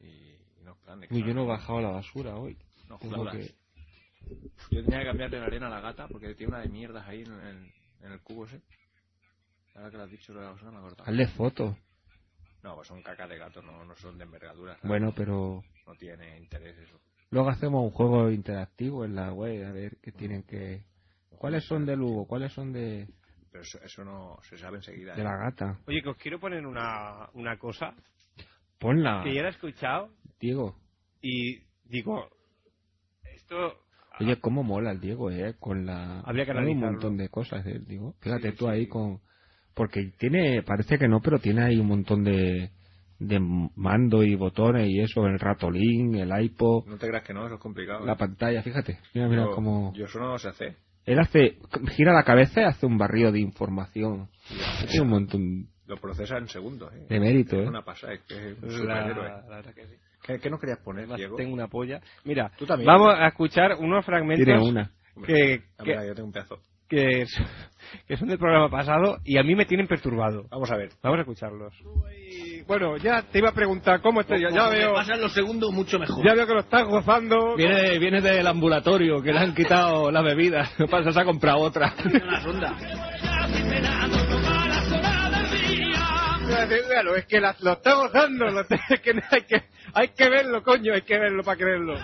y, y no es plan de que
Uy,
salga.
yo no he bajado la basura hoy.
No
Tengo
jodas.
que-
Yo tenía que cambiarle la arena a la gata porque tiene una de mierdas ahí en el, en el cubo ese. Ahora que lo has dicho lo de la basura me ha acordado.
Hazle foto.
No, pues son caca de gato, no, no son de envergadura. ¿sabes?
Bueno, pero
No tiene interés eso.
luego hacemos un juego interactivo en la web, a ver qué tienen que... ¿Cuáles son de Lugo? ¿Cuáles son de,
Pero eso, eso no se sabe enseguida. ¿eh?
de la gata?
Oye, que os quiero poner una, una cosa
Ponla,
que ya la he escuchado
Diego.
y digo, esto
Ah.
Oye, cómo mola el Diego, ¿eh? Con la...
Habría que
Hay un
analizarlo.
montón de cosas del Diego. Fíjate tú ahí con... Porque tiene, parece que no, pero tiene ahí un montón de, de mando y botones y eso, el ratolín, el iPod,
No te creas que no, eso es complicado.
la
¿eh?
pantalla, fíjate. Mira, mira
yo,
cómo...
yo eso no lo sé hacer.
Él hace, gira la cabeza y hace un barrio de información. Tiene un montón
Lo procesa en segundos. ¿eh?
de mérito,
Es
¿eh?
una pasada, es que es un
la,
superhéroe.
la verdad que sí.
¿Qué, qué no querías poner,
Además,
Diego?
tengo una polla. Mira,
Tú también.
vamos a escuchar unos fragmentos
Tiene una.
que,
Ah,
que-
mira, yo tengo un pedazo.
que, que son del programa pasado y a mí me tienen perturbado.
Vamos a ver.
Vamos a escucharlos. Bueno, ya te iba a preguntar cómo estás. Ya, ya veo,
Pasan los segundos mucho mejor.
ya veo que lo estás gozando.
Viene, viene del ambulatorio, que le han quitado la bebida. Pasas a comprar otra.
Las ondas.
Véalo, es que la- lo está gozando. lo está- es que hay, que, hay que verlo, coño, hay que verlo para creerlo.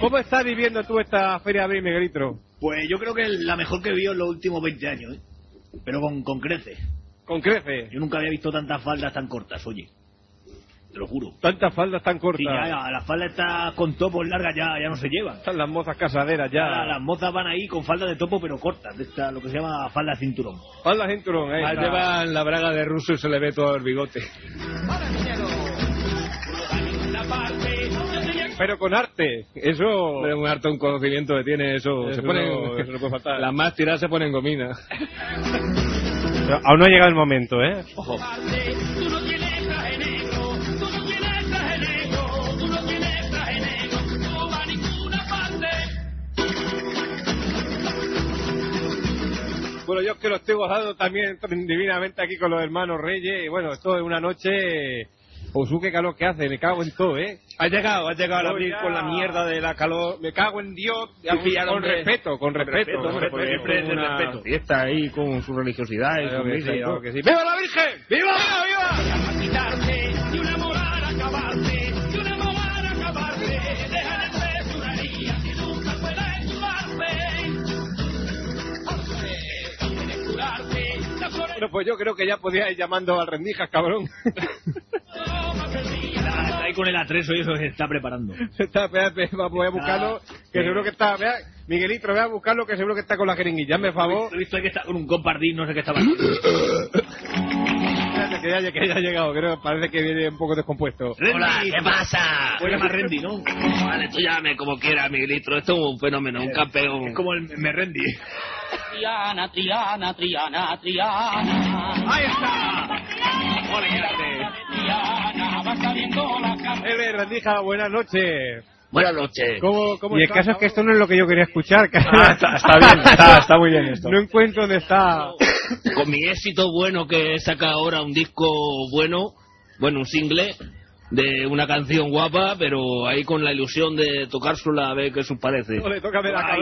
¿Cómo estás viviendo tú esta feria de abril, Negrito?
Pues yo creo que es la mejor que he visto en los últimos 20 años, ¿eh? Pero con, con creces.
Con creces.
Yo nunca había visto tantas faldas tan cortas, oye. Te lo juro.
Tantas faldas tan cortas.
Y ya, ya, las faldas estas con topos largas ya, ya no se llevan.
Están las mozas casaderas ya.
Ya las mozas van ahí con falda de topo pero cortas, de esta, lo que se llama falda cinturón.
Faldas cinturón, eh. Está-
llevan la braga de ruso y se le ve todo el bigote.
Pero con arte. Eso.
un harto un conocimiento que tiene eso.
Eso no- eso no puede faltar.
Las más tiradas se ponen gomina.
aún no ha llegado el momento, eh.
Ojo.
Bueno, yo es que lo estoy gozando también divinamente aquí con los hermanos Reyes. Y bueno, esto es una noche. Pues uh, qué calor que hace, me cago en todo, ¿eh? Ha llegado, ha llegado a abrir con la mierda de la calor. Me cago en Dios.
Ya pillar,
con
hombre.
respeto, con respeto.
respeto,
hombre,
hombre,
porque
siempre
esto es
es el
una-
respeto.
Y está ahí con su religiosidad y su
Claro que
misa y
sí, claro
todo.
que sí. ¡Viva la Virgen! ¡Viva, viva,
viva! Quitarte y una moral acabarte y una moral acabarte. Dejar de ser turería si nunca puedes curarte. curarte. La flor
Bueno, pues yo creo que ya podías ir llamando al rendijas, cabrón.
Está ahí con el atrezo y eso se está preparando.
está, espera, espera, va, voy a buscarlo, que
Sí.
seguro que está. Vea, Miguelito, voy a buscarlo, que seguro que está con la jeringuilla. Hazme favor.
He visto ahí que está con un compardín, no sé qué estaba.
Espérate, que ya, que ya ha llegado, creo. Parece que viene un poco descompuesto.
Hola, ¿qué pasa?
Bueno,
más Randy, ¿no?
Vale, tú llámame como quieras, Miguelito. Esto es un fenómeno,
Eh,
un campeón. Es
como el Merrendi.
Triana, Triana, Triana, Triana. ¡Ahí está! Triana, va saliendo la cara.
Ah. Ele, rendija, buenas noches.
Buenas noches.
¿Cómo, cómo
Y el
estás,
caso es que
cabrón?
esto no es lo que yo quería escuchar.
Ah, está- está bien, está- está muy bien esto.
No encuentro dónde está.
Con mi éxito bueno que saca ahora un disco bueno, bueno, un single de una canción guapa, pero ahí con la ilusión de tocársela a ver qué os parece.
Ay,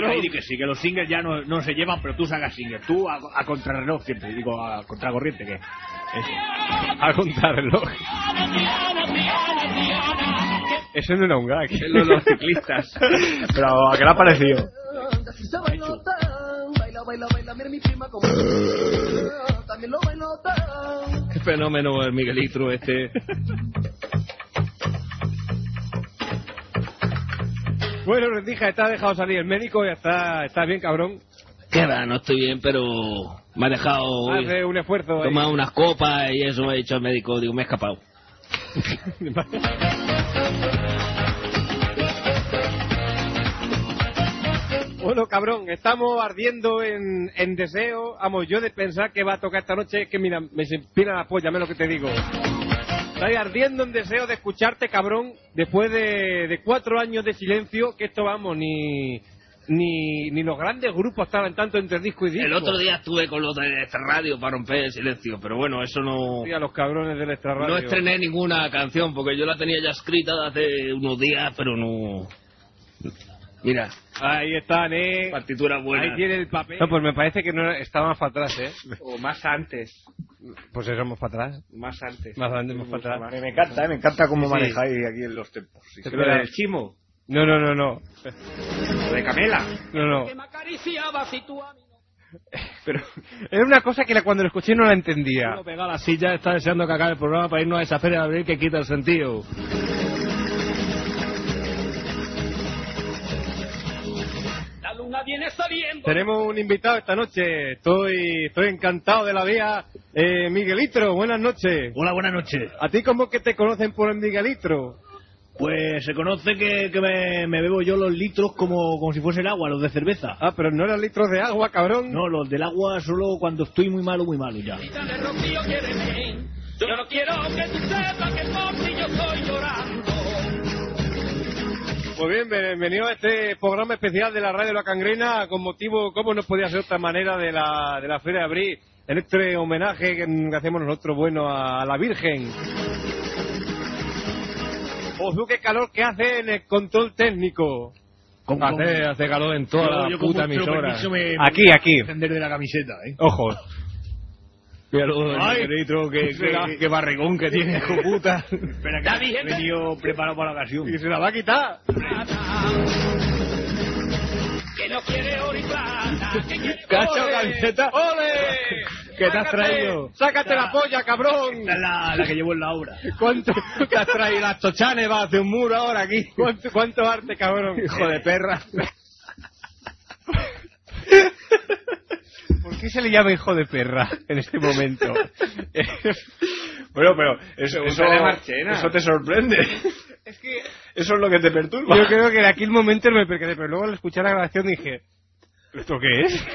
ay, di que sí, que los singles ya no, no se llevan, pero tú sacas singles. Tú a, a contrarreloj siempre, digo a contracorriente, que
A contarlo. Eso no era un gag.
Es lo de los ciclistas.
Pero, ¿a qué le ha parecido?
Se bailó tan, baila, baila, baila, mira mi prima como también lo bailó tan.
Qué fenómeno el Miguelito este.
Bueno, rendija, está dejado salir el médico y está, está bien, cabrón.
Queda, no estoy bien, pero me ha dejado hoy.
Ah, Hace un esfuerzo. ahí.
Tomado unas copas y eso me ha dicho el médico, digo, me he escapado.
Bueno, cabrón, estamos ardiendo en, en deseo. Vamos, yo de pensar que va a tocar esta noche es que, mira, me se empina la polla, me lo que te digo. Estoy ardiendo en deseo de escucharte, cabrón, después de, de cuatro años de silencio, que esto, vamos, ni, ni, ni los grandes grupos estaban tanto entre disco y disco.
El otro día estuve con los de esta radio para romper el silencio, pero bueno, eso no...
Sí, a los cabrones del extra
No estrené ninguna canción porque yo la tenía ya escrita de hace unos días, pero no... Mira.
Ahí están, eh.
Partitura buena.
Ahí tiene el papel.
No, pues me parece que no estaba más para atrás, ¿eh?
O más antes.
Pues eso, más para atrás.
Más antes.
Más antes, más para atrás.
Me encanta, ¿eh? me encanta cómo
Sí, sí.
manejáis aquí en los tempos. Sí, sí.
Espera.
chimo.
No, no, no, no.
de Camela.
No, no.
me acariciaba si tú a mí
Pero era una cosa que la- cuando lo escuché no la entendía.
pega la silla, está deseando que acabe el programa para irnos a esa feria de abril que quita el sentido.
la luna viene saliendo.
Tenemos un invitado esta noche. Estoy, estoy encantado de la vida. Eh, Miguelitro, buenas noches.
Hola, buenas noches.
¿A ti cómo que te conocen por el Miguelitro?
Pues se conoce que, que me, me bebo yo los litros como, como si fuese el agua, los de cerveza.
Ah, pero no eran litros de agua, cabrón.
No, los del agua solo cuando estoy muy malo, muy malo ya.
Dale, Rocío, quiéreme. Yo no quiero que tú sepas que por ti yo estoy llorando.
Pues bien, bienvenido a este programa especial de la Radio La Cangrena con motivo, como no podía ser de otra manera, de la, de la Feria de Abril, en este homenaje que mm, que hacemos nosotros, bueno, a, a la Virgen. Ozu, qué calor que hace en el control técnico.
Con- con-
Hace, hace calor en toda
Yo-
la
yo con
puta
vuestro
emisora.
permiso me- me
aquí,
voy a
aquí.
Descender de la camiseta, ¿eh?
Ojo. Mira lo del
Ay.
Miguelito, que, que, que barrigón que tiene, hijo puta.
Espera, que he venido preparado para la ocasión.
Y se la va a quitar.
Que no quiere oro y plata, que quiere
Cacho,
oro.
camiseta.
¡Ole!
¿Qué te has traído?
¡Sácate la polla, cabrón!
Esta es la, la que llevo en la obra.
¿Cuánto,
Te has traído las tochanes, va a hacer un muro ahora aquí.
cuánto, cuánto arte, cabrón?
Hijo de perra. ¿Por qué se le llama hijo de perra en este momento?
Bueno, pero eso, eso,
Pregúntale a Marchena.
eso te sorprende.
es que
Eso es lo que te perturba.
yo creo que en aquel momento me percaté, pero luego al escuchar la grabación dije, ¿esto qué es?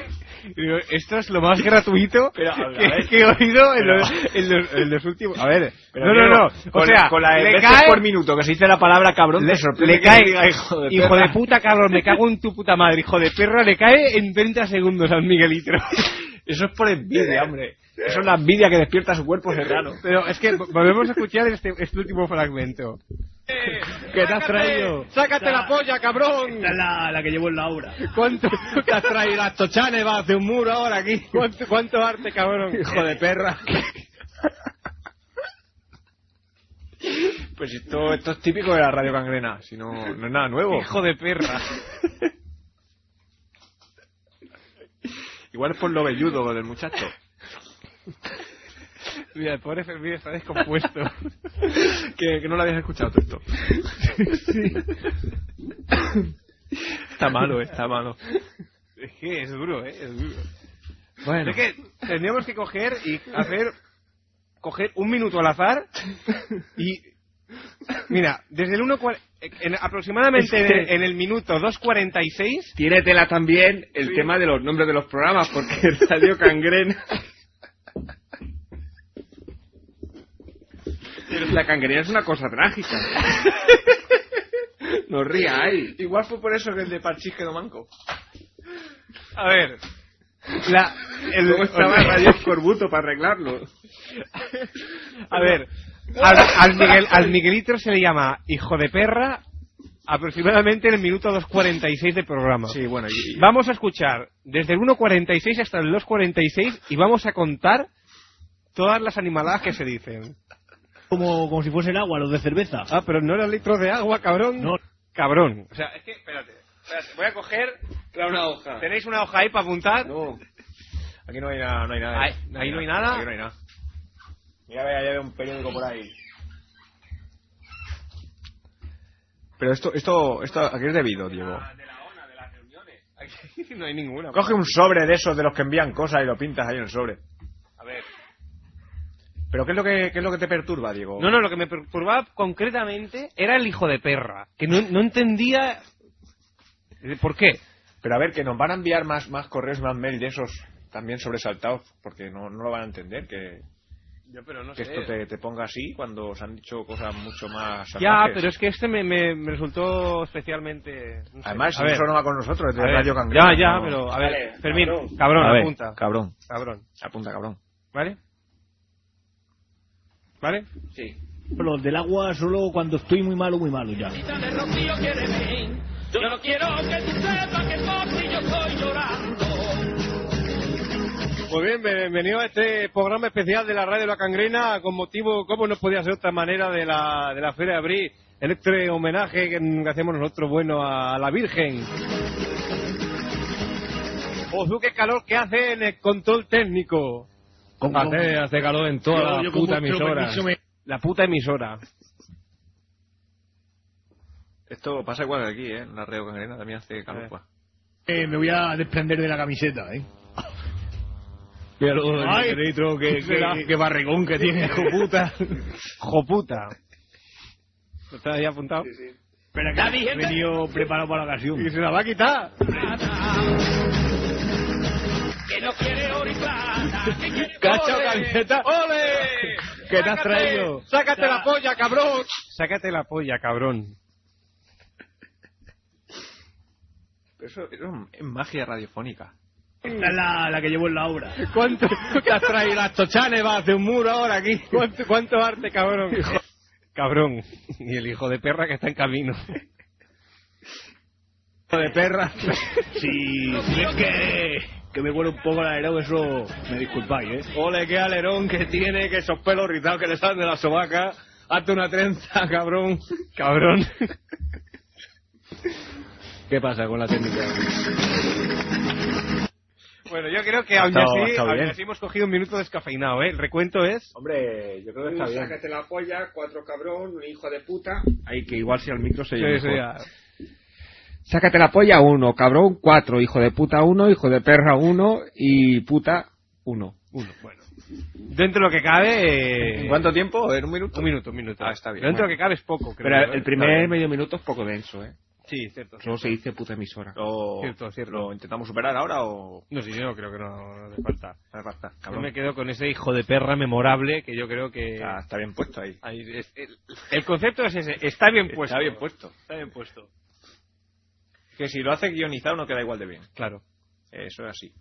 Y digo, esto es lo más gratuito
Pero, a ver,
que,
a ver.
que he oído en,
Pero-
los, en los- en los últimos... A ver,
Pero,
no, no,
Diego,
no. O
con-
sea,
con la de
le
veces
cae...
por minuto que se dice la palabra cabrón, te sorprende
le
que
cae,
diga hijo de
hijo
perra.
de puta cabrón, me cago en tu puta madre, hijo de perra, le cae en 30 segundos al Miguelitro. Eso es por envidia, hombre. Eso es la envidia que despierta su cuerpo serrano.
Pero es que volvemos a escuchar este, este último fragmento. ¿Qué te has traído?
¡Sácate la polla, cabrón!
Esta es la, la que llevo en la obra.
¿Cuánto te has traído? Las tochanes vas de un muro ahora aquí. ¿Cuánto, cuánto arte, cabrón?
Hijo de perra. Pues esto, esto es típico de la radio cangrena, si no, no es nada nuevo.
Hijo de perra.
Igual es por lo velludo del muchacho.
Mira, el pobre Fermín está descompuesto.
que, que no lo habías escuchado tú esto. está malo, eh, está malo.
Es que es duro, ¿eh? Es duro. Bueno. Es que tendríamos que coger y hacer... Coger un minuto al azar y... Mira, desde el 1.40... en- Aproximadamente en el, en el minuto 2.46...
Tiene tela también el tema de los nombres de los programas, porque Radio Cangrena. Pero la cangrena es una cosa trágica. No ríais.
Eh, Igual fue por eso que el de Parchís quedó manco.
A ver... La, el,
Luego estaba Radio Escorbuto para arreglarlo.
A ver, al, al Miguel- al Miguelito se le llama hijo de perra aproximadamente en el minuto 2.46 de programa.
Sí, bueno, y- y-
Vamos a escuchar desde el 1.46 hasta el 2.46 y vamos a contar todas las animaladas que se dicen.
Como, como si fuese el agua, los de cerveza.
Ah, pero no eran litros de agua, cabrón.
No.
Cabrón.
O sea,
es que, espérate, voy a coger...
una hoja.
¿Tenéis una hoja ahí para apuntar?
No. Aquí no hay nada. No hay nada.
Ahí- ahí no hay nada.
Aquí no hay nada. Mira, vea, ya veo un periódico por ahí. Pero esto, esto, esto, ¿a qué es debido, Diego?
Ah, Aquí no hay ninguna.
Coge un sobre de esos de los que envían cosas y lo pintas ahí en el sobre.
A ver.
¿Pero qué es lo que, qué es lo que te perturba, Diego?
No, no, lo que me perturbaba concretamente era el hijo de perra, que no, no entendía eh, por qué.
Pero a ver, que nos van a enviar más, más correos, más mail de esos también sobresaltados, porque no, no lo van a entender, que, que esto te, te ponga así cuando se han dicho cosas mucho más
Ya,
salvajes.
pero es que este me, me- me resultó especialmente... no sé.
Además,
A
si
ver,
eso no va con nosotros, es de
a ver,
Radio Cangrena,
Ya, ya,
no.
pero... A ver,
Vale,
Fermín, cabrón,
A ver,
apunta.
Cabrón.
Cabrón,
Apunta, cabrón.
¿vale? ¿Vale?
Sí.
Los del agua solo cuando estoy muy malo, muy malo ya.
El rocío quiere venir. Yo no quiero que tú sepas que por ti yo estoy llorando.
Pues bien, bienvenido a este programa especial de la Radio La Cangrena con motivo, como no podía ser de otra manera, de la, Ah, de la Feria de Abril, el este homenaje que mm, que hacemos nosotros, bueno, a la Virgen. Ozu, qué calor que hace en el control técnico.
Con-
Hace, hace calor en toda la
Yo- yo con
puta
vuestro
emisora.
permiso me-
La puta emisora.
Esto pasa igual aquí, ¿eh? En la Radio Cangrena también hace calor. pues.
eh, me voy a desprender de la camiseta, ¿eh?
Mira luego el
Ay.
Pedrito, que, que,
Sí.
que barrigón que tiene, hijo puta.
Joputa. ¿Lo estás ahí apuntado?
Espera que he venido preparado para la ocasión.
Y se la va a quitar.
Que no quiere oro y plata. Que quiere
Cacho,
oro.
camiseta.
¡Ole!
¿Qué te has traído?
¡Sácate la polla, cabrón! Sácate la polla, cabrón.
Pero eso, eso es magia radiofónica.
Esta es la, la que llevo en la obra.
¿Cuánto te has traído las tochanes? Vas de un muro ahora aquí. ¿Cuánto, cuánto arte, cabrón? Cabrón. Y el hijo de perra que está en camino.
Hijo de perra.
Si, si es que, que me huele un poco la aero, eso me disculpáis, ¿eh?
Ole, qué alerón que tiene, que esos pelos rizados que le salen de la sobaca. Hazte una trenza, cabrón.
Cabrón.
¿Qué pasa con la técnica?
Bueno, yo creo que aún
estado- ha
así,
estado
aún
bien.
así hemos cogido un minuto descafeinado, ¿eh? El recuento es... Eh,
Hombre, yo creo que está bien.
Sácate la polla, cuatro cabrón, un hijo de puta.
Hay que igual si al micro se
Sí,
oye
sí,
mejor.
ya.
Sácate la polla uno, cabrón cuatro, hijo de puta uno, hijo de perra uno y puta uno.
Uno, bueno. Dentro de lo que cabe... eh,
¿En cuánto tiempo? ¿En un minuto?
Un minuto, un minuto.
Ah, está bien.
Dentro de lo
Bueno.
que cabe es poco, creo.
Pero
¿eh?
el
Está
primer
bien.
medio minuto es poco denso, ¿eh?
Sí, cierto.
Solo se dice puta emisora.
Oh.
Lo,
Cierto, cierto.
¿Lo intentamos superar ahora o...?
No, sí, yo no creo que no, no hace falta.
Vale, basta,
Yo
cabrón.
me quedo con ese hijo de perra memorable que yo creo que...
Está, está bien puesto ahí.
Ahí, es- el, el concepto es ese, está bien puesto.
Está bien puesto.
Está bien puesto.
Que si lo hace guionizado no queda igual de bien.
Claro.
Eso es así.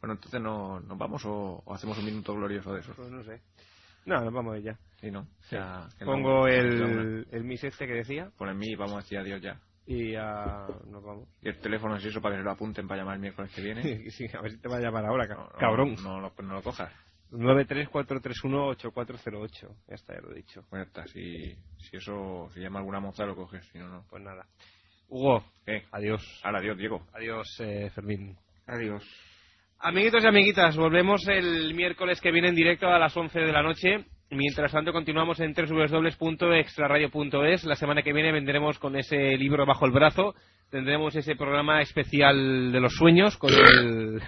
Bueno, entonces no, nos vamos o, o hacemos un minuto glorioso de eso.
Pues no sé. No, nos vamos a ir ya.
Sí, ¿no? O sea, que no-
Pongo
no,
el,
no.
el mis este que decía
Por el mí vamos a decir adiós ya.
y ya nos vamos.
Y el teléfono es eso para que se lo apunten para llamar el miércoles que viene.
Sí, a ver si te va a llamar ahora, ca-
No, no,
cabrón.
No, lo- no lo cojas.
934318408. Ya está, ya lo he dicho.
Bueno, ya está. Si, si eso, si llama alguna moza, lo coges. Si no, no.
Pues nada. Hugo,
Eh,
adiós.
Ahora, adiós, Diego.
Adiós, eh, Fermín.
Adiós.
Amiguitos y amiguitas, volvemos el miércoles que viene en directo a las 11 de la noche. Mientras tanto, continuamos en www.extraradio.es. La semana que viene vendremos con ese libro bajo el brazo. Tendremos ese programa especial de los sueños con el,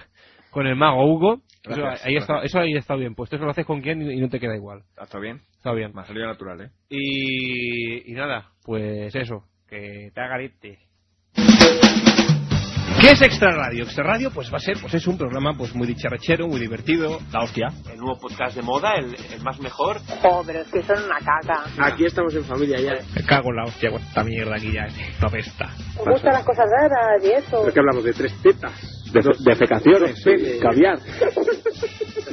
con el mago Hugo.
Gracias,
eso, ahí está,
gracias. Ah,
eso ahí está bien puesto. Eso lo haces con quien y no te queda igual.
¿Está bien?
Está bien.
Me ha salido natural, ¿eh?
Y, y nada, pues eso. Que te haga dipte. ¿Qué es Extra Radio? Extra Radio pues va a ser, pues es un programa pues muy dicharachero, muy divertido. La hostia.
El nuevo podcast de moda, el, el más mejor.
Oh, pero es que son una caca.
Ah,
Aquí
estamos en familia
eh.
ya.
Me cago en la hostia con esta mierda aquí ya. Esta apesta.
¿Os gustan las cosas raras y eso?
que hablamos de tres tetas. De, defecaciones, caviar.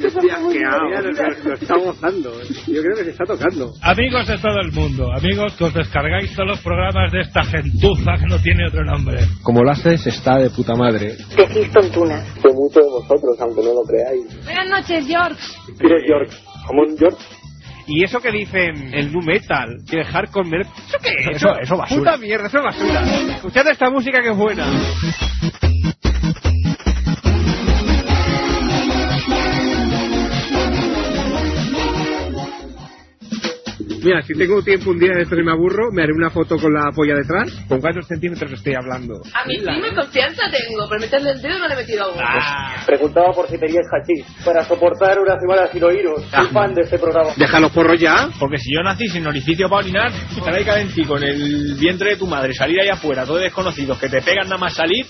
Hostia, qué hago. Lo, lo está gozando.
eh.
Yo creo que se está tocando.
Amigos de todo el mundo, amigos que os descargáis todos los programas de esta gentuza que no tiene otro nombre.
Como lo haces, está de puta madre.
Decís tontunas.
Que muchos de vosotros, aunque no lo creáis.
Buenas noches, George.
Mire, George. Como un George.
Y eso que dicen el nu metal, que el hardcore metal, ¿eso qué es?
Eso- eso basura.
Puta mierda, eso es basura. Escuchad esta música que es buena.
Mira, si tengo tiempo un día de esto y me aburro, me haré una foto con la polla detrás. ¿Con cuántos centímetros estoy hablando?
A mí sí
¿eh?
me confianza tengo, pero meterle el dedo no le he metido
Pues
aún.
Ah,
Ah.
Preguntaba por si teníais hachís para soportar una semana sin oíros.
Ah.
Soy fan de este programa.
Déjalos porros ya. Porque si yo nací sin orificio para orinar, estar ahí calentico en el vientre de tu madre, salir ahí afuera, todos desconocidos que te pegan nada más salir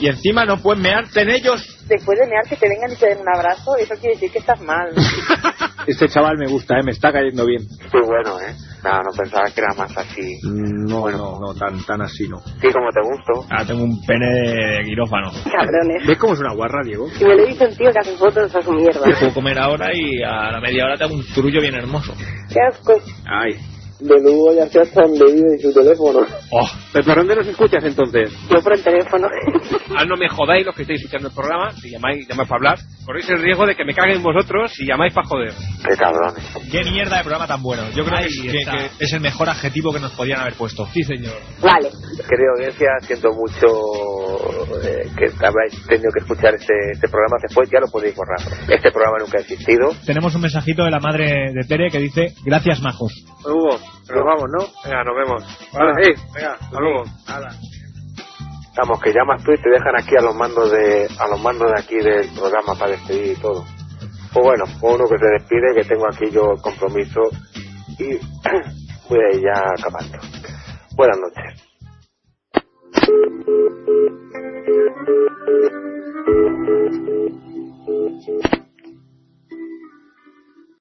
y encima no puedes mearte en ellos.
Después de mear que te vengan y te den un abrazo, eso quiere decir que estás mal.
Este chaval me gusta, ¿eh? me está cayendo bien.
Muy bueno, ¿eh? No, no pensaba que era más así.
Mm, No, no, no, tan, tan así no.
Sí, como te gusto.
Ah, tengo un pene de quirófano.
Cabrones.
¿Ves cómo es una guarra, Diego?
Si me lo dice un tío que hace fotos a su mierda.
Te puedo comer ahora y a la media hora te hago un turullo bien hermoso.
Qué asco.
Ay.
De luego ya se hasta donde vive su teléfono.
Oh.
¿Pero dónde nos escuchas entonces?
Yo por el teléfono.
Ah, no me jodáis los que estáis escuchando el programa, si llamáis, llamáis para hablar, corréis el riesgo de que me caguen vosotros si llamáis para joder.
Qué cabrón.
Qué mierda de programa tan bueno. Yo creo
Ahí
que, que-
está.
que es el mejor adjetivo que nos podían haber puesto. Sí, señor.
Vale.
Querida audiencia, siento mucho eh, que habéis tenido que escuchar este, este programa después, ya lo podéis borrar. Este programa nunca ha existido.
Tenemos un mensajito de la madre de Tere que dice, gracias majos.
Pues,
Hugo, nos vamos, ¿no?
Venga, nos vemos.
Vale.
venga, hasta luego.
Vamos, que llamas tú y te dejan aquí a los mandos de a los mandos de aquí del programa para despedir y todo. Pues bueno, pues uno que se despide, que tengo aquí yo el compromiso y voy a ir ya acabando. Buenas noches.